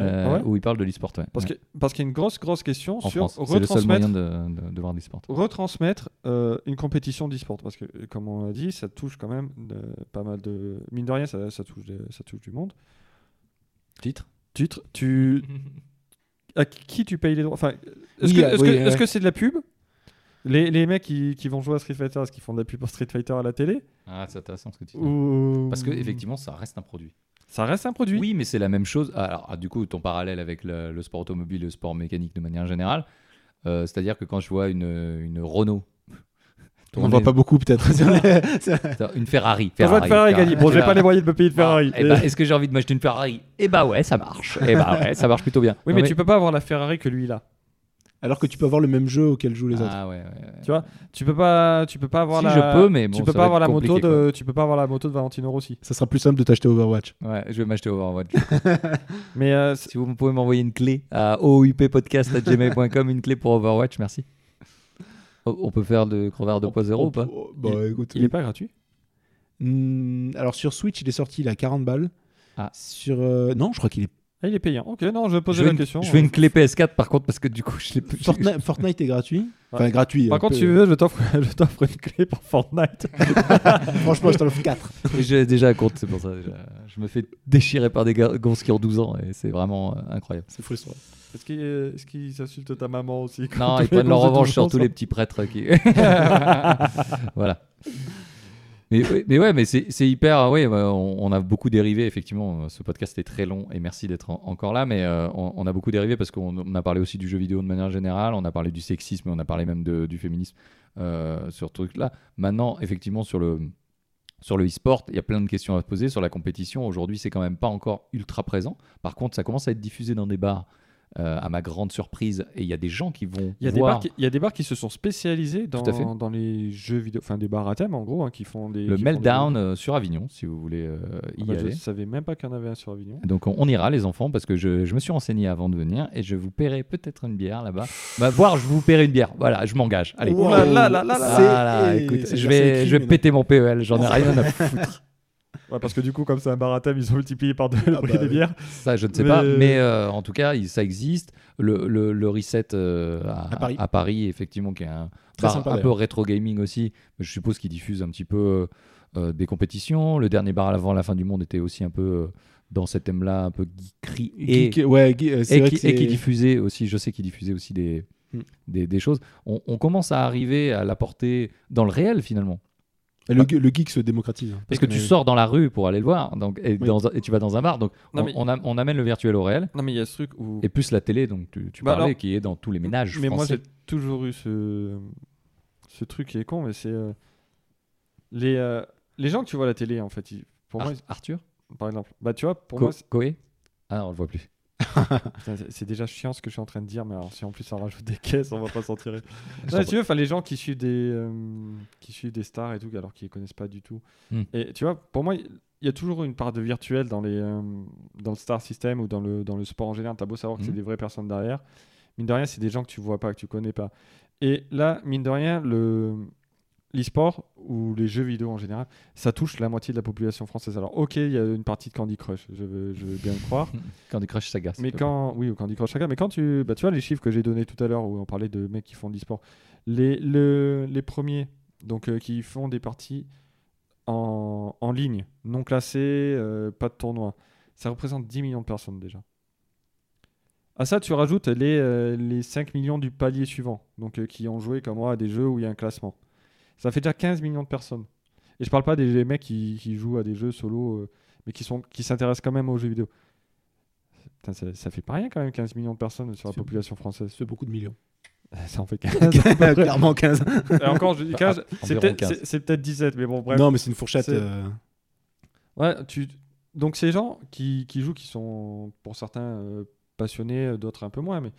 Euh, ouais Ah ouais où il parle de l'e-sport. ouais. Parce Ouais. que- parce qu'il y a une grosse, grosse question en sur France, c'est le seul retransmettre moyen de, de- de voir de l'e-sport. retransmettre euh, une compétition d'e-sport parce que euh, comme on l'a dit ça touche quand même euh, pas mal de mine de rien ça, ça touche de- ça touche du monde Titre titre tu à qui tu payes les droits enfin est-ce Oui, que euh, est-ce oui, que- ouais. est-ce que c'est de la pub les, les mecs qui, qui vont jouer à Street Fighter est-ce qu'ils font de la pub pour Street Fighter à la télé Ah, c'est intéressant ce que tu dis. ou Parce que effectivement, ça reste un produit. ça reste un produit Oui, mais c'est la même chose. Alors, ah, du coup, ton parallèle avec le, le sport automobile, le sport mécanique de manière générale, euh, c'est-à-dire que quand je vois une, une Renault, On voit tourner- pas beaucoup, peut-être. une Ferrari, Quand je vois Ferrari, de Ferrari gagner, bon, j'ai Ferrari. pas les moyens de me payer de Ferrari. Eh ben, Est-ce que j'ai envie de m'acheter une Ferrari Eh bah ouais, ça marche. Eh bah ouais, ça marche plutôt bien. oui, Non, mais, tu peux pas avoir la Ferrari que lui il a. Alors que tu peux avoir le même jeu auquel jouent les autres. Ah ouais, ouais, ouais. Tu peux pas, tu peux pas avoir Si, la. je peux, mais bon, tu peux ça pas va avoir être la moto compliqué, de, tu peux pas avoir la moto de Valentino Rossi. Ça sera plus simple de t'acheter Overwatch. Ouais, je vais m'acheter Overwatch. Mais euh, c'est- si vous pouvez m'envoyer une clé à ouppodcast.gmail.com, une clé pour Overwatch, merci. O- On peut faire de crevard 2.0 ou pas Oh, Bah écoute. il est pas gratuit. Hmm, alors sur Switch, il est sorti, il a 40 balles. Ah. Sur, euh, non, je crois qu'il est. Ah, il est payant. Ok, non, je je posais veux, la une, question. euh. hein. je veux une clé PS4 par contre parce que du coup je l'ai plus. Fortnite, Fortnite est gratuit. Enfin, Ouais. gratuit. Par un contre, peu. si tu veux, je t'offre, je t'offre une clé pour Fortnite. Franchement, je t'en offre 4. J'ai déjà un compte, c'est pour ça. déjà. Je me fais déchirer par des gars- gosses qui ont 12 ans et c'est vraiment euh, incroyable. C'est frustrant. Est-ce qu'ils est-ce qu'ils insultent ta maman aussi quand Non, tous ils les prennent leur gosses de revanche 12 ans sur tous les sont- petits prêtres qui. voilà. Mais, ouais, mais ouais, mais c'est c'est hyper. ah Oui, bah, on, on a beaucoup dérivé, effectivement. Ce podcast est très long et merci d'être en- encore là. Mais euh, on, on a beaucoup dérivé parce qu'on on a parlé aussi du jeu vidéo de manière générale. On a parlé du sexisme et on a parlé même de- du féminisme euh, sur ce truc-là. Maintenant, effectivement, sur le. Sur le e-sport, il y a plein de questions à se poser. Sur la compétition, aujourd'hui, c'est quand même pas encore ultra présent. Par contre, ça commence à être diffusé dans des bars, euh, à ma grande surprise. Et il y a des gens qui vont Il y, a des voir. bars qui, il y a des bars qui se sont spécialisés dans, Tout à fait. dans les jeux vidéo, enfin des bars à thème en gros, hein, qui font des. qui le font des- meltdown euh, sur Avignon, si vous voulez euh, Ah y bah, aller. je savais même pas qu'il y en avait un sur Avignon. Donc on, on ira les enfants parce que je, je me suis renseigné avant de venir et je vous paierai peut-être une bière là-bas. Bah, voire je vous paierai une bière. Voilà, je m'engage. Allez. Wow. Ouah, là, là, là, là. Voilà, C'est- eh, écoute, c'est- je c'est vais, écrit, je vais mais non. péter mon PEL, j'en ai rien à foutre. Ouais, parce que du coup, comme c'est un bar à thème, ils ont multiplié par deux le Ah prix bah des oui. bières. Ça, je ne sais Mais- pas, mais euh, en tout cas, il- ça existe. Le, le, le reset euh, à, À Paris. effectivement, qui est un, Très bar sympa, un peu d'ailleurs. rétro gaming aussi. Je suppose qu'ils diffusent un petit peu euh, euh, des compétitions. Le dernier bar avant la fin du monde était aussi un peu euh, dans cet thème-là, un peu geekery et, Qui- qui- ouais, qui- euh, c'est et vrai qui, que et qui c'est- diffusait aussi, je sais qu'il diffusait aussi des, Hmm. des, des choses. On, on commence à arriver à la portée dans le réel finalement. le, ge- le geek se démocratise. Parce que Mais tu oui. sors dans la rue pour aller le voir donc, et, Oui. dans un- et tu vas dans un bar. Donc Non, on, mais- on am- on amène le virtuel au réel Non, mais il y a ce truc où. et plus la télé, donc tu, tu Bah parlais, alors- qui est dans tous les ménages. mais moi, français. j'ai toujours eu ce... ce truc qui est con, mais c'est. euh, Les, euh, les gens que tu vois à la télé, en fait, ils- pour Ar- moi, Arthur ils- par exemple. Bah, tu vois, pour Co- moi, c'est- Coé Ah, on le voit plus. putain, c'est c'est déjà chiant ce que je suis en train de dire, mais alors si en plus ça rajoute des caisses, on va pas s'en tirer. Je Non, t'en si tu veux, enfin, les gens qui suivent des euh, qui suivent des stars et tout, alors qu'ils les connaissent pas du tout. Hmm. Et tu vois, pour moi, il y a toujours une part de virtuel dans les euh, dans le star system ou dans le dans le sport en général. T'as beau savoir que c'est Hmm. des vraies personnes derrière, mine de rien, c'est des gens que tu vois pas, que tu connais pas. Et là, mine de rien, le l'e-sport ou les jeux vidéo en général, ça touche la moitié de la population française. Alors, ok, il y a une partie de Candy Crush, je veux, je veux bien le croire. Candy Crush Saga. c'est Mais pas quand, oui, au Candy Crush Saga, mais quand tu, bah, tu vois les chiffres que j'ai donnés tout à l'heure où on parlait de mecs qui font de l'e-sport, les, le- les premiers, donc euh, qui font des parties en, en ligne, non classées, euh, pas de tournoi, ça représente 10 millions de personnes déjà. À Ah, ça, tu rajoutes les, euh, les 5 millions du palier suivant, donc euh, qui ont joué comme moi à des jeux où il y a un classement. Ça fait déjà 15 millions de personnes. Et je parle pas des des mecs qui, qui jouent à des jeux solo, euh, mais qui sont qui s'intéressent quand même aux jeux vidéo. Putain, ça, ça fait pas rien quand même 15 millions de personnes sur la C'est- population française. C'est beaucoup de millions. Ça en fait 15. Clairement 15. Et encore, je dis 15, Ah, c'est environ peut-être 15. c'est- c'est peut-être 17, mais bon, bref. Non, mais c'est une fourchette. C'est- euh, Ouais, tu... Donc ces gens qui, qui jouent, qui sont pour certains euh, passionnés, euh, d'autres un peu moins, mais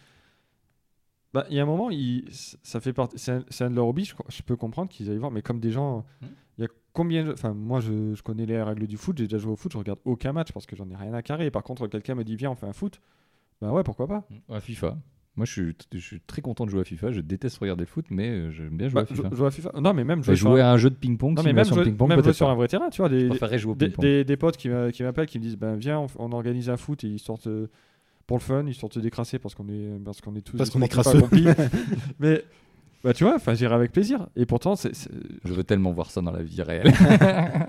bah, il y a un moment, ils- ça fait partie, c'est un, c'est un de leurs hobbies, je, co- je peux comprendre qu'ils aillent voir, mais comme des gens, Mhm. il y a combien, de- enfin moi je, je connais les règles du foot, j'ai déjà joué au foot, je regarde aucun match parce que j'en ai rien à carrer. Par contre, quelqu'un me dit viens, on fait un foot, bah ouais, pourquoi pas. Mm. À FIFA. Moi, je suis, je suis très content de jouer à FIFA. Je déteste regarder le foot, mais euh, j'aime bien jouer Bah, à FIFA. jou- jouer à FIFA. Non mais même Je vais jouer, sur, un- jouer à un jeu de ping-pong. non, mais même simulation de jouer- ping-pong, même jouer peut-être sur pas. un vrai terrain, tu vois, Je des, préférerais jouer au des, ping-pong. des, des potes qui, m'a- qui m'appellent qui me disent ben viens on, f- on organise un foot et ils sortent euh, pour le fun ils sortent décrassés parce qu'on est parce qu'on est tous Parce qu'on est sportifs accomplis. mais bah tu vois enfin j'irai avec plaisir et pourtant c'est c'est- Je veux tellement voir ça dans la vie réelle.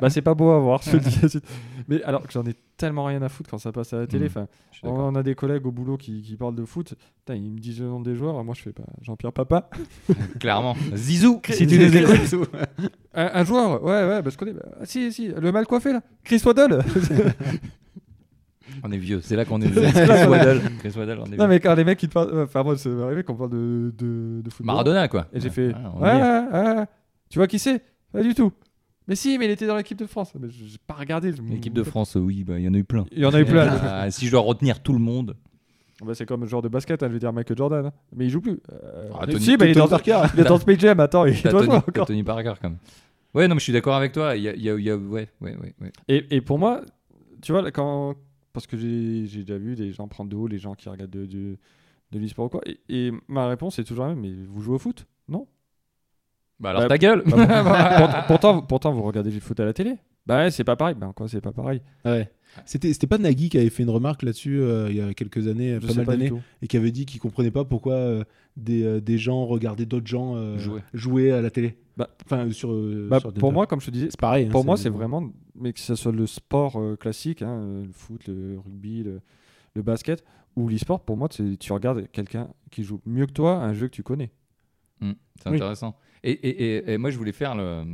bah c'est pas beau à voir je te le dis tout de suite. mais alors que j'en ai tellement rien à foutre quand ça passe à la télé Mhm. enfin Je suis on, d'accord. on a des collègues au boulot qui, qui parlent de foot Putain, ils me disent le nom des joueurs moi je fais pas Jean-Pierre Papa Clairement. Zizou, si tu c'est- nous écoutes. c'est- un, un joueur ouais ouais bah je connais Bah, ah, si si le mal coiffé là Chris Waddle On est vieux. C'est là qu'on est vieux. C'est là Chris qu'on est- Waddle. Chris Waddle, on est non vieux. mais quand les mecs qui te parlent enfin moi ça m'est arrivé qu'on parle de, de, de football Maradona, quoi. Et j'ai Ouais. fait Ah, on ouais, est bien. ouais, ouais. Tu vois qui c'est Pas du tout. Mais si, mais il était dans l'équipe de France. Mais je- j'ai pas regardé. je- L'équipe de France, euh, oui, bah, il y en a eu plein. Il y en a eu plein. Ah, si je dois retenir tout le monde. Bah, c'est comme le joueur de basket, hein, je vais dire Michael Jordan. hein. Mais il joue plus. Euh, Ah, mais Tony- si, bah, il est Tony dans Parker. Il est dans Space Jam, attends, il T'as doit Tony, jouer t'as encore. Tony Parker, quand même. Ouais, non, mais je suis d'accord avec toi. Il y a, il y a- il y a- ouais, ouais, ouais, ouais. Et, et pour moi, tu vois, là, quand. Parce que j'ai j'ai déjà vu des gens prendre de haut, les gens qui regardent de, de, de l'e-sport ou quoi. Et, et ma réponse est toujours la même mais vous jouez au foot Non. Bah alors Bah, ta gueule. Bah, pour- pour- pourtant, pourtant, vous regardez du foot à la télé Bah ouais, c'est pas pareil. Bah quoi, c'est pas pareil Ouais. C'était, c'était pas Nagui qui avait fait une remarque là-dessus euh, il y a quelques années, Je pas sais mal pas du d'années, tout. et qui avait dit qu'il comprenait pas pourquoi euh, des, euh, des gens regardaient d'autres gens euh, Jouer. à la télé. Bah- enfin, sur, euh, Bah, sur des- pour moi, comme je te disais, c'est pareil. hein, Pour moi, c'est vraiment, mais que ce soit le sport euh, classique, hein, euh, le foot, le rugby, le, le basket, ou l'e-sport, pour moi, c'est- tu regardes quelqu'un qui joue mieux que toi à un jeu que tu connais. Mm, c'est Oui. intéressant. Et, et- et- et moi, je voulais faire le. euh,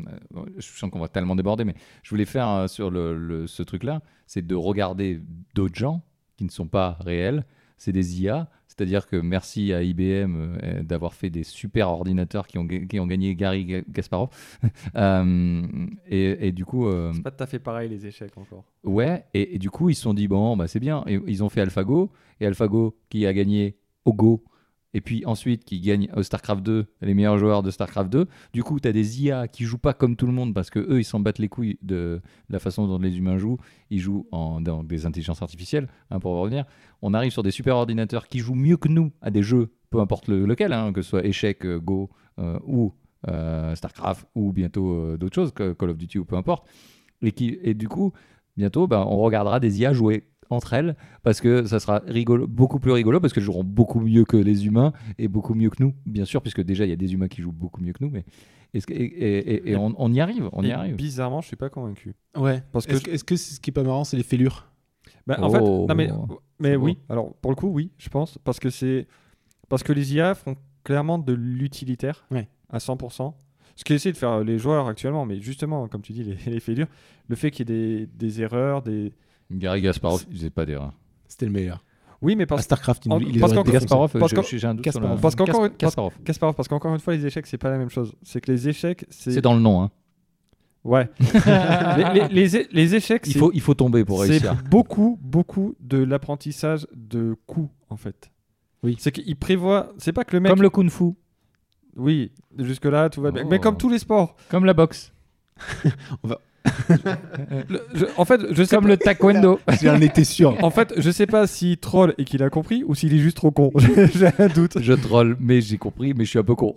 Je sens qu'on va tellement déborder, mais je voulais faire euh, sur le, le- ce truc-là, c'est de regarder d'autres gens qui ne sont pas réels. C'est des IA, c'est-à-dire que merci à IBM euh, d'avoir fait des super ordinateurs qui ont, ga- qui ont gagné Gary Ga- Kasparov. Euh, et, et du coup, euh, C'est pas tout à fait pareil les échecs encore. ouais, et, et du coup, ils se sont dit bon, bah c'est bien. Et ils ont fait AlphaGo et AlphaGo qui a gagné au Go. Et puis ensuite, qui gagne au StarCraft 2, les meilleurs joueurs de StarCraft 2. Du coup, tu as des IA qui jouent pas comme tout le monde parce que eux, ils s'en battent les couilles de la façon dont les humains jouent. Ils jouent en, dans des intelligences artificielles, hein, pour revenir. On arrive sur des super ordinateurs qui jouent mieux que nous à des jeux, peu importe le- lequel, hein, que ce soit échec, euh, Go euh, ou euh, StarCraft ou bientôt euh, d'autres choses, que- Call of Duty ou peu importe. Et, qui, et du coup, bientôt, ben, on regardera des IA jouer entre elles parce que ça sera rigolo, beaucoup plus rigolo parce qu'elles joueront beaucoup mieux que les humains et beaucoup mieux que nous, bien sûr, puisque déjà il y a des humains qui jouent beaucoup mieux que nous, mais est-ce que- et, et- et- et on, on y arrive, on y Et arrive. Bizarrement, je suis pas convaincu. Ouais. Parce que Est-ce que, est-ce que c'est- ce qui est pas marrant, c'est les fêlures Bah, En fait, Oh. non, mais, mais C'est beau. oui. Alors pour le coup, oui, je pense parce que c'est parce que les IA font clairement de l'utilitaire Ouais. à 100%. Ce qu'essaient de faire euh, les joueurs actuellement, mais justement, comme tu dis, les, les faits durs, le fait qu'il y ait des, des erreurs, des Gary Gasparov, il faisait pas d'erreur. C'était le meilleur. oui, mais À parce StarCraft, il, En- il les parce qu'en- aurait défoncés. Gasparov, Parce je- que- je- j'ai un doute sur Kasparov. la- Parce qu'encore- Kas- Kasparov. Kasparov, parce qu'encore une fois, les échecs, c'est pas la même chose. C'est que les échecs, c'est C'est dans le nom. hein. ouais. les, les- les é- les échecs, Il c'est- faut, il faut tomber pour c'est réussir. beaucoup, beaucoup de l'apprentissage de coups, en fait. Oui. C'est qu'il prévoit. C'est pas que le mec. Comme le kung-fu, Oui, jusque-là, tout va bien. Oh. Mais comme tous les sports. comme la boxe, Euh, Le- je- en, fait, je sais comme le taekwondo. J'en étais sûr. pas- en fait, je sais pas s'il troll et qu'il a compris ou s'il est juste trop con. J'ai un doute. je troll, mais j'ai compris, mais je suis un peu con.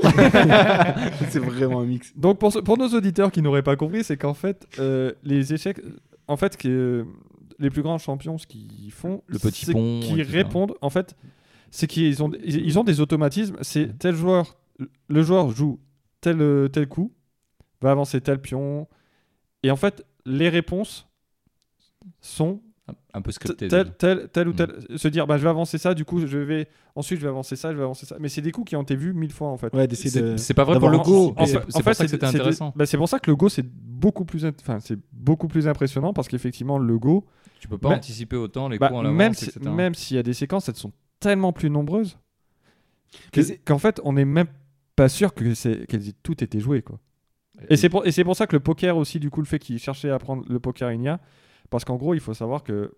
c'est vraiment un mix. Donc, pour, ce- pour nos auditeurs qui n'auraient pas compris, c'est qu'en fait, euh, les échecs. En fait, que, euh, les plus grands champions, ce qu'ils font. Le petit c'est pont, qu'ils etc. répondent. En fait, c'est qu'ils ont, ils ils ont des automatismes. C'est tel joueur. Le joueur joue tel, euh, tel coup, va avancer tel pion. Et en fait, les réponses sont un peu T- scripté. tel, tel, tel ou tel. Se dire, bah, je vais avancer ça, du coup, je vais. Ensuite, je vais avancer ça, je vais avancer ça. Mais c'est des coups qui ont été vus mille fois, en fait. Ouais, d'essayer de. C'est pas vrai pour D'abord, le go. en- mais C'est fait- c'est pour ça que c'est- c'était c'est des- intéressant. bah, c'est pour ça que le Go, c'est beaucoup, plus int- enfin, c'est beaucoup plus impressionnant parce qu'effectivement, le Go, Tu peux pas Mais- anticiper autant les bah, coups en même avance, si- etc. même s'il y a des séquences, elles sont tellement plus nombreuses que- Mais c'est- qu'en fait, on n'est même pas sûr que c'est qu'elles aient tout été joué, quoi. Et c'est pour, et c'est pour ça que le poker aussi, du coup, le fait qu'il cherchait à apprendre le poker inia, parce qu'en gros, il faut savoir que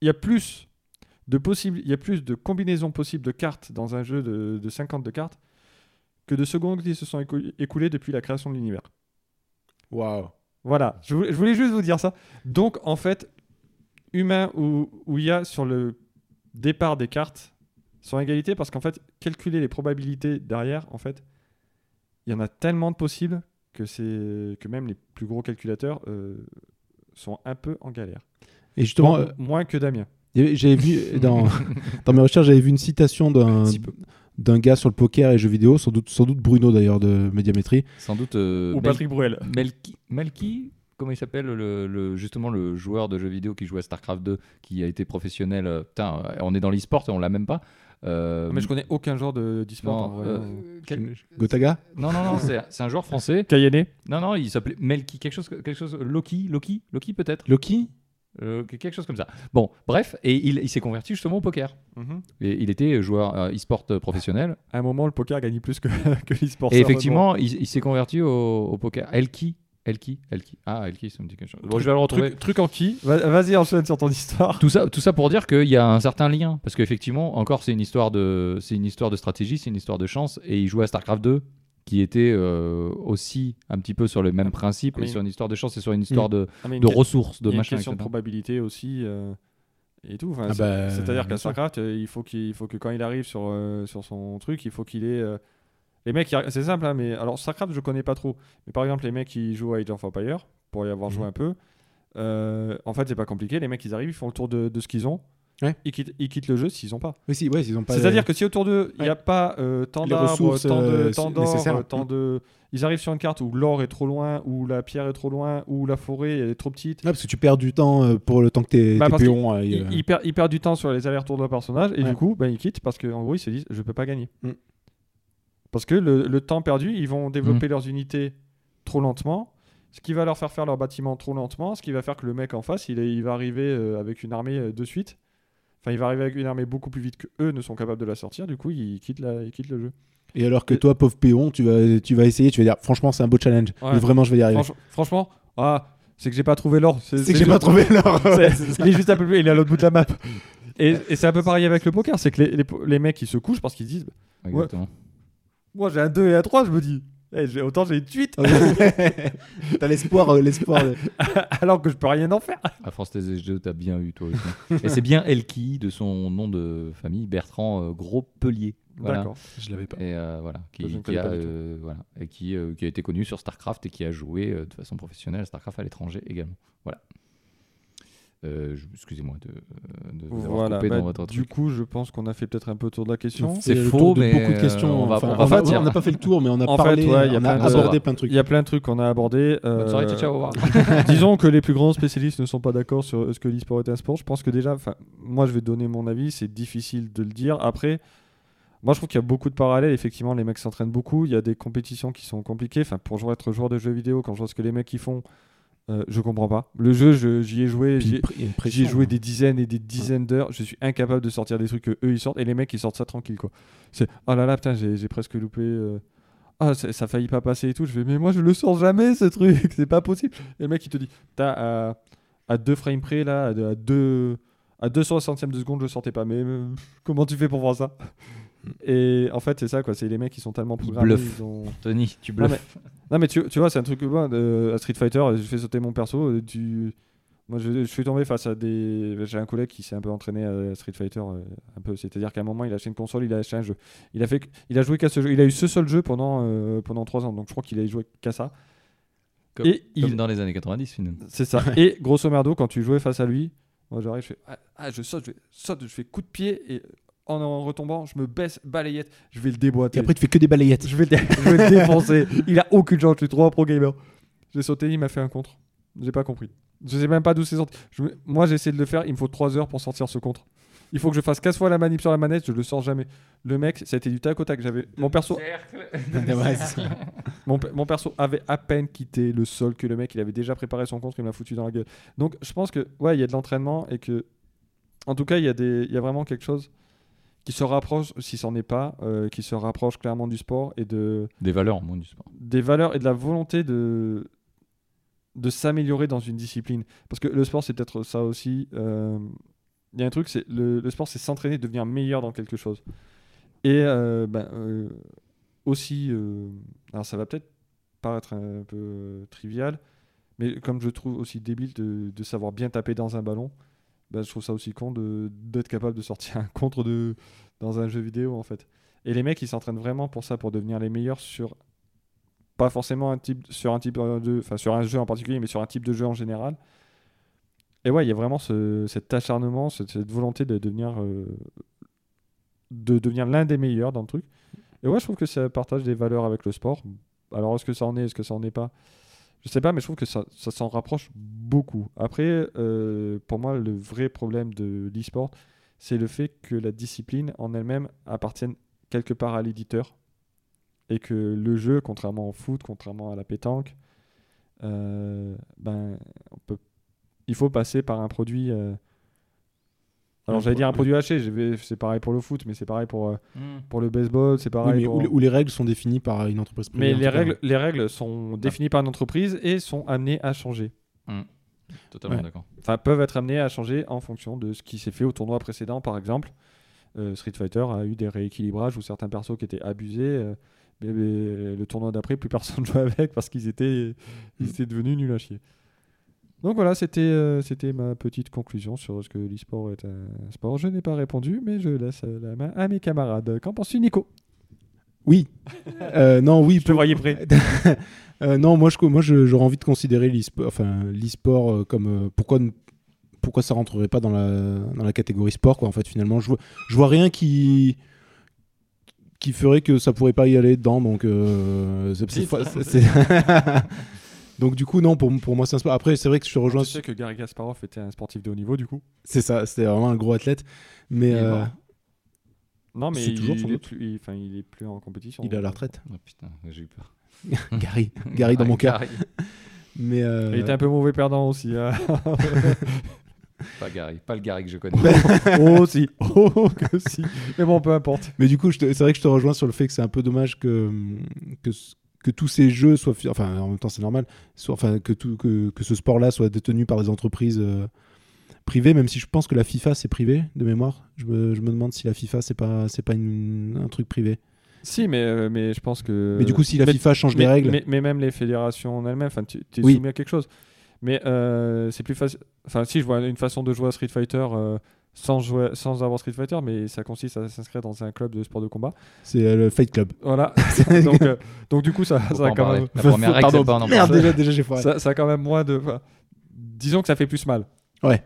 il y a plus de possibles, il y a plus de combinaisons possibles de cartes dans un jeu de, de 50 de cartes que de secondes qui se sont écou- écoulées depuis la création de l'univers. Waouh. Voilà, je voulais, je voulais juste vous dire ça. Donc, en fait, humain ou, ou IA sur le départ des cartes sont égalité parce qu'en fait, calculer les probabilités derrière, en fait, il y en a tellement de possibles que, c'est, que même les plus gros calculateurs euh, sont un peu en galère. Et justement, Bon, euh, moins que Damien. il y avait- j'avais vu euh, dans, dans mes recherches, j'avais vu une citation d'un Un petit peu. d'un gars sur le poker et jeux vidéo, sans doute, sans doute Bruno d'ailleurs de Médiamétrie. Sans doute. euh, ou Mel- Patrick Bruel. Melki, Melki, comment il s'appelle le, le- justement le joueur de jeux vidéo qui joue à StarCraft 2, qui a été professionnel. euh, putain, euh, on est dans l'e-sport et on l'a même pas. Euh, Mais je connais aucun genre de d'e-sport. en non, vrai. euh, quel- Gotaga non, non, non, Bah, c'est c'est un joueur français. Cayenne Non, non, il s'appelait Melki, quelque chose, quelque chose, Loki, Loki, Loki peut-être, Loki Euh, quelque chose comme ça. Bon, bref, et il, il s'est converti justement au poker. Et il était joueur euh, e-sport professionnel À un moment, le poker gagne plus que, que l'e-sport. Et effectivement, il, il s'est converti au, au poker. Elki Elki Elki. Ah, Elki, ça me dit quelque chose. Bon, je vais le retrouver. Truc, truc en qui Va- Vas-y, enchaîne sur ton histoire. Tout ça, tout ça pour dire qu'il y a un certain lien. Parce qu'effectivement, encore, c'est une, histoire de- c'est une histoire de stratégie, c'est une histoire de chance. Et il jouait à StarCraft 2, qui était euh, aussi un petit peu sur le même principe, Ah, mais mais- sur une histoire de chance et sur une histoire de, Ah, mais une de que- ressources, de il y a machin, une question de etc. probabilité aussi euh, et tout. Enfin, Ah c'est- bah, C'est-à-dire qu'à bien sûr. StarCraft, euh, il faut qu'il il faut que quand il arrive sur euh, sur son truc, il faut qu'il ait euh, les mecs. qui- C'est simple, hein, mais alors StarCraft, je connais pas trop. Mais par exemple, les mecs qui jouent à Age of Empires, pour y avoir Mhm. joué un peu, euh, en fait, c'est pas compliqué. Les mecs, ils arrivent, ils font le tour de, de ce qu'ils ont. Ouais. Ils, quittent, ils quittent le jeu s'ils ont pas. Oui, si, ouais, ils ont pas. euh, C'est-à-dire que si autour d'eux, il n'y a pas euh, tant Les d'arbres, ressources, tant de- euh, tant d'or, nécessaires. euh, tant de. Ils arrivent sur une carte où l'or est trop loin, où la pierre est trop loin, où la forêt est trop petite. Ouais, Ah, parce que tu perds du temps euh, pour le temps que t'es Bah, tes parce péons. euh, il, euh, il perd, il perd du bah, temps sur les allers-retours de leur personnage et Ouais. du coup ben, il quitte parce qu'en gros ils se disent je peux pas gagner Mm. Parce que le, le temps perdu, ils vont développer leurs unités trop lentement, ce qui va leur faire faire leur bâtiment trop lentement, ce qui va faire que le mec en face, il, est- il va arriver euh, avec une armée euh, de suite. Enfin, il va arriver avec une armée beaucoup plus vite que eux ne sont capables de la sortir. Du coup, ils quittent, la, ils quittent le jeu. Et alors que toi, pauvre péon, tu vas, tu vas essayer, tu vas dire, franchement, c'est un beau challenge. Ouais. Mais vraiment, je vais y arriver. Franch- franchement, ah, c'est que j'ai pas trouvé l'or. C'est que j'ai pas trouvé l'or. C'est- il est juste à peu, il est à l'autre bout de la map. Et, et c'est un peu pareil avec le poker, c'est que les, les po- les mecs ils se couchent parce qu'ils disent Exactement. Moi j'ai un 2 et un 3, je me dis Eh, j'ai- Autant j'ai une suite euh, T'as l'espoir, euh, l'espoir. de- alors que je peux rien en faire. À France tes SG2, t'as bien eu toi aussi. Et c'est bien Elki de son nom de famille, Bertrand euh, Gros-Pelier. Voilà. D'accord. Je l'avais pas. Et euh, voilà, Je ne qui, qui connais a, pas du tout. euh, voilà, et qui, euh, qui a été connu sur StarCraft et qui a joué euh, de façon professionnelle à StarCraft à l'étranger également. Voilà. Euh, je- Excusez-moi de, euh, de vous avoir Voilà, coupé bah, dans votre du truc. coup je pense qu'on a fait peut-être un peu le tour de la question. C'est le faux, tour de mais, beaucoup de euh, questions. on va- enfin, on va en fait, partir. on n'a pas fait le tour, mais on a En fait, parlé, ouais, il y a on a plein de- abordé plein de trucs. Il y a plein de trucs qu'on a abordés. euh, Bonne soirée, ciao, ciao, au revoir. Disons que les plus grands spécialistes ne sont pas d'accord sur euh, ce que l'e-sport est un sport. Je pense que déjà, enfin, moi je vais donner mon avis, c'est difficile de le dire. Après, moi je trouve qu'il y a beaucoup de parallèles. Effectivement, les mecs s'entraînent beaucoup. Il y a des compétitions qui sont compliquées. Enfin, pour jouer- être joueur de jeux vidéo, quand je vois ce que les mecs ils font, euh, je comprends pas. Le jeu, je- j'y ai joué. Puis j'y ai- pr- il y a une J'y pression, hein. ai joué des dizaines et des dizaines d'heures. Je suis incapable de sortir des trucs que eux ils sortent. Et les mecs ils sortent ça tranquille quoi. C'est oh là là putain j'ai j'ai presque loupé. euh, Ah ça, ça a failli pas passer et tout. Je vais mais moi je le sors jamais ce truc. C'est pas possible. Et le mec il te dit t'as à, à deux frames près là à deux à deux à 260e de seconde je sortais pas. Mais euh, comment tu fais pour voir ça Et en fait c'est ça quoi. C'est les mecs qui sont tellement programmés. bluffent. ils ont- Tony, tu non bluffes. mais, non, mais tu, tu vois, c'est un truc que moi, euh, à Street Fighter, euh, j'ai fait sauter mon perso. euh, tu... Moi, je, je suis tombé face à des. J'ai un collègue qui s'est un peu entraîné à Street Fighter, euh, un peu. C'est-à-dire qu'à un moment, il a acheté une console, il a acheté un jeu. Il a fait, que- il a joué qu'à ce jeu. Il a eu ce seul jeu pendant euh, pendant trois ans. Donc, je crois qu'il a joué qu'à ça. Comme- et Comme il- dans les années 90, finalement. C'est ça. et grosso merdo, quand tu jouais face à lui, moi, j'arrive, je fais, ah, ah, je saute, je fais- saute, je fais coup de pied et en, en retombant, je me baisse, balayette, je vais le Et déboîter. après, tu fais que des balayettes. Je vais, le- je vais le défoncer. Il a aucune chance. Je suis trop un pro gamer. J'ai sauté, il m'a fait un contre. J'ai pas compris. Je sais même pas d'où c'est sorti. Je me- Moi, j'ai essayé de le faire. Il me faut 3 heures pour sortir ce contre. Il faut que je fasse 15 fois la manip sur la manette. Je le sors jamais. Le mec, ça a été du tac au tac. J'avais mon perso, Ouais, c'est ça. mon, pe- mon perso avait à peine quitté le sol que le mec. Il avait déjà préparé son contre. Il m'a foutu dans la gueule. Donc, je pense que ouais, il y a de l'entraînement et que, en tout cas, il y a des, il y a vraiment quelque chose qui se rapproche, si c'en est pas, euh, qui se rapproche clairement du sport et de Des valeurs au monde du sport. des valeurs et de la volonté de, de s'améliorer dans une discipline. Parce que le sport, c'est peut-être ça aussi. euh, Il y a un truc, c'est le, le sport, c'est s'entraîner, devenir meilleur dans quelque chose. Et euh, ben, euh, aussi, euh, alors ça va peut-être paraître un peu euh, trivial, mais comme je trouve aussi débile de, de savoir bien taper dans un ballon, ben, je trouve ça aussi con de- d'être capable de sortir un contre de, dans un jeu vidéo en fait. Et les mecs, ils s'entraînent vraiment pour ça, pour devenir les meilleurs sur pas forcément un type sur un type euh, de enfin sur un jeu en particulier mais sur un type de jeu en général et ouais il y a vraiment ce- cet acharnement cette, cette volonté de devenir euh, de devenir l'un des meilleurs dans le truc et ouais je trouve que ça partage des valeurs avec le sport alors est-ce que ça en est est-ce que ça en est pas je sais pas mais je trouve que ça, ça s'en rapproche beaucoup après euh, pour moi le vrai problème de l'e-sport c'est le fait que la discipline en elle-même appartienne quelque part à l'éditeur et que le jeu, contrairement au foot, contrairement à la pétanque, euh, ben, on peut... il faut passer par un produit. euh, Alors Un j'allais pro- dire un produit haché, je vais- c'est pareil pour le foot, mais c'est pareil pour, euh, pour le baseball, c'est Oui, pareil. mais pour- où, les- où les règles sont définies par une entreprise privée. Mais en les tout cas. règles, les règles sont définies par une entreprise et sont amenées à changer. Totalement Ouais. d'accord. Enfin, peuvent être amenées à changer en fonction de ce qui s'est fait au tournoi précédent, par exemple. Euh, Street Fighter a eu des rééquilibrages où certains persos qui étaient abusés, euh, mais- mais le tournoi d'après, plus personne jouait avec parce qu'ils étaient, Mm. ils étaient devenus nuls à chier. Donc voilà, c'était euh, c'était ma petite conclusion sur ce que l'e-sport est un sport. Je n'ai pas répondu, mais je laisse euh, la main à mes camarades. Qu'en penses-tu, Nico Oui. Euh, non, oui. te voyais prêt. Euh, non, moi, je, moi je- j'aurais envie de considérer l'e-sport enfin, l'e-sport, euh, comme. euh, pourquoi, ne- pourquoi ça rentrerait pas dans la, dans la catégorie sport, quoi, en fait, finalement. Je vois, je vois rien qui qui ferait que ça pourrait pas y aller dedans donc euh, c'est- c'est- c'est- c'est- donc du coup non pour, pour moi c'est un sport après c'est vrai que je te rejoins Je sais que Gary Gasparov était un sportif de haut niveau, du coup. c'est ça c'était vraiment un gros athlète mais Il est euh, mort. Non, mais C'est il, toujours sans il est doute. plus, il- enfin, il est plus en compétition. Il est à la retraite. Oh, putain, j'ai eu peur. Gary, Gary dans mon cas. Gary. Mais euh, Il était un peu mauvais perdant aussi. hein. Pas Gary, pas le Gary que je connais. oh si, oh que si. Mais bon, peu importe. Mais du coup, je te- c'est vrai que je te rejoins sur le fait que c'est un peu dommage que, que, ce- que tous ces jeux soient. fi- Enfin, en même temps, c'est normal. Soit, enfin, que, tout, que, que ce sport-là soit détenu par des entreprises euh, privées, même si je pense que la FIFA, c'est privé, de mémoire. Je me, je me demande si la FIFA, c'est pas, c'est pas une- un truc privé. Si, mais, euh, mais je pense que. mais du coup, si la mais- FIFA change les mais- règles. Mais, mais même les fédérations en elles-mêmes, enfin, tu es Oui. soumis à quelque chose. Mais euh, c'est plus facile. Enfin, si je vois une façon de jouer à Street Fighter euh, sans, jouer, sans avoir Street Fighter, mais ça consiste à s'inscrire dans un club de sport de combat. C'est euh, le Fight Club. Voilà. donc, euh, donc du coup, ça, Faut ça pas a en quand parler. même. bah, La première règle, c'est pas en en Merde, parler. déjà, déjà j'ai foiré. Ça, ça a quand même moins de. enfin, disons que ça fait plus mal. Ouais.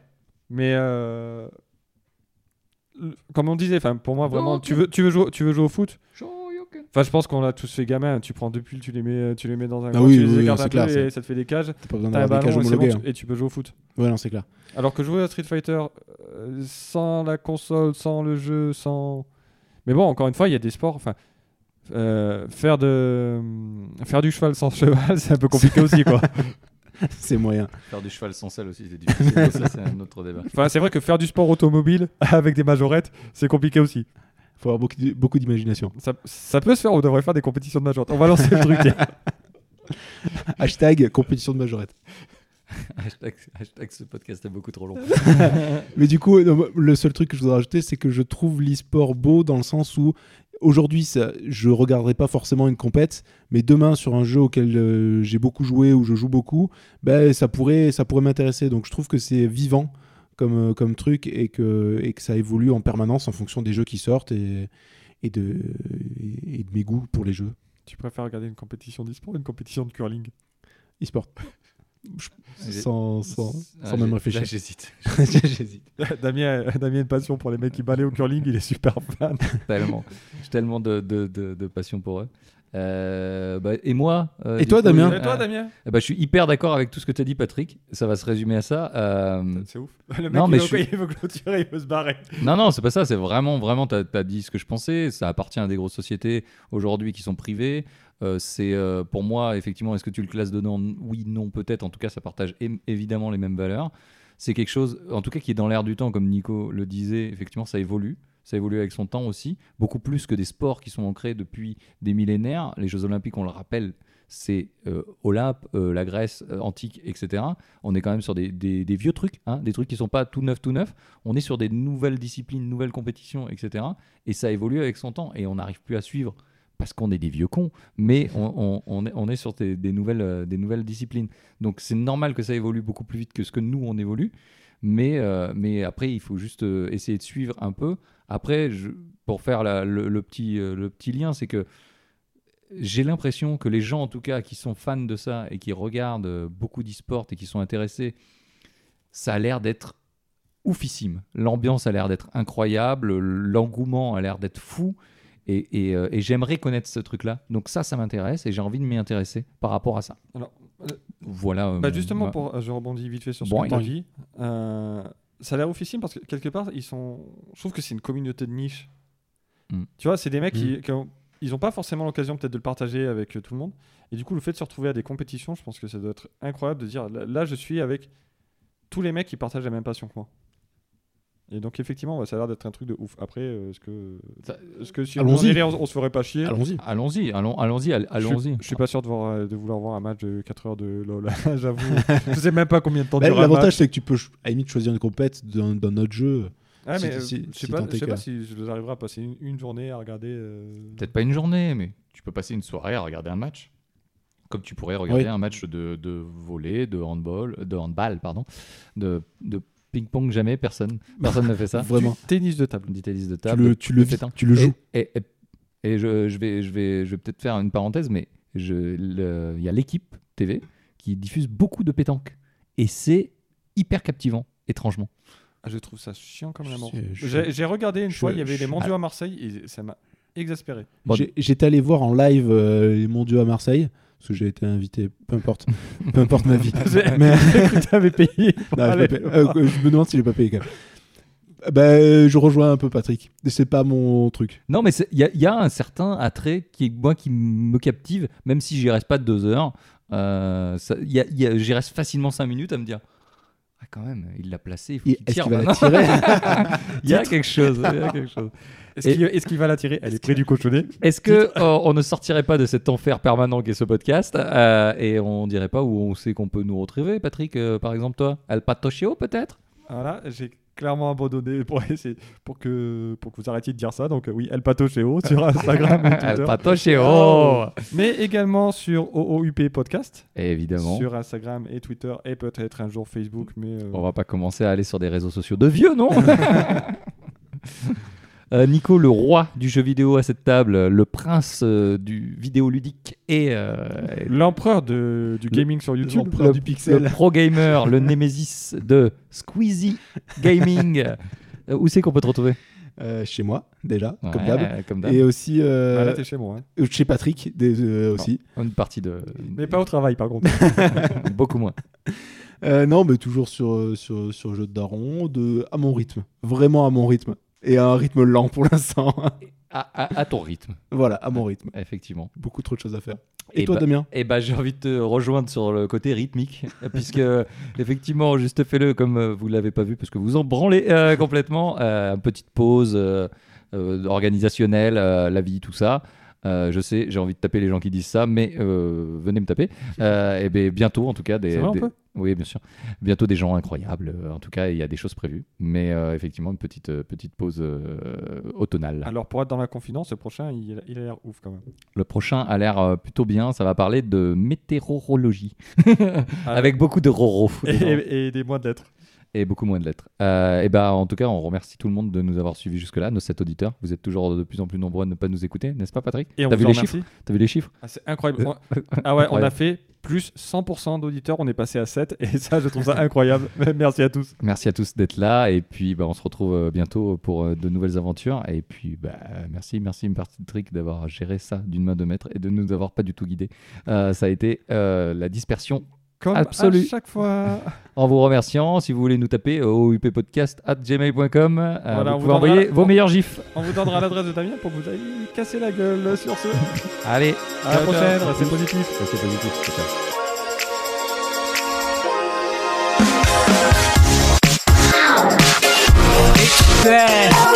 Mais euh, le- comme on disait, enfin, pour moi vraiment, Donc- tu veux, tu veux jouer, tu veux jouer au foot. Shoryuken. Enfin, je pense qu'on l'a tous fait gamin. hein. Tu prends deux piles, tu les mets, euh, tu les mets dans un Ah coin, oui, tu les oui, oui, écartes c'est un peu clair, et ça te fait des cages. T'as pas besoin T'as un d'avoir des ballon cages et, bah c'est bon, homologuées. tu- et tu peux jouer au foot. hein. Ouais, non, c'est clair. Alors que jouer à Street Fighter euh, sans la console, sans le jeu, sans. Mais bon, encore une fois, il y a des sports. Enfin, euh, faire de faire du cheval sans cheval, c'est un peu compliqué aussi, quoi. c'est moyen. Faire du cheval sans selle aussi, c'est difficile. mais ça, c'est un autre débat. Enfin, c'est vrai que faire du sport automobile avec des majorettes, c'est compliqué aussi. Faut avoir beaucoup, d- beaucoup d'imagination. Ça, ça peut se faire, on devrait faire des compétitions de majorettes. On va lancer le truc. tiens. Hashtag compétition de majorette. Hashtag, hashtag ce podcast est beaucoup trop long. Mais du coup, euh, non, moi, le seul truc que je voudrais rajouter, c'est que je trouve l'e-sport beau dans le sens où aujourd'hui, ça- je regarderai pas forcément une compète, mais demain sur un jeu auquel euh, j'ai beaucoup joué ou je joue beaucoup, ben ça pourrait, ça pourrait m'intéresser. Donc je trouve que c'est vivant comme, euh, comme truc et que, et que ça évolue en permanence en fonction des jeux qui sortent et, et, de, et de mes goûts pour les jeux tu préfères regarder une compétition d'e-sport ou une compétition de curling e-sport. Je- J'ai- Sans, sans, Ah, sans j'ai- même Là, réfléchir. j'hésite. J'hésite. Damien, a- Damien a une passion pour les mecs qui balaient au curling, il est super fan. tellement. J'ai tellement de, de, de- de passion pour eux. Euh, bah, et moi euh, Et du toi, Damien euh, Damien eh ben, Je suis hyper d'accord avec tout ce que tu as dit, Patrick. Ça va se résumer à ça. Euh, C'est ouf. Le mec, Non, il, mais veut, je suis- il veut clôturer, il veut se barrer. Non, Ah, non, c'est pas ça. C'est vraiment, vraiment, t'as as dit ce que je pensais. Ça appartient à des grosses sociétés aujourd'hui qui sont privées. Euh, c'est euh, pour moi, effectivement, est-ce que tu le classes dedans Oui, non, peut-être. En tout cas, ça partage é- évidemment les mêmes valeurs. C'est quelque chose, en tout cas, qui est dans l'air du temps, comme Nico le disait. Effectivement, ça évolue. Ça évolue avec son temps aussi. Beaucoup plus que des sports qui sont ancrés depuis des millénaires. Les Jeux Olympiques, on le rappelle, c'est euh, Olympe, euh, la Grèce euh, antique, etc. On est quand même sur des, des- des vieux trucs, hein, des trucs qui sont pas tout neufs, tout neufs on est sur des nouvelles disciplines, nouvelles compétitions, etc. Et ça évolue avec son temps et on n'arrive plus à suivre parce qu'on est des vieux cons, mais on, on- on est, on est sur des, des nouvelles, euh, des nouvelles disciplines. Donc c'est normal que ça évolue beaucoup plus vite que ce que nous, on évolue. Mais, euh, mais après, il faut juste euh, essayer de suivre un peu. Après, je- pour faire la- le, le petit, euh, le petit lien, c'est que j'ai l'impression que les gens, en tout cas, qui sont fans de ça et qui regardent euh, beaucoup d'e-sport et qui sont intéressés, ça a l'air d'être oufissime. L'ambiance a l'air d'être incroyable, l'engouement a l'air d'être fou. Et, et, euh, et j'aimerais connaître ce truc-là. Donc ça, ça m'intéresse et j'ai envie de m'y intéresser par rapport à ça. Alors, euh, voilà. euh, Bah mon- justement, ma- pour, euh, je rebondis vite fait sur ce Bon, que tu as oui. dit. Euh, ça a l'air officiel parce que quelque part, ils sont... je trouve que c'est une communauté de niche. Mm. Tu vois, c'est des mecs qui, qui ont- ils n'ont pas forcément l'occasion peut-être de le partager avec euh, tout le monde. Et du coup, le fait de se retrouver à des compétitions, je pense que ça doit être incroyable de dire là, là, je suis avec tous les mecs qui partagent la même passion que moi. Et donc, effectivement, ouais, ça a l'air d'être un truc de ouf. Après, euh, est-ce que, Ça- est-ce que si on Allons-y. irait, on, on se ferait pas chier Allons-y. Allons-y, allons, allons-y, all- Je suis- allons-y. Je suis pas sûr de, voir, euh, de vouloir voir un match de 4 heures de LoL. J'avoue, je sais même pas combien de temps Bah, dure un match. L'avantage, c'est que tu peux ch- à la limite choisir une compète d'un d'un autre jeu. Ah, Si- mais, euh, si- je sais si pas, tant est je sais que- pas si je arriverai à passer une, une journée à regarder. euh, Peut-être pas une journée, mais tu peux passer une soirée à regarder un match. Comme tu pourrais regarder Oui. un match de, de volley, de handball, de handball, pardon, de, de ping-pong, jamais personne. Personne ne fait ça. Vraiment. Tennis de table. Des tennis de Tu table. le, tu le, vis, pétanque. tu le joues. Et, et- et je, je vais, je vais, je vais peut-être faire une parenthèse, mais je- le- il y a l'équipe TV qui diffuse beaucoup de pétanque. Et c'est hyper captivant, étrangement. Ah, je trouve ça chiant comme la mort. Je- je- J'ai j'ai regardé une je- fois, il y avait je- ah. les mondiaux à Marseille et ça m'a exaspéré. Bon. J'ai- J'étais allé voir en live euh, les Mondiaux à Marseille, parce que j'ai été invité, peu importe, peu importe ma vie. J'ai- Mais- J'ai cru que t'avais payé. pour Non, je, aller me paye- le euh, voir. je me demande s'il n'est pas payé quand même. Ben, je rejoins un peu Patrick. C'est pas mon truc. Non, mais c'est- il y, a- il y a un certain attrait qui est moi qui me captive, même si j'y reste pas deux heures. euh, ça- il y a- il y a- j'y reste facilement cinq minutes à me dire. Ah, quand même, il l'a placé, il faut Et qu'il Est-ce tire qu'il va la maintenant. tirer Il y a quelque chose. il y a quelque chose. Est-ce Et- qu'il est-ce qu'il va la tirer Elle est près du cochonnet. Est-ce que oh, on ne sortirait pas de cet enfer permanent qu'est ce podcast euh, et on dirait pas où on sait qu'on peut nous retrouver, Patrick, euh, par exemple toi, Al Patocchio peut-être Voilà, j'ai clairement abandonné pour essayer pour que pour que vous arrêtiez de dire ça. Donc euh, oui, El Pato Cheo sur Instagram et Al Twitter, Patocchio, Oh. mais également sur OOUP Podcast évidemment. sur Instagram et Twitter et peut-être un jour Facebook, mais euh, On va pas commencer à aller sur des réseaux sociaux de vieux, non Euh, Nico, le roi du jeu vidéo à cette table, le prince euh, du vidéoludique et euh, l'empereur de- du Le- gaming sur YouTube. l'empereur du pixel. le pro gamer, le némésis de Squeezie Gaming. Euh, Où c'est qu'on peut te retrouver Euh, Chez moi, déjà, comme Ouais, d'hab. comme d'hab. Bah, Et aussi euh, Ah, là, t'es chez moi. hein. euh, chez Patrick, des- euh, aussi. Une partie de. Mais pas au travail, par contre. Beaucoup moins. Euh, non, mais toujours sur, euh, sur, sur Jeu de Daron, de, à mon rythme. Vraiment à mon rythme. Et à un rythme lent pour l'instant. À, à- à ton rythme, voilà, à mon rythme. effectivement. Beaucoup trop de choses à faire. Et, Eh toi, ben- Damien Eh ben, j'ai envie de te rejoindre sur le côté rythmique, puisque effectivement, juste fais-le comme euh, vous l'avez pas vu, parce que vous en branlez euh, complètement. Euh, une petite pause euh, euh, organisationnelle, euh, la vie, tout ça. Euh, je sais, j'ai envie de taper les gens qui disent ça, mais euh, venez me taper. Euh, et bien, bientôt, en tout cas, des, C'est vrai, on des- peut oui, bien sûr, bientôt des gens incroyables. Euh, En tout cas, il y a des choses prévues, mais euh, effectivement, une petite euh, petite pause euh, automnale. Alors pour être dans la confidence, le prochain, il, il a l'air ouf quand même. Le prochain a l'air euh, plutôt bien. Ça va parler de météorologie. Ah. Avec beaucoup de roro. et, dedans. et- et des mois de lettres. Et beaucoup moins de lettres. Euh, et ben, en tout cas, on remercie tout le monde de nous avoir suivis jusque-là, nos 7 auditeurs. Vous êtes toujours de plus en plus nombreux à ne pas nous écouter, n'est-ce pas, Patrick Et on T'as vous vu en les chiffres remercie. T'as vu les chiffres Ah, c'est incroyable. On- Ah ouais, on a Incroyable. fait plus 100% d'auditeurs, on est passé à 7 et ça, je trouve ça incroyable. Merci à tous. Merci à tous d'être là. Et puis, ben, on se retrouve euh, bientôt pour euh, de nouvelles aventures. Et puis, ben, merci, merci, Patrick, d'avoir géré ça d'une main de maître et de nous avoir pas du tout guidés. Euh, ça a été euh, la dispersion Comme Absolu. à chaque fois. en vous remerciant. Si vous voulez nous taper, euh, ouppodcast.gmail.com. Euh, Voilà, on vous vous pouvez donnera envoyer la- vos meilleurs gifs. On vous donnera l'adresse de Damien pour que vous ayez casser la gueule sur ce. Allez, À la ciao, prochaine, ciao. restez positifs. Restez positifs, ciao, ciao. Yeah.